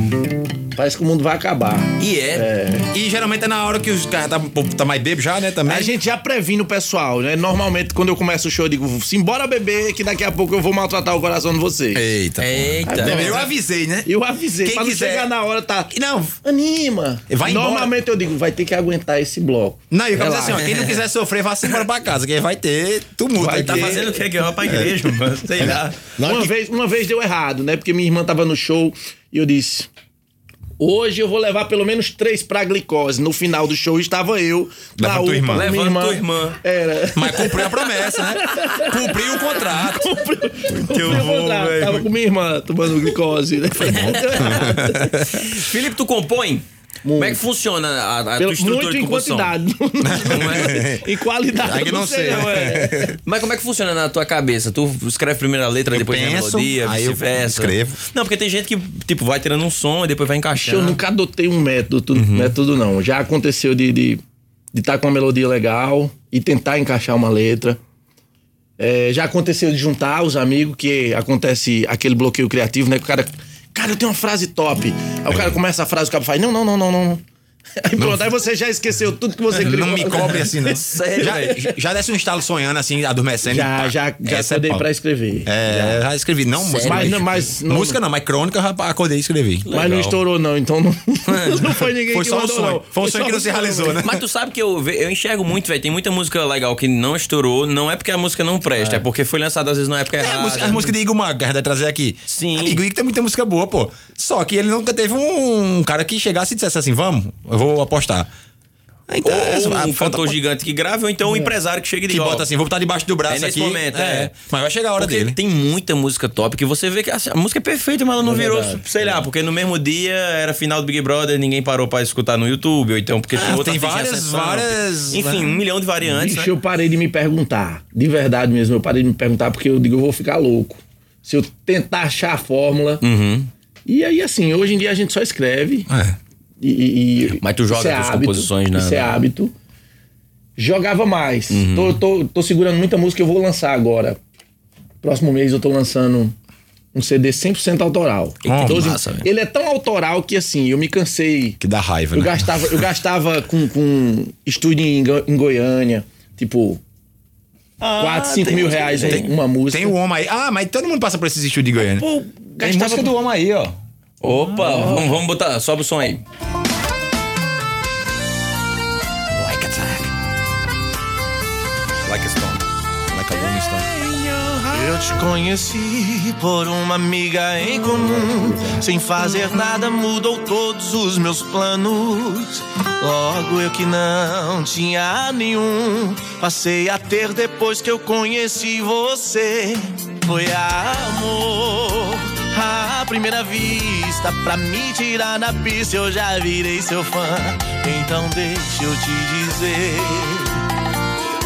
[SPEAKER 8] Parece que o mundo vai acabar.
[SPEAKER 7] Né?
[SPEAKER 3] E é.
[SPEAKER 7] E geralmente é na hora que os caras tá, o povo tá mais bebo já, né? Também.
[SPEAKER 8] A gente já previne o pessoal, né? Normalmente, quando eu começo o show, eu digo: simbora beber, que daqui a pouco eu vou maltratar o coração de vocês.
[SPEAKER 7] Eita.
[SPEAKER 8] É.
[SPEAKER 3] Eita.
[SPEAKER 7] Eu avisei, né?
[SPEAKER 8] Eu
[SPEAKER 7] É.
[SPEAKER 8] avisei,
[SPEAKER 7] Quem
[SPEAKER 8] pra não
[SPEAKER 7] quiser-
[SPEAKER 8] chegar na hora, tá.
[SPEAKER 7] Não,
[SPEAKER 8] Anima!
[SPEAKER 7] Vai embora.
[SPEAKER 8] Normalmente eu digo, vai ter que aguentar esse bloco.
[SPEAKER 7] não, e eu quero dizer
[SPEAKER 8] Relaxa.
[SPEAKER 7] assim, ó, quem não quiser sofrer, vá se embora pra casa, que vai ter tumulto.
[SPEAKER 8] Vai
[SPEAKER 7] Aí
[SPEAKER 3] Tá fazendo o que que eu vou
[SPEAKER 7] É.
[SPEAKER 3] pra igreja, mano? Sei lá.
[SPEAKER 4] Na hora
[SPEAKER 8] Uma,
[SPEAKER 4] que-
[SPEAKER 8] vez, uma vez deu errado, né? Porque minha irmã tava no show e eu disse. Hoje eu vou levar pelo menos três pra glicose. No final do show estava eu,
[SPEAKER 7] Levanta
[SPEAKER 8] Taú,
[SPEAKER 7] tua irmã.
[SPEAKER 8] minha
[SPEAKER 3] Levanta tua irmã. <laughs>
[SPEAKER 8] Era.
[SPEAKER 7] Mas cumpriu a promessa, né? Cumpriu o contrato.
[SPEAKER 8] Eu vou, tava com minha irmã tomando glicose, né?
[SPEAKER 3] Felipe, tu compõe? Como é que funciona a, a tua
[SPEAKER 8] Pelo,
[SPEAKER 3] estrutura
[SPEAKER 8] muito
[SPEAKER 3] de
[SPEAKER 8] em
[SPEAKER 3] composição?
[SPEAKER 8] quantidade.
[SPEAKER 3] Não é?
[SPEAKER 8] <laughs> em qualidade.
[SPEAKER 7] Aí que
[SPEAKER 8] eu
[SPEAKER 7] não sei.
[SPEAKER 8] não é.
[SPEAKER 3] Mas como é que funciona na tua cabeça? Tu escreve primeiro a letra,
[SPEAKER 7] Eu
[SPEAKER 3] depois vem a
[SPEAKER 7] penso,
[SPEAKER 3] melodia,
[SPEAKER 7] aí eu
[SPEAKER 3] vice-versa.
[SPEAKER 7] escrevo.
[SPEAKER 3] Não, porque tem gente que, tipo, vai tirando um som e depois vai encaixando.
[SPEAKER 8] Eu
[SPEAKER 7] Né?
[SPEAKER 8] nunca adotei um método,
[SPEAKER 7] Uhum.
[SPEAKER 8] método não. Já aconteceu de de estar com uma melodia legal e tentar encaixar uma letra. É, já aconteceu de juntar os amigos, que acontece aquele bloqueio criativo, né? Que o cara. Cara, eu tenho uma frase top. Aí
[SPEAKER 7] É.
[SPEAKER 8] o cara começa a frase, o cara faz, não, não, não, não, não. <laughs> Aí pronto, aí você já esqueceu tudo que você criou.
[SPEAKER 7] Não me cobre assim, não.
[SPEAKER 3] Sério,
[SPEAKER 7] já,
[SPEAKER 3] velho.
[SPEAKER 7] já desce um estalo sonhando, assim, adormecendo. e
[SPEAKER 8] <laughs> Já,
[SPEAKER 7] pá.
[SPEAKER 8] já, já
[SPEAKER 7] Essa é
[SPEAKER 8] acordei
[SPEAKER 7] pau.
[SPEAKER 8] pra escrever.
[SPEAKER 7] É, já escrevi. Não, música.
[SPEAKER 8] Mas não- mas não-
[SPEAKER 7] música não, mas crônica eu já acordei e escrevi.
[SPEAKER 8] Mas não estourou, não, então não, <laughs> não foi ninguém
[SPEAKER 7] Foi
[SPEAKER 8] que
[SPEAKER 7] só um
[SPEAKER 8] mandou,
[SPEAKER 7] sonho.
[SPEAKER 8] não.
[SPEAKER 7] Foi um sonho
[SPEAKER 8] só
[SPEAKER 7] que não se realizou, né?
[SPEAKER 3] Mas tu sabe que eu, ve- eu enxergo muito, velho. Tem muita música legal que não estourou. Não é porque a música não presta, é, porque foi lançada às vezes na época
[SPEAKER 7] É, a
[SPEAKER 3] errada.
[SPEAKER 7] música, a música de Igor Mago que a gente vai trazer aqui.
[SPEAKER 3] Sim.
[SPEAKER 7] Igor Igor tem muita música boa, pô. Só que ele nunca teve um, cara que chegasse e dissesse assim: vamos, eu vou apostar. Então,
[SPEAKER 3] Ou
[SPEAKER 7] essa- a
[SPEAKER 3] um
[SPEAKER 7] falta- É.
[SPEAKER 3] cantor gigante que grave, ou então um empresário que chega e diz,
[SPEAKER 7] que
[SPEAKER 3] ó,
[SPEAKER 7] bota assim, vou botar debaixo do braço
[SPEAKER 3] É nesse
[SPEAKER 7] aqui.
[SPEAKER 3] momento, é.
[SPEAKER 7] Mas vai chegar a hora
[SPEAKER 3] Porque
[SPEAKER 7] dele.
[SPEAKER 3] tem muita música top que você vê que assim, a música é perfeita, mas ela não virou, sei lá, porque no mesmo dia era final do Big Brother, ninguém parou pra escutar no YouTube, ou então porque tinha outra
[SPEAKER 7] tem
[SPEAKER 3] artista em
[SPEAKER 7] várias-
[SPEAKER 3] ascensão.
[SPEAKER 7] várias-
[SPEAKER 3] Enfim, um milhão de variantes,
[SPEAKER 8] Bicho,
[SPEAKER 3] né?
[SPEAKER 8] eu parei de me perguntar. De verdade mesmo, eu parei de me perguntar porque eu digo, eu vou ficar louco. Se eu tentar achar a fórmula.
[SPEAKER 3] Uhum.
[SPEAKER 8] E aí, assim, hoje em dia a gente só escreve.
[SPEAKER 7] É,
[SPEAKER 8] E, e- e-
[SPEAKER 3] Mas tu joga
[SPEAKER 8] isso é
[SPEAKER 3] tuas
[SPEAKER 8] hábito,
[SPEAKER 3] composições na- Uhum.
[SPEAKER 8] Isso é hábito. Jogava mais. Tô, tô- tô segurando muita música, eu vou lançar agora. Próximo mês eu tô lançando um CD 100% autoral.
[SPEAKER 7] que
[SPEAKER 3] massa, velho.
[SPEAKER 8] ele é tão autoral que, assim, eu me cansei.
[SPEAKER 7] Que dá raiva,
[SPEAKER 8] Eu
[SPEAKER 7] né?
[SPEAKER 8] gastava, eu gastava com, com estúdio em, Go- em Goiânia, tipo, 4, 5 mil reais em uma música.
[SPEAKER 7] Ah, um Tem o homem aí. Ah, mas todo mundo passa por esses estúdios de Goiânia.
[SPEAKER 8] Pô, gastava
[SPEAKER 3] do homem aí, ó. Opa, vamos, vamos botar, sobe o som aí. Like a track. Like a stone. Like a rolling stone.
[SPEAKER 8] Eu te conheci por uma amiga em comum. Sem fazer nada mudou todos os meus planos. Logo eu que não tinha nenhum. Passei a ter depois que eu conheci você. Foi amor. À primeira vista, pra me tirar na pista, eu já virei seu fã. Então deixa eu te dizer.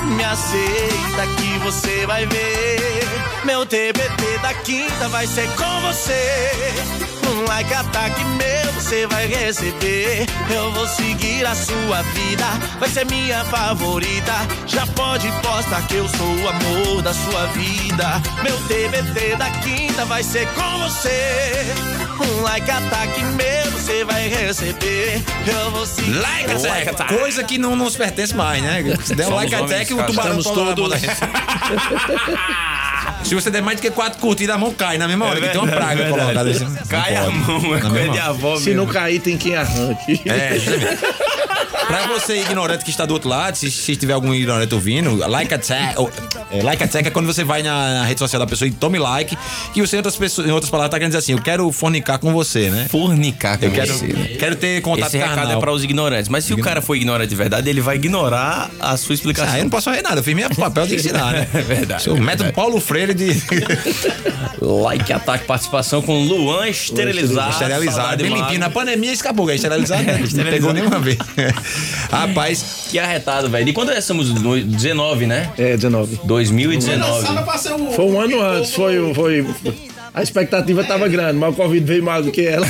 [SPEAKER 8] Me aceita que você vai ver. Meu TBT da quinta vai ser com você. Um like ataque meu você vai receber. Eu vou seguir a sua vida, vai ser minha favorita. Já pode postar que eu sou o amor da sua vida. Meu TBT da quinta vai ser com você. Um like ataque meu você vai receber. Eu vou seguir.
[SPEAKER 7] Like Attack! Coisa que não nos pertence mais, né? Se der um like
[SPEAKER 3] homens,
[SPEAKER 7] Attack, o
[SPEAKER 3] cara.
[SPEAKER 7] tubarão
[SPEAKER 8] Estamos
[SPEAKER 7] toma na mão
[SPEAKER 8] todos-
[SPEAKER 7] da gente.
[SPEAKER 3] <laughs>
[SPEAKER 7] Se você der mais do que quatro curtidas, a mão cai na
[SPEAKER 3] É
[SPEAKER 7] mesma hora. que tem uma praga colocada. assim. Não
[SPEAKER 3] Cai a
[SPEAKER 7] pode.
[SPEAKER 3] mão, é
[SPEAKER 7] Na
[SPEAKER 3] coisa
[SPEAKER 7] mesma
[SPEAKER 3] de
[SPEAKER 7] hora.
[SPEAKER 3] avó mesmo.
[SPEAKER 8] cair, tem quem arranque.
[SPEAKER 7] né? É, justamente. Pra você ignorante que está do outro lado, se, se tiver algum ignorante ouvindo, like attack. ou- É, like attack é quando você vai na, na rede social da pessoa e tome like, que você, em outras, pessoas, em outras palavras, tá querendo dizer assim: eu quero fornicar com você, né?
[SPEAKER 3] Fornicar com
[SPEAKER 7] Eu quero,
[SPEAKER 3] você, né?
[SPEAKER 7] quero ter contato
[SPEAKER 3] Esse recado
[SPEAKER 7] carnal.
[SPEAKER 3] é pra os ignorantes. Mas se o cara for ignorante de verdade, ele vai ignorar a sua explicação.
[SPEAKER 7] Ah, eu não posso fazer nada, eu fiz meu papel de ensinar, <laughs> né?
[SPEAKER 3] É verdade,
[SPEAKER 7] Sou o método Paulo Freire <laughs> de.
[SPEAKER 3] Like, ataque, participação com Luan
[SPEAKER 7] Ah, <laughs>
[SPEAKER 3] esterilizado.
[SPEAKER 7] esterilizado,
[SPEAKER 3] saudade
[SPEAKER 7] bem
[SPEAKER 3] magro.
[SPEAKER 7] limpinho. Na pandemia escapou, cara. Esterilizado, <laughs> né? não pegou nenhuma <laughs> vez. Rapaz,
[SPEAKER 3] Que arretado, velho. De quando é? Somos no- 19, né?
[SPEAKER 8] <laughs> É, 19.
[SPEAKER 3] 2019.
[SPEAKER 8] Foi um ano antes, foi o. Foi... A expectativa tava grande, mas o Covid veio mais do que
[SPEAKER 7] <laughs>
[SPEAKER 8] ela.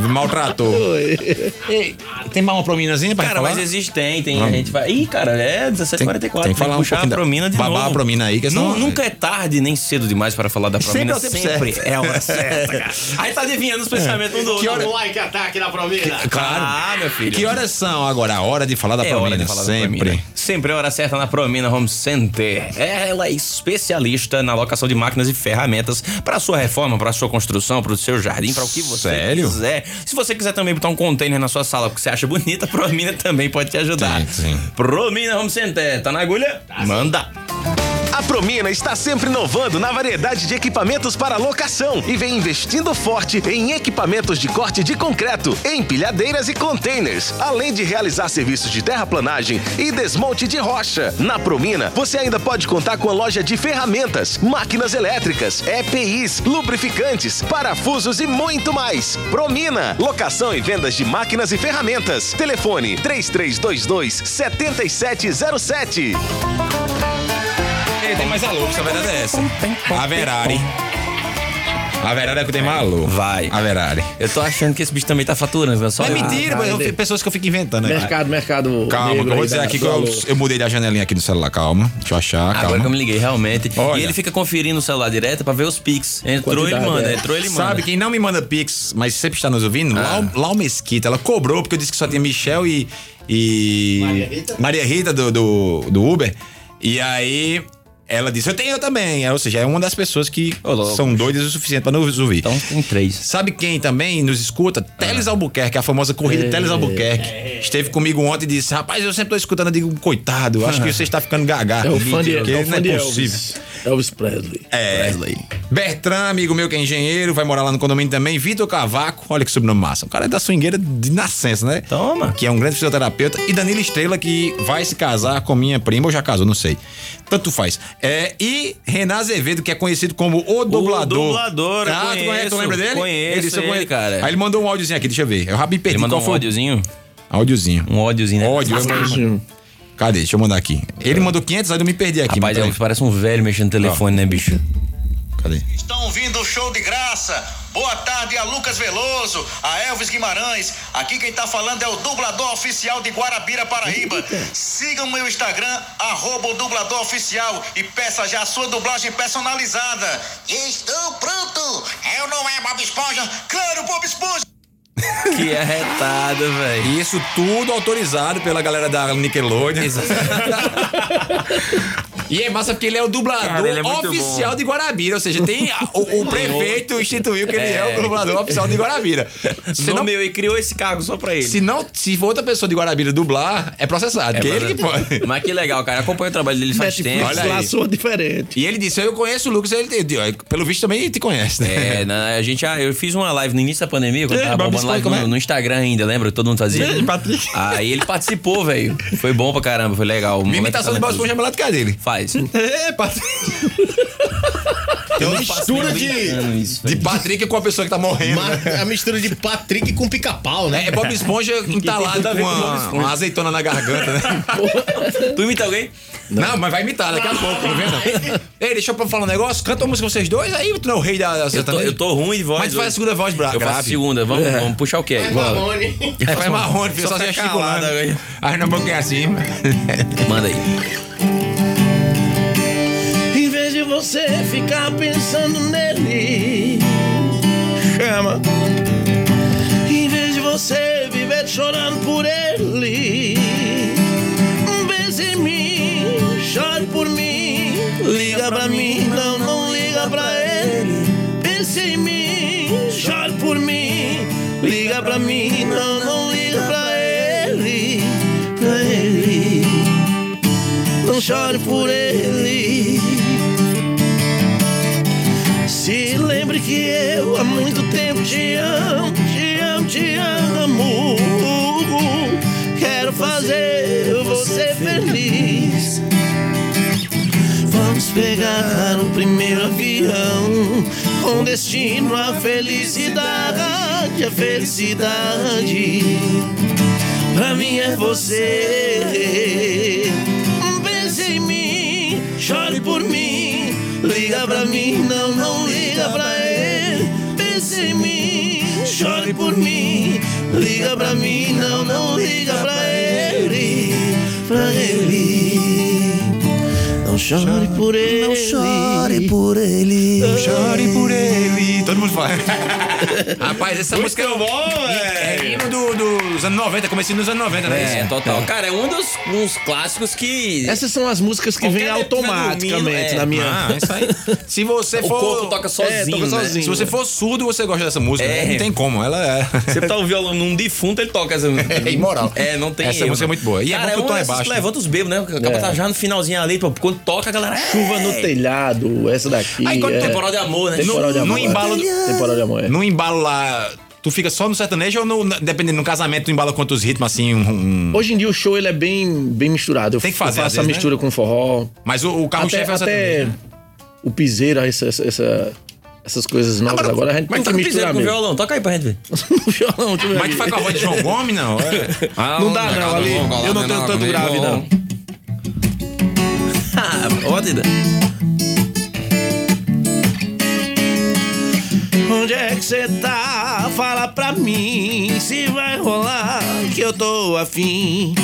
[SPEAKER 7] ma- maltratou.
[SPEAKER 8] Foi.
[SPEAKER 7] Ei, tem mais uma prominazinha pra
[SPEAKER 3] Cara,
[SPEAKER 7] falar?
[SPEAKER 3] mas existe, tem, tem. A gente vai. Ih, cara, é 17h44.
[SPEAKER 7] Tem- tem que falar um
[SPEAKER 3] puxar
[SPEAKER 7] pouquinho
[SPEAKER 3] a
[SPEAKER 7] da-
[SPEAKER 3] promina de
[SPEAKER 7] babar
[SPEAKER 3] novo.
[SPEAKER 7] a promina aí, que senão-
[SPEAKER 3] Nu- Nunca é tarde nem cedo demais para falar da promina.
[SPEAKER 7] é o tempo
[SPEAKER 3] Sempre,
[SPEAKER 7] certo.
[SPEAKER 3] é a
[SPEAKER 7] <laughs>
[SPEAKER 3] hora certa, cara. Aí tá adivinhando os pensamentos um do outro.
[SPEAKER 7] Que hora-
[SPEAKER 4] Like ataque na promina.
[SPEAKER 7] Claro.
[SPEAKER 3] Ah, meu filho.
[SPEAKER 7] Que horas são agora? A hora de falar da
[SPEAKER 3] É
[SPEAKER 7] promina.
[SPEAKER 3] hora de falar da
[SPEAKER 7] Sempre.
[SPEAKER 3] Promina. Sempre é hora certa na Promina Home Center. Ela é especialista na locação de máquinas e ferramentas para sua reforma, para sua construção, para o seu jardim, para o que você
[SPEAKER 7] Sério?
[SPEAKER 3] quiser. Se você quiser também botar um container na sua sala porque você acha bonita, a Promina também pode te ajudar.
[SPEAKER 7] Sim, sim.
[SPEAKER 3] Promina Home Center. Tá na agulha?
[SPEAKER 7] Ah,
[SPEAKER 3] Manda.
[SPEAKER 6] A Promina está sempre inovando na variedade de equipamentos para locação e vem investindo forte em equipamentos de corte de concreto, empilhadeiras e containers, além de realizar serviços de terraplanagem e desmonte de rocha. Na Promina, você ainda pode contar com a loja de ferramentas, máquinas elétricas, EPIs, lubrificantes, parafusos e muito mais. Promina, locação e vendas de máquinas e ferramentas. Telefone 3322 7707.
[SPEAKER 7] Tem mais alô, essa verdade é essa. Averari. Averari é que tem mais alô.
[SPEAKER 3] Vai.
[SPEAKER 7] Averari.
[SPEAKER 3] Eu tô achando que esse bicho também tá faturando, viu? Só
[SPEAKER 7] Mas É mentira, mas eu- pessoas que eu fico inventando. né?
[SPEAKER 8] mercado, mercado.
[SPEAKER 7] Calma, que
[SPEAKER 8] negro
[SPEAKER 7] eu vou
[SPEAKER 8] aí tá,
[SPEAKER 7] dizer
[SPEAKER 8] da-
[SPEAKER 7] aqui que
[SPEAKER 8] do
[SPEAKER 7] eu,
[SPEAKER 8] valor.
[SPEAKER 7] eu mudei da janelinha aqui no celular. Calma, deixa eu achar.
[SPEAKER 3] Ah, Agora
[SPEAKER 7] calma.
[SPEAKER 3] que eu me liguei, realmente.
[SPEAKER 7] Olha.
[SPEAKER 3] E ele fica conferindo o celular direto pra ver os pics. Entrou, ele
[SPEAKER 8] Quantidade,
[SPEAKER 3] manda.
[SPEAKER 8] é.
[SPEAKER 3] Entrou, ele manda. Ah.
[SPEAKER 7] Sabe, quem não me manda Pix, mas sempre está nos ouvindo, lá Lau, Lau Mesquita, ela cobrou, porque eu disse que só tinha Michel e. e Maria Rita, do, do, do Uber. E aí. Ela disse, eu tenho eu também. Ou seja, é uma das pessoas que
[SPEAKER 3] louco,
[SPEAKER 7] são doidas o suficiente para nos ouvir.
[SPEAKER 3] Então tem três.
[SPEAKER 7] Sabe quem também nos escuta? Teles
[SPEAKER 8] Ah.
[SPEAKER 7] Albuquerque, a famosa corrida
[SPEAKER 8] É.
[SPEAKER 7] Teles Albuquerque. Esteve comigo ontem e disse: Rapaz, eu sempre tô escutando. Eu digo, coitado, acho que você está ficando gaga.
[SPEAKER 8] Ah. É o fã de,
[SPEAKER 7] Porque
[SPEAKER 8] é o
[SPEAKER 7] não
[SPEAKER 8] fã
[SPEAKER 7] é
[SPEAKER 8] de
[SPEAKER 7] possível.
[SPEAKER 8] Elvis. Elvis Presley.
[SPEAKER 7] É. Bertrand, amigo meu que é engenheiro, vai morar lá no condomínio também. Vitor Cavaco, olha que sobrenome massa. O cara é da swingueira de nascença, né?
[SPEAKER 3] Toma.
[SPEAKER 7] Que é um grande fisioterapeuta. E Danilo Estrela, que vai se casar com minha prima, ou já casou, não sei. Tanto faz. É, e Renan Azevedo, que é conhecido como o dublador.
[SPEAKER 3] dublador, eu
[SPEAKER 7] ah, tu, conhece, tu
[SPEAKER 3] conheço,
[SPEAKER 7] lembra dele?
[SPEAKER 3] conheço
[SPEAKER 7] disse, eu
[SPEAKER 3] ele,
[SPEAKER 7] conheço.
[SPEAKER 3] cara.
[SPEAKER 7] Aí ele mandou um áudiozinho aqui, deixa eu ver. Eu rápido perdi.
[SPEAKER 3] Ele mandou
[SPEAKER 7] qual
[SPEAKER 3] um
[SPEAKER 7] foi?
[SPEAKER 3] ódiozinho?
[SPEAKER 7] Áudiozinho.
[SPEAKER 3] Um ódiozinho, né?
[SPEAKER 7] Ódio. eu mandei- Cadê? Deixa eu mandar aqui. Ele mandou 500, aí eu me perdi aqui.
[SPEAKER 3] Rapaz,
[SPEAKER 7] mas
[SPEAKER 3] ele
[SPEAKER 7] peraí.
[SPEAKER 3] parece um velho mexendo no telefone, né, bicho?
[SPEAKER 7] Cadê?
[SPEAKER 10] Estão ouvindo o show de graça. Boa tarde a Lucas Veloso, a Elvis Guimarães. Aqui quem tá falando é o dublador oficial de Guarabira, Paraíba. Sigam meu Instagram, arroba o dublador oficial e peça já a sua dublagem personalizada. Estou pronto. Eu não é Bob Esponja. Claro, Bob Esponja.
[SPEAKER 3] Que arretado, velho.
[SPEAKER 7] E Isso tudo autorizado pela galera da Nickelodeon. <laughs> e é massa porque ele é o dublador
[SPEAKER 3] Cara, ele é muito
[SPEAKER 7] oficial de Guarabira. Ou seja, tem a-
[SPEAKER 3] <laughs>
[SPEAKER 7] o, o prefeito instituiu que ele é, o dublador oficial
[SPEAKER 3] <laughs>
[SPEAKER 7] de Guarabira. Se não,
[SPEAKER 3] Nomeou e criou esse cargo só pra ele.
[SPEAKER 7] se não, se for outra pessoa de Guarabira dublar, é processado. porque é ele que pode.
[SPEAKER 3] Mas que legal, cara. Acompanha o trabalho dele faz tempo.
[SPEAKER 8] Netflix
[SPEAKER 7] <laughs> olha aí.
[SPEAKER 8] lá soa diferente.
[SPEAKER 7] E ele disse: Eu conheço o Lucas, ele tem- eu digo, pelo visto também te conhece, né?
[SPEAKER 3] É, na, a gente, ah, eu fiz uma live no início da pandemia, quando
[SPEAKER 7] É,
[SPEAKER 3] tava
[SPEAKER 7] Bob
[SPEAKER 3] bombando
[SPEAKER 7] Esponja,
[SPEAKER 3] live
[SPEAKER 7] como é?
[SPEAKER 3] no, no Instagram ainda, lembra? Todo mundo fazia.
[SPEAKER 7] É, Patrick.
[SPEAKER 3] Aí ele participou, velho. Foi bom pra caramba, foi legal.
[SPEAKER 7] <laughs> Minha imitação
[SPEAKER 3] tá
[SPEAKER 7] do Bob Esponja é melhor do que a dele. <laughs>
[SPEAKER 3] Faz.
[SPEAKER 7] É, Patrick.
[SPEAKER 4] Tem uma mistura de.
[SPEAKER 7] <laughs> De Patrick com a pessoa que tá morrendo. né?
[SPEAKER 4] Ma- A mistura de Patrick com pica-pau, né? <laughs>
[SPEAKER 7] É Bob Esponja <laughs> entalado com uma, uma azeitona na garganta, né? <laughs>
[SPEAKER 3] Tu imita alguém?
[SPEAKER 7] Não, mas vai imitar daqui a pouco, não vê não. <laughs> Ei, deixa eu falar um negócio, canta uma música vocês dois, aí tu não é o rei da da
[SPEAKER 3] Eu tô,
[SPEAKER 7] sertaneja.
[SPEAKER 3] eu tô ruim de voz.
[SPEAKER 7] Mas tu faz a
[SPEAKER 3] hoje.
[SPEAKER 7] segunda É. voz bra-
[SPEAKER 3] Eu faço a
[SPEAKER 7] grave.
[SPEAKER 3] segunda. Vamos, vamos puxar o quê? Vamos. né?
[SPEAKER 4] Marrone.
[SPEAKER 7] É, faz marrone,
[SPEAKER 3] Só
[SPEAKER 7] pessoal, só
[SPEAKER 3] fica
[SPEAKER 7] gesticulando.
[SPEAKER 3] calado aí.
[SPEAKER 7] Aí na boca é assim. <laughs>
[SPEAKER 3] Manda aí.
[SPEAKER 8] Em vez de você ficar pensando nele, chama. Em vez de você viver chorando por ele, pense em mim, chore por mim, liga pra mim, não, não liga pra ele. Pense em mim, chore por mim, liga pra mim, não, não liga pra ele, pra ele. Não chore por ele. tempo te amo, te amo, te amo. Quero fazer você feliz. Vamos pegar o primeiro avião com destino à felicidade, a felicidade. Pra mim é você. Pense em mim, chore por mim, liga pra mim, não, não liga pra ele. Pense em mim, chore por mim, liga pra mim, não, não liga pra ele, pra ele. Não chore por ele. Não chore por ele.
[SPEAKER 7] Chore por ele. Todo mundo fala. Rapaz, essa música é
[SPEAKER 9] bom,
[SPEAKER 7] É hino do- do- dos anos 90, comecei nos anos 90, né?
[SPEAKER 3] É, total. Cara, é um dos uns clássicos que
[SPEAKER 8] Essas são as músicas que
[SPEAKER 3] Qualquer dia
[SPEAKER 8] vêm
[SPEAKER 3] que tiver
[SPEAKER 8] automaticamente
[SPEAKER 3] dormindo, é.
[SPEAKER 8] na minha.
[SPEAKER 7] Ah, isso aí. Se você
[SPEAKER 3] <laughs> o
[SPEAKER 7] for.
[SPEAKER 3] corpo toca sozinho.
[SPEAKER 8] é, toca
[SPEAKER 3] né?
[SPEAKER 8] sozinho.
[SPEAKER 7] Se você for surdo, você gosta dessa música.
[SPEAKER 3] É.
[SPEAKER 7] né? Não tem como. Ela é.
[SPEAKER 3] Você tá o violão num defunto, ele toca essa
[SPEAKER 8] <laughs>
[SPEAKER 7] É imoral.
[SPEAKER 3] É, não tem
[SPEAKER 7] Essa
[SPEAKER 3] erro.
[SPEAKER 7] música é muito boa. E é
[SPEAKER 3] Cara,
[SPEAKER 7] bom que o
[SPEAKER 3] uma
[SPEAKER 7] tom é
[SPEAKER 3] dessas
[SPEAKER 7] baixo.
[SPEAKER 3] que
[SPEAKER 7] É.
[SPEAKER 3] Levanta os bebos, né? Acaba tá já no finalzinho ali, pô, quando toca a galera.
[SPEAKER 8] Chuva no
[SPEAKER 3] é.
[SPEAKER 8] telhado, essa daqui.
[SPEAKER 3] Aí quando
[SPEAKER 8] é...
[SPEAKER 3] temporal de amor, né?
[SPEAKER 8] Temporal de
[SPEAKER 7] No-
[SPEAKER 8] amor.
[SPEAKER 7] no embalo do-
[SPEAKER 8] Temporal de amor, é.
[SPEAKER 7] No embalo lá. Tu fica só no sertanejo ou no, na- dependendo no casamento, tu embala quantos ritmos assim? um- um-
[SPEAKER 8] Hoje em dia o show ele é bem, bem misturado. Eu
[SPEAKER 7] Tem que fazer,
[SPEAKER 8] Eu
[SPEAKER 7] às
[SPEAKER 8] faço a
[SPEAKER 7] vezes, né?
[SPEAKER 8] mistura com forró.
[SPEAKER 7] Mas o, o
[SPEAKER 8] até
[SPEAKER 7] carro-chefe é o sertanejo.
[SPEAKER 8] até o piseiro, essa, essa- essa- essas coisas novas agora, a gente
[SPEAKER 3] Mas
[SPEAKER 7] tá
[SPEAKER 8] tem que
[SPEAKER 3] toca piseiro
[SPEAKER 8] misturar
[SPEAKER 3] com
[SPEAKER 8] <laughs> mesmo.
[SPEAKER 3] violão, toca aí pra gente ver.
[SPEAKER 8] Com violão, deixa eu ver
[SPEAKER 7] Mas tá é tu
[SPEAKER 8] aqui.
[SPEAKER 7] faz com a voz de João Gomes, não? É.
[SPEAKER 8] Não dá não, ali. Eu não tenho tanto grave, não.
[SPEAKER 3] Ó, Dida.
[SPEAKER 8] Onde é que cê tá? Fala pra mim se vai rolar que eu tô afim.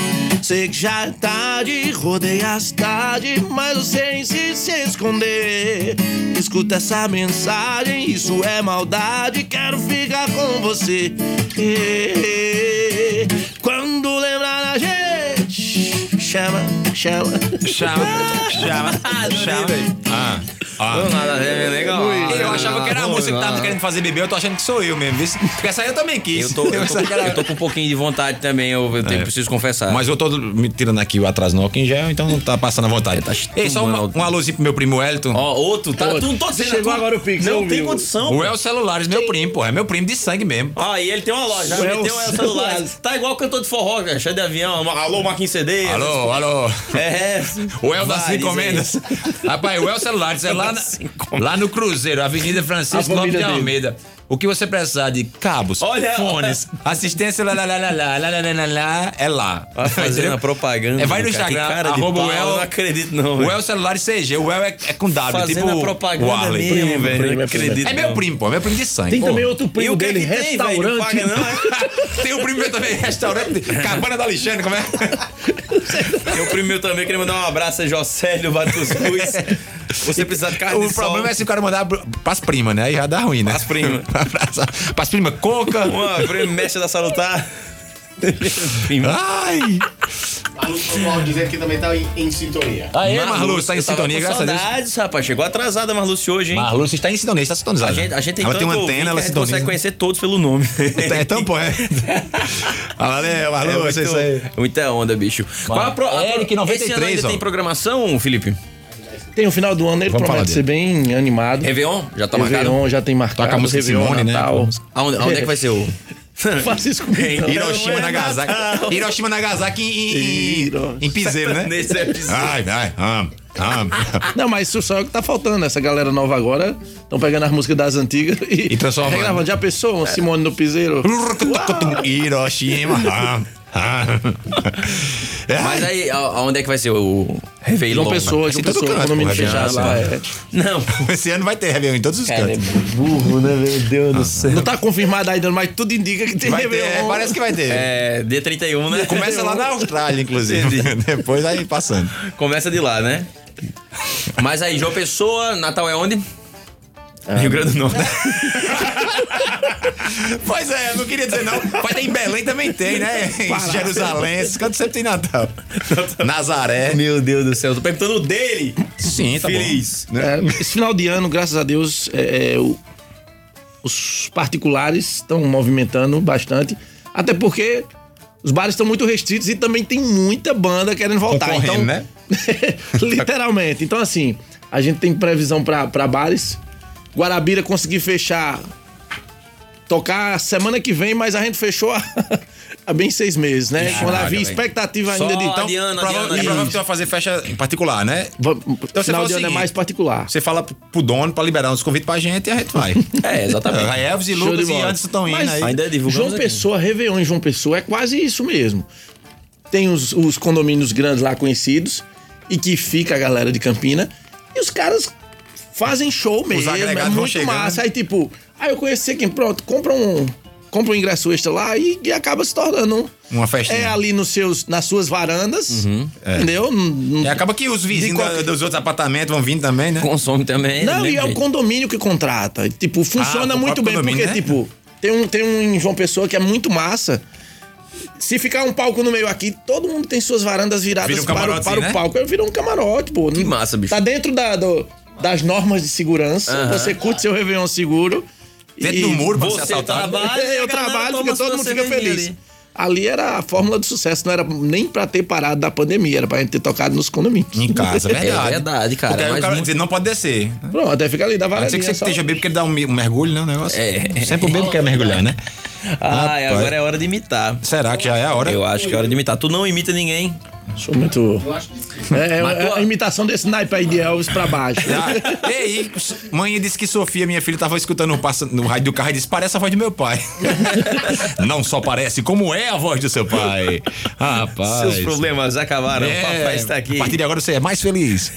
[SPEAKER 8] Sei que já é tarde, rodei as tarde, mas você insiste se esconder. Escuta essa mensagem, isso é maldade, quero ficar com você. Eh, eh, eh. Quando lembrar da gente, chama, chama.
[SPEAKER 7] Chama, chama,
[SPEAKER 3] <laughs>
[SPEAKER 7] chama. Ah, ah.
[SPEAKER 3] é
[SPEAKER 7] Eu
[SPEAKER 8] é
[SPEAKER 7] achava que era a música que tava querendo fazer bebê, eu tô achando que sou eu mesmo. viu? Porque essa aí <laughs> eu também quis.
[SPEAKER 3] Eu tô, eu, tô,
[SPEAKER 7] Essa cara-
[SPEAKER 3] eu tô com um pouquinho de vontade também, eu, eu tenho- preciso confessar.
[SPEAKER 7] É. Mas eu tô me tirando aqui o atraso no álcool em gel, então não tá passando à vontade. Ei, só uma, um alôzinho pro meu primo Wellington.
[SPEAKER 3] Ó, outro, tá, tu não tô dizendo
[SPEAKER 8] Chegou
[SPEAKER 3] tu-
[SPEAKER 8] agora o Pix,
[SPEAKER 3] Não
[SPEAKER 8] você
[SPEAKER 3] tem
[SPEAKER 8] ouviu.
[SPEAKER 3] condição.
[SPEAKER 7] O El Celulares, meu primo, pô. É meu primo de sangue mesmo.
[SPEAKER 3] Ó, e ele tem uma loja, já
[SPEAKER 8] Suel
[SPEAKER 3] meteu o celular.
[SPEAKER 8] Celulares.
[SPEAKER 3] Tá igual cantor de forró, cara, cheio de avião. Alô, Marquinhos CD.
[SPEAKER 7] Alô, alô.
[SPEAKER 3] É.
[SPEAKER 7] O El das
[SPEAKER 3] Vai,
[SPEAKER 7] Encomendas.
[SPEAKER 3] diz Tá
[SPEAKER 7] Rapaz, o El Celulares é lá, na- lá no Cruzeiro, Avenida Francisco
[SPEAKER 8] A
[SPEAKER 7] Lopes
[SPEAKER 8] família
[SPEAKER 7] de
[SPEAKER 8] dele.
[SPEAKER 7] Almeida. O que você precisar de cabos,
[SPEAKER 3] Olha-
[SPEAKER 7] fones, assistência, lá, lá, lá, lá, lá, lá, lá, lá, lá, é lá.
[SPEAKER 3] Vai Tá fazendo
[SPEAKER 7] Entendeu?
[SPEAKER 3] a propaganda.
[SPEAKER 7] É, vai no
[SPEAKER 3] cara, que
[SPEAKER 7] Instagram,
[SPEAKER 3] cara de
[SPEAKER 7] arroba
[SPEAKER 3] pau,
[SPEAKER 7] o El-
[SPEAKER 3] Eu não acredito, não.
[SPEAKER 7] O é
[SPEAKER 3] velho.
[SPEAKER 7] El Celulares CG, o El é, é com W,
[SPEAKER 3] Fazendo
[SPEAKER 7] tipo
[SPEAKER 3] a propaganda
[SPEAKER 7] o Arley.
[SPEAKER 3] mesmo,
[SPEAKER 8] Primo,
[SPEAKER 3] velho.
[SPEAKER 8] primo,
[SPEAKER 3] não
[SPEAKER 8] é
[SPEAKER 3] acredito.
[SPEAKER 7] É meu
[SPEAKER 3] não.
[SPEAKER 7] primo, pô, é meu primo de sangue.
[SPEAKER 3] <laughs>
[SPEAKER 8] Tem
[SPEAKER 7] pô.
[SPEAKER 8] também outro
[SPEAKER 3] E o
[SPEAKER 8] primo
[SPEAKER 3] que é
[SPEAKER 8] dele,
[SPEAKER 3] que tem, velho? Não
[SPEAKER 8] restaurante.
[SPEAKER 3] paga, não, é?
[SPEAKER 7] <laughs> Tem o primo meu também, restaurante, cabana da Alexandre, como é?
[SPEAKER 3] Meu primo meu também, queria mandar um abraço a Jocélio
[SPEAKER 7] <laughs>
[SPEAKER 3] Batus Cruz. Você precisa de carne
[SPEAKER 7] O problema é se o cara mandar pro- pras primas, né? Aí já dá ruim, né?
[SPEAKER 3] Pras primas.
[SPEAKER 7] <laughs> Pras- pras primas, coca.
[SPEAKER 3] Uma prima mestre da
[SPEAKER 7] <laughs>
[SPEAKER 3] salutar. Prima.
[SPEAKER 7] Ai!
[SPEAKER 4] Ah, Vamos dizer que também tá em, em sintonia.
[SPEAKER 3] Aê,
[SPEAKER 7] Marluce, tá em
[SPEAKER 3] eu tava
[SPEAKER 7] sintonia,
[SPEAKER 3] com
[SPEAKER 7] graças a Deus.
[SPEAKER 3] saudades, rapaz. Chegou atrasada a Marluce hoje, hein?
[SPEAKER 7] Marlu, você está em sintonia, está sintonizada.
[SPEAKER 3] A gente, a gente tem
[SPEAKER 7] ela
[SPEAKER 3] tanto
[SPEAKER 7] tem uma
[SPEAKER 3] ouvinte
[SPEAKER 7] antena,
[SPEAKER 3] que
[SPEAKER 7] ela
[SPEAKER 3] a gente consegue
[SPEAKER 7] sintoniza.
[SPEAKER 3] conhecer todos pelo
[SPEAKER 7] <laughs>
[SPEAKER 3] nome.
[SPEAKER 7] É tão poeta. Valeu,
[SPEAKER 3] É
[SPEAKER 7] Marlu,
[SPEAKER 3] muito-
[SPEAKER 7] é isso aí.
[SPEAKER 3] Muita onda, bicho. Qual a pro, a pro-
[SPEAKER 7] Eric,
[SPEAKER 3] esse ano
[SPEAKER 7] 93,
[SPEAKER 3] ainda
[SPEAKER 7] ó.
[SPEAKER 3] tem programação, Felipe?
[SPEAKER 8] Tem o final do ano, ele
[SPEAKER 7] Vamos
[SPEAKER 8] promete
[SPEAKER 7] falar
[SPEAKER 8] ser bem animado.
[SPEAKER 3] Réveillon? Já tá marcado?
[SPEAKER 8] Réveillon já tem marcado.
[SPEAKER 7] Toca a música É, de
[SPEAKER 8] Réveillon,
[SPEAKER 7] Simone, né?
[SPEAKER 8] Natal. <laughs>
[SPEAKER 3] Aonde, aonde é que vai ser o...
[SPEAKER 8] Faça isso comigo. não.
[SPEAKER 3] é
[SPEAKER 7] Hiroshima Nagasaki. Hiroshima Nagasaki em, em, em piseiro, né?
[SPEAKER 3] Nesse episódio.
[SPEAKER 7] Ai, ai, amo, amo.
[SPEAKER 8] Não, mas isso só é o que tá faltando. Essa galera nova agora estão pegando as músicas das antigas e,
[SPEAKER 7] E transformando. É. Hum.
[SPEAKER 8] regravando. Já pensou um Simone no Piseiro?
[SPEAKER 7] Hiroshima. amo, amo. É,
[SPEAKER 3] Mas aí, a- aonde é que vai ser o Réveillon?
[SPEAKER 8] João Pessoa,
[SPEAKER 7] ser
[SPEAKER 8] João
[SPEAKER 7] todo
[SPEAKER 8] Pessoa,
[SPEAKER 7] canto,
[SPEAKER 8] condomínio
[SPEAKER 7] pô, Réveillon,
[SPEAKER 8] fechado lá. é.
[SPEAKER 3] Não.
[SPEAKER 7] <laughs> Esse ano vai ter Réveillon em todos os
[SPEAKER 3] Cara, é
[SPEAKER 7] cantos.
[SPEAKER 8] Burro, né, meu Deus do céu. Não tá confirmado ainda, mas tudo indica que tem
[SPEAKER 7] Vai ter, é,
[SPEAKER 8] Réveillon.
[SPEAKER 7] parece que vai ter.
[SPEAKER 3] É, dia 31, né?
[SPEAKER 7] Começa lá na Austrália, inclusive. <laughs> Depois aí passando.
[SPEAKER 3] Começa de lá, né? Mas aí, João Pessoa, Natal é onde? Rio Grande do Norte.
[SPEAKER 7] Pois é, eu não queria dizer não. Mas em Belém também tem, né? Em Jerusalém, esses cantos sempre tem Natal. Nazaré.
[SPEAKER 3] Meu Deus do céu, eu tô perguntando o dele.
[SPEAKER 7] Sim, tá
[SPEAKER 3] Feliz.
[SPEAKER 8] É, esse final de ano, graças a Deus, é, é, o- os particulares estão movimentando bastante. Até porque os bares estão muito restritos e também tem muita banda querendo voltar.
[SPEAKER 7] Concorrendo,
[SPEAKER 8] Então,
[SPEAKER 7] né?
[SPEAKER 8] <laughs> literalmente. Então, assim, a gente tem previsão para bares. Guarabira conseguir fechar tocar semana que vem, mas a gente fechou há <laughs> há bem seis meses, né? Quando
[SPEAKER 7] caraca,
[SPEAKER 8] havia
[SPEAKER 7] velho.
[SPEAKER 8] expectativa
[SPEAKER 3] Só
[SPEAKER 8] ainda de.
[SPEAKER 3] então,
[SPEAKER 8] Então,
[SPEAKER 3] adiana,
[SPEAKER 7] Prova-
[SPEAKER 3] adiana,
[SPEAKER 7] é provável
[SPEAKER 3] adiana.
[SPEAKER 7] que tu vai fazer festa em particular, né?
[SPEAKER 8] vamos-
[SPEAKER 7] você fala
[SPEAKER 8] final
[SPEAKER 7] o
[SPEAKER 8] de ano é
[SPEAKER 7] seguinte,
[SPEAKER 8] mais particular.
[SPEAKER 7] Você fala pro dono pra liberar uns convites pra gente e a gente <laughs> vai.
[SPEAKER 3] É, exatamente.
[SPEAKER 7] Aí Elvis e
[SPEAKER 8] Show
[SPEAKER 7] Lucas
[SPEAKER 8] de
[SPEAKER 7] e
[SPEAKER 8] bola.
[SPEAKER 7] Anderson estão indo
[SPEAKER 8] Mas
[SPEAKER 7] aí.
[SPEAKER 3] Ainda divulgamos
[SPEAKER 8] João
[SPEAKER 3] aqui.
[SPEAKER 8] Pessoa, Réveillon em João Pessoa, é quase isso mesmo. Tem os, os condomínios grandes lá conhecidos e que fica a galera de Campina. E os caras fazem show mesmo, é
[SPEAKER 7] agregados vão
[SPEAKER 8] muito
[SPEAKER 7] chegando.
[SPEAKER 8] massa. Aí tipo, aí eu conheci quem, pronto, compra um, compra um ingresso extra lá e, e acaba se tornando um-
[SPEAKER 7] Uma festinha.
[SPEAKER 8] É ali nos seus, nas suas varandas,
[SPEAKER 3] Uhum, é.
[SPEAKER 8] entendeu? Não- não-
[SPEAKER 7] E acaba que os vizinhos
[SPEAKER 8] De qualquer-
[SPEAKER 7] da- dos outros apartamentos vão vindo também,
[SPEAKER 3] <laughs>
[SPEAKER 7] né?
[SPEAKER 3] Consome também.
[SPEAKER 8] Não,
[SPEAKER 3] né,
[SPEAKER 8] e é o
[SPEAKER 3] gente?
[SPEAKER 8] condomínio que contrata. Tipo, funciona
[SPEAKER 7] o próprio
[SPEAKER 8] muito bem,
[SPEAKER 7] condomínio,
[SPEAKER 8] porque,
[SPEAKER 7] né?
[SPEAKER 8] tipo, tem um, tem um em João Pessoa que é muito massa. Se ficar um palco no meio aqui, todo mundo tem suas varandas viradas
[SPEAKER 7] Vira um
[SPEAKER 8] para, o-
[SPEAKER 7] camarote,
[SPEAKER 8] para
[SPEAKER 7] né?
[SPEAKER 8] o palco. Aí vira um camarote, pô. Que
[SPEAKER 3] massa, bicho.
[SPEAKER 8] Tá dentro da, do- das normas de segurança.
[SPEAKER 3] Aham.
[SPEAKER 8] Você curte seu Réveillon seguro. tá-
[SPEAKER 7] Dentro do muro pra ser
[SPEAKER 3] Você É,
[SPEAKER 7] assaltado.
[SPEAKER 3] trabalha,
[SPEAKER 8] <laughs> eu
[SPEAKER 3] a galera
[SPEAKER 8] trabalho,
[SPEAKER 3] toma
[SPEAKER 8] fica, todo
[SPEAKER 3] sua
[SPEAKER 8] mundo fica
[SPEAKER 3] cervejinha
[SPEAKER 8] feliz.
[SPEAKER 3] ali.
[SPEAKER 8] Ali era a fórmula do sucesso, não era nem pra ter parado da pandemia, era pra gente ter tocado nos condomínios.
[SPEAKER 7] Em casa, é verdade.
[SPEAKER 3] É verdade, cara,
[SPEAKER 7] Porque aí o
[SPEAKER 3] mas
[SPEAKER 7] cara
[SPEAKER 3] muito-
[SPEAKER 7] diz, não pode descer.
[SPEAKER 8] Pronto, até fica ali, da
[SPEAKER 7] A não ser
[SPEAKER 8] varandinha.
[SPEAKER 7] que você
[SPEAKER 8] só.
[SPEAKER 7] esteja bêbado, porque ele dá um, me- um mergulho, né? O negócio.
[SPEAKER 3] É.
[SPEAKER 7] Sempre o bêbado quer mergulhar, né?
[SPEAKER 3] Ai,
[SPEAKER 7] Rapaz.
[SPEAKER 3] agora é hora de imitar.
[SPEAKER 7] Será que já é a hora?
[SPEAKER 3] Eu acho que é hora de imitar. Tu não imita ninguém.
[SPEAKER 8] Sou muito. É, é a imitação desse naipe aí de Elvis pra baixo. É,
[SPEAKER 7] Ah, e aí, mãe disse que Sofia, minha filha, tava escutando um passa- no rádio do carro e disse: parece a voz do meu pai. <laughs> Não só parece, como é a voz do seu pai. Rapaz.
[SPEAKER 3] Seus problemas acabaram.
[SPEAKER 7] É,
[SPEAKER 3] o papai está aqui.
[SPEAKER 7] A partir de agora você é mais
[SPEAKER 3] <laughs>
[SPEAKER 7] feliz.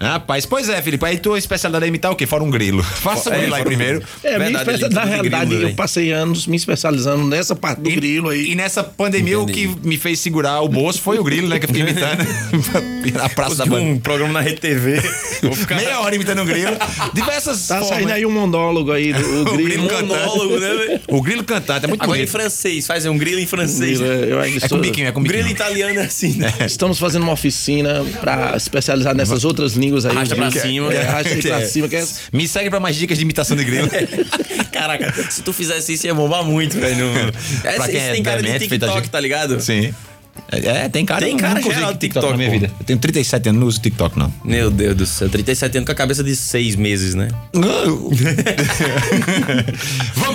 [SPEAKER 7] Rapaz, pois é, Felipe. Aí tua especialidade é imitar o quê? Fora um grilo. Faça o
[SPEAKER 3] É,
[SPEAKER 7] grilo aí
[SPEAKER 3] fora um
[SPEAKER 7] primeiro.
[SPEAKER 8] É, minha
[SPEAKER 3] Verdade,
[SPEAKER 8] especi...
[SPEAKER 3] ele tem
[SPEAKER 8] na
[SPEAKER 3] grilo,
[SPEAKER 8] realidade,
[SPEAKER 3] velho.
[SPEAKER 8] eu passei anos me especializando nessa parte do grilo aí.
[SPEAKER 7] E nessa pandemia, o que me fez segurar o bolso foi o grilo, né? Que eu fiquei imitando
[SPEAKER 3] <laughs>
[SPEAKER 7] na Praça da Bandeira.
[SPEAKER 3] um programa na RTV. Vou ficar
[SPEAKER 7] Meia hora imitando o grilo. Diversas
[SPEAKER 8] Tá
[SPEAKER 7] formas.
[SPEAKER 8] saindo aí um monólogo aí do o
[SPEAKER 7] <laughs> O grilo
[SPEAKER 8] grilo.
[SPEAKER 3] monólogo, né? velho?
[SPEAKER 7] O grilo cantado é muito
[SPEAKER 3] Agora em
[SPEAKER 7] bonito.
[SPEAKER 3] francês. Faz um grilo em francês.
[SPEAKER 8] Grilo, eu ainda
[SPEAKER 7] É com
[SPEAKER 8] sou-
[SPEAKER 7] biquinho, é com biquinho.
[SPEAKER 3] Grilo italiano é assim, né?
[SPEAKER 8] Estamos fazendo uma oficina pra especializar nessas outras línguas aí.
[SPEAKER 3] Arrasta pra
[SPEAKER 8] Que-
[SPEAKER 3] cima.
[SPEAKER 8] É, arrasta pra
[SPEAKER 7] É.
[SPEAKER 8] cima. Que é...
[SPEAKER 7] Me segue pra mais dicas de imitação de
[SPEAKER 3] <laughs> É,
[SPEAKER 7] grilo.
[SPEAKER 3] Caraca, se tu fizesse isso, ia bombar muito, velho. no-
[SPEAKER 7] <laughs>
[SPEAKER 3] Essa,
[SPEAKER 7] quem
[SPEAKER 3] isso
[SPEAKER 7] é
[SPEAKER 3] tem cara de
[SPEAKER 7] demente, feita
[SPEAKER 3] TikTok,
[SPEAKER 7] gente.
[SPEAKER 3] tá ligado?
[SPEAKER 7] Sim. É, é, tem cara.
[SPEAKER 3] Tem
[SPEAKER 7] eu
[SPEAKER 3] cara
[SPEAKER 7] nunca usei
[SPEAKER 3] geral de TikTok,
[SPEAKER 7] na minha
[SPEAKER 3] pô.
[SPEAKER 7] vida. Eu tenho 37 anos, não uso TikTok, não.
[SPEAKER 3] Meu Deus do céu. 37 anos com a cabeça de 6 meses, né?
[SPEAKER 7] Vamos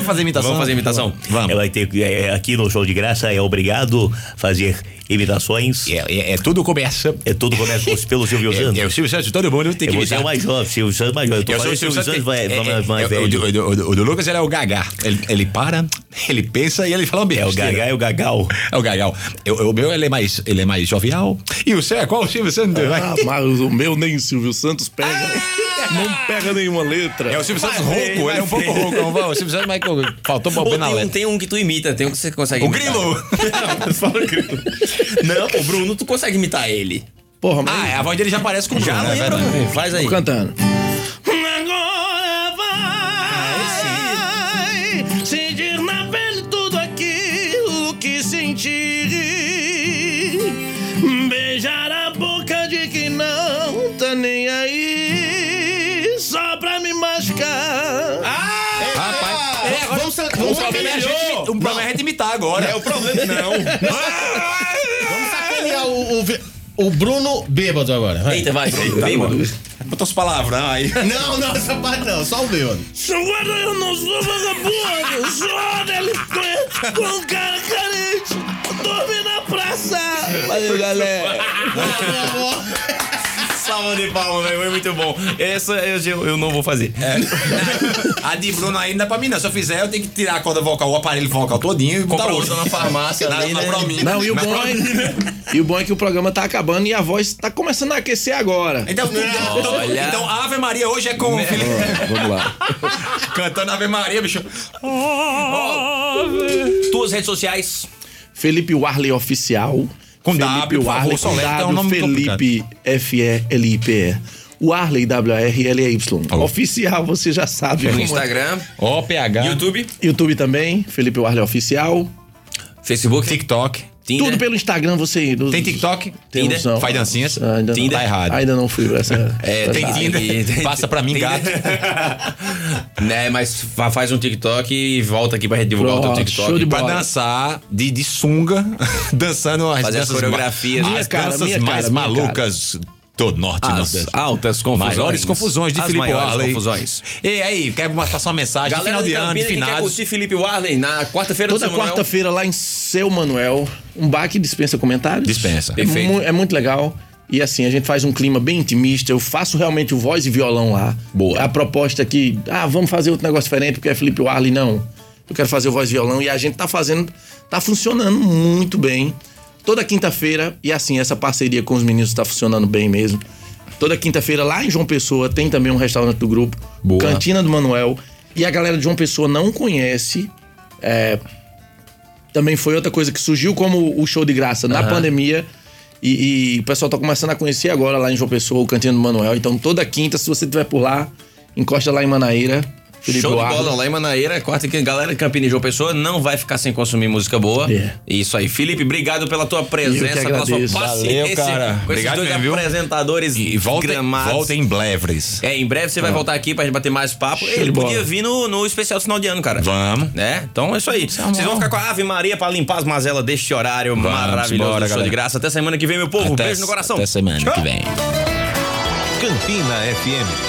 [SPEAKER 7] fazer imitação?
[SPEAKER 3] Vamos fazer imitação?
[SPEAKER 7] Vamos.
[SPEAKER 10] Vai ter, é, é, aqui no Show de Graça é obrigado fazer imitações.
[SPEAKER 7] É, é- é tudo começa.
[SPEAKER 10] É tudo começa com- pelo Silvio
[SPEAKER 7] <laughs>
[SPEAKER 10] Santos.
[SPEAKER 7] É, é o Silvio Santos, todo mundo tem que
[SPEAKER 10] Você é
[SPEAKER 7] imitar.
[SPEAKER 10] o mais jovem, Silvio Santos é mais jovem. Eu tô
[SPEAKER 7] Eu sou
[SPEAKER 10] falando
[SPEAKER 7] o
[SPEAKER 10] Silvio Santos, vai,
[SPEAKER 7] é,
[SPEAKER 10] vai-
[SPEAKER 7] é,
[SPEAKER 10] vai-
[SPEAKER 7] é,
[SPEAKER 10] vai-
[SPEAKER 7] o, do- o do- o do- o do Lucas ele é o gagá. Ele, ele para, ele pensa e ele fala um
[SPEAKER 10] É o
[SPEAKER 7] besteira.
[SPEAKER 10] Gagá e o Gagal.
[SPEAKER 7] É o gagal. Eu- eu- O meu ele é mais, ele é mais jovial. E o seu é qual, Silvio Santos? Vai. Ah!
[SPEAKER 8] Ah, mas o meu nem o Silvio Santos pega. Não pega nenhuma letra.
[SPEAKER 7] É o Silvio Santos
[SPEAKER 3] Vai
[SPEAKER 7] rouco,
[SPEAKER 3] ver,
[SPEAKER 7] ele é um pouco rouco. não vai? O Silvio Santos é mais que- faltou
[SPEAKER 3] Pô,
[SPEAKER 7] bobo na
[SPEAKER 3] tem, um,
[SPEAKER 7] letra.
[SPEAKER 3] tem um que tu imita, tem um que você consegue
[SPEAKER 7] O
[SPEAKER 3] imitar.
[SPEAKER 7] grilo!
[SPEAKER 3] Não, fala o grilo. <laughs> Não, o Bruno, tu consegue imitar ele.
[SPEAKER 8] Porra, mas.
[SPEAKER 7] Ah, é, a voz dele já parece com o
[SPEAKER 3] Já
[SPEAKER 7] Bruno, né?
[SPEAKER 3] lembra,
[SPEAKER 7] Verdade.
[SPEAKER 3] Bruno? Faz aí.
[SPEAKER 8] Tô cantando. Agora vai sentir na pele tudo aquilo que sentir. Beijar a boca de quem não tá nem aí. Só pra me machucar.
[SPEAKER 4] Ah!
[SPEAKER 3] Ah,
[SPEAKER 7] Rapaz, é, agora
[SPEAKER 4] Vamos, sa- vamos
[SPEAKER 7] o problema é a
[SPEAKER 4] sacanear
[SPEAKER 7] gente, o problema é a gente imitar agora. Ah! É o <laughs> problema, não.
[SPEAKER 4] sacanear o, o, Vi- o Bruno bêbado agora. vai.
[SPEAKER 3] Eita, vai. Bêbado.
[SPEAKER 7] Bota os palavrão aí.
[SPEAKER 4] Não, não, essa parte não, só o bêbado.
[SPEAKER 8] Eu não sou vagabundo, eu sou delinquente com um cara carente. Dormi na praça. Valeu, galera.
[SPEAKER 3] <laughs> Salva de palmas, velho. Foi muito bom. Essa eu, eu não vou fazer. <laughs>
[SPEAKER 7] A de Bruno aí não é pra mim, não. Se eu fizer, eu tenho que tirar a corda vocal, o aparelho vocal todinho e botar
[SPEAKER 3] Compra
[SPEAKER 7] outro.
[SPEAKER 3] outra na farmácia
[SPEAKER 7] Na,
[SPEAKER 3] ali,
[SPEAKER 7] na
[SPEAKER 3] né?
[SPEAKER 7] Promina.
[SPEAKER 8] Não, e o,
[SPEAKER 7] Na
[SPEAKER 8] bom
[SPEAKER 7] Promina.
[SPEAKER 8] é, e o bom é que o programa tá acabando e a voz tá começando a aquecer agora.
[SPEAKER 7] Então, então,
[SPEAKER 3] Olha.
[SPEAKER 7] então a Ave Maria hoje é com o Felipe.
[SPEAKER 8] Vamos lá.
[SPEAKER 7] <laughs> Cantando Ave Maria, bicho.
[SPEAKER 3] Tuas redes sociais.
[SPEAKER 8] Felipe Warley Oficial.
[SPEAKER 7] Com
[SPEAKER 8] Felipe
[SPEAKER 7] W, por favor,
[SPEAKER 8] Warley, com
[SPEAKER 7] soletra, é um
[SPEAKER 8] W,
[SPEAKER 7] nome
[SPEAKER 8] Felipe F-E-L-I-P-E. Warley, W-A-R-L-E-Y. Oficial, você já sabe.
[SPEAKER 3] No
[SPEAKER 8] como é.
[SPEAKER 3] Instagram.
[SPEAKER 7] OPH.
[SPEAKER 3] YouTube.
[SPEAKER 8] YouTube também, Felipe Warley Oficial.
[SPEAKER 3] Facebook.
[SPEAKER 7] TikTok.
[SPEAKER 3] Tinder.
[SPEAKER 8] Tudo pelo Instagram, você...
[SPEAKER 7] é? Tem TikTok?
[SPEAKER 8] Tem
[SPEAKER 3] Tinder?
[SPEAKER 8] opção.
[SPEAKER 7] Faz dancinhas?
[SPEAKER 8] Ah, Ainda
[SPEAKER 7] Tinder?
[SPEAKER 8] não.
[SPEAKER 7] Tá errado.
[SPEAKER 8] <laughs> Ainda não fui pra
[SPEAKER 7] <laughs>
[SPEAKER 8] essa...
[SPEAKER 7] É, tem
[SPEAKER 8] essa-
[SPEAKER 7] Tinder.
[SPEAKER 3] Tem-
[SPEAKER 7] Passa pra mim,
[SPEAKER 3] Tinder.
[SPEAKER 7] gato.
[SPEAKER 3] <laughs> né, mas fa- faz um TikTok e volta aqui pra gente divulgar o
[SPEAKER 8] Pronto,
[SPEAKER 3] teu TikTok.
[SPEAKER 8] show de
[SPEAKER 7] Pra
[SPEAKER 8] Bora.
[SPEAKER 7] dançar de, de sunga, <laughs> dançando as
[SPEAKER 3] Fazer as
[SPEAKER 7] danças ma-
[SPEAKER 3] coreografias.
[SPEAKER 7] as
[SPEAKER 3] Minha
[SPEAKER 8] cara,
[SPEAKER 7] danças
[SPEAKER 8] minha
[SPEAKER 7] mais
[SPEAKER 8] cara, minha
[SPEAKER 7] malucas do norte e
[SPEAKER 3] As
[SPEAKER 7] nordeste.
[SPEAKER 3] altas confusões.
[SPEAKER 7] Maiores confusões de
[SPEAKER 3] As
[SPEAKER 7] Felipe
[SPEAKER 3] maiores
[SPEAKER 7] Warley.
[SPEAKER 3] confusões.
[SPEAKER 7] E aí, quer passar sua mensagem?
[SPEAKER 3] Galera
[SPEAKER 7] final
[SPEAKER 3] de
[SPEAKER 7] de ano, de
[SPEAKER 3] Campina que quer
[SPEAKER 7] finados.
[SPEAKER 3] curtir Felipe Warley na quarta-feira do
[SPEAKER 8] Toda
[SPEAKER 3] São Manuel.
[SPEAKER 8] quarta-feira lá em Seu Manuel. Um bar que dispensa comentários.
[SPEAKER 7] Dispensa.
[SPEAKER 8] É,
[SPEAKER 3] Perfeito.
[SPEAKER 8] mu- é muito legal. E assim, a gente faz um clima bem intimista. Eu faço realmente o voz e violão lá.
[SPEAKER 3] Boa.
[SPEAKER 8] A proposta que, ah, vamos fazer outro negócio diferente porque é Felipe Warley. Não. Eu quero fazer o voz e violão. E a gente tá fazendo, tá funcionando muito bem. Toda quinta-feira. E assim, essa parceria com os meninos tá funcionando bem mesmo. Toda quinta-feira lá em João Pessoa tem também um restaurante do grupo.
[SPEAKER 7] Boa.
[SPEAKER 8] Cantina do Manuel. E a galera de João Pessoa não conhece É, também foi outra coisa que surgiu como o show de graça na pandemia. E, e o pessoal tá começando a conhecer agora lá em João Pessoa, o Cantinho do Manuel. Então toda quinta, se você estiver por lá, encosta lá em Manaíra. Felipe
[SPEAKER 3] Show de
[SPEAKER 8] Ardo.
[SPEAKER 3] bola lá em Manaíra, quarta e quinta. Galera de Campina e João Pessoa não vai ficar sem consumir música boa.
[SPEAKER 8] É.
[SPEAKER 3] Isso aí. Felipe, obrigado pela tua presença, pela sua
[SPEAKER 8] agradeço.
[SPEAKER 3] paciência
[SPEAKER 7] Valeu, cara.
[SPEAKER 3] com
[SPEAKER 7] Obrigado
[SPEAKER 3] esses dois
[SPEAKER 7] mesmo, viu?
[SPEAKER 3] apresentadores
[SPEAKER 7] E voltem,
[SPEAKER 3] gramados.
[SPEAKER 7] voltem em Blevres.
[SPEAKER 3] É, em breve você vai voltar aqui pra gente bater mais papo.
[SPEAKER 8] Show
[SPEAKER 3] Ele
[SPEAKER 8] de bola.
[SPEAKER 3] podia vir no, no especial do final de ano, cara.
[SPEAKER 7] Vamos.
[SPEAKER 3] Né? Então é isso aí. Vocês vão ficar com a Ave Maria pra limpar as mazelas deste horário maravilhoso
[SPEAKER 7] bora,
[SPEAKER 3] do show
[SPEAKER 7] galera.
[SPEAKER 3] de graça. Até semana que vem, meu povo.
[SPEAKER 7] Até-
[SPEAKER 3] Beijo no coração.
[SPEAKER 7] Até semana
[SPEAKER 3] Tchau.
[SPEAKER 7] que vem.
[SPEAKER 6] Campina FM.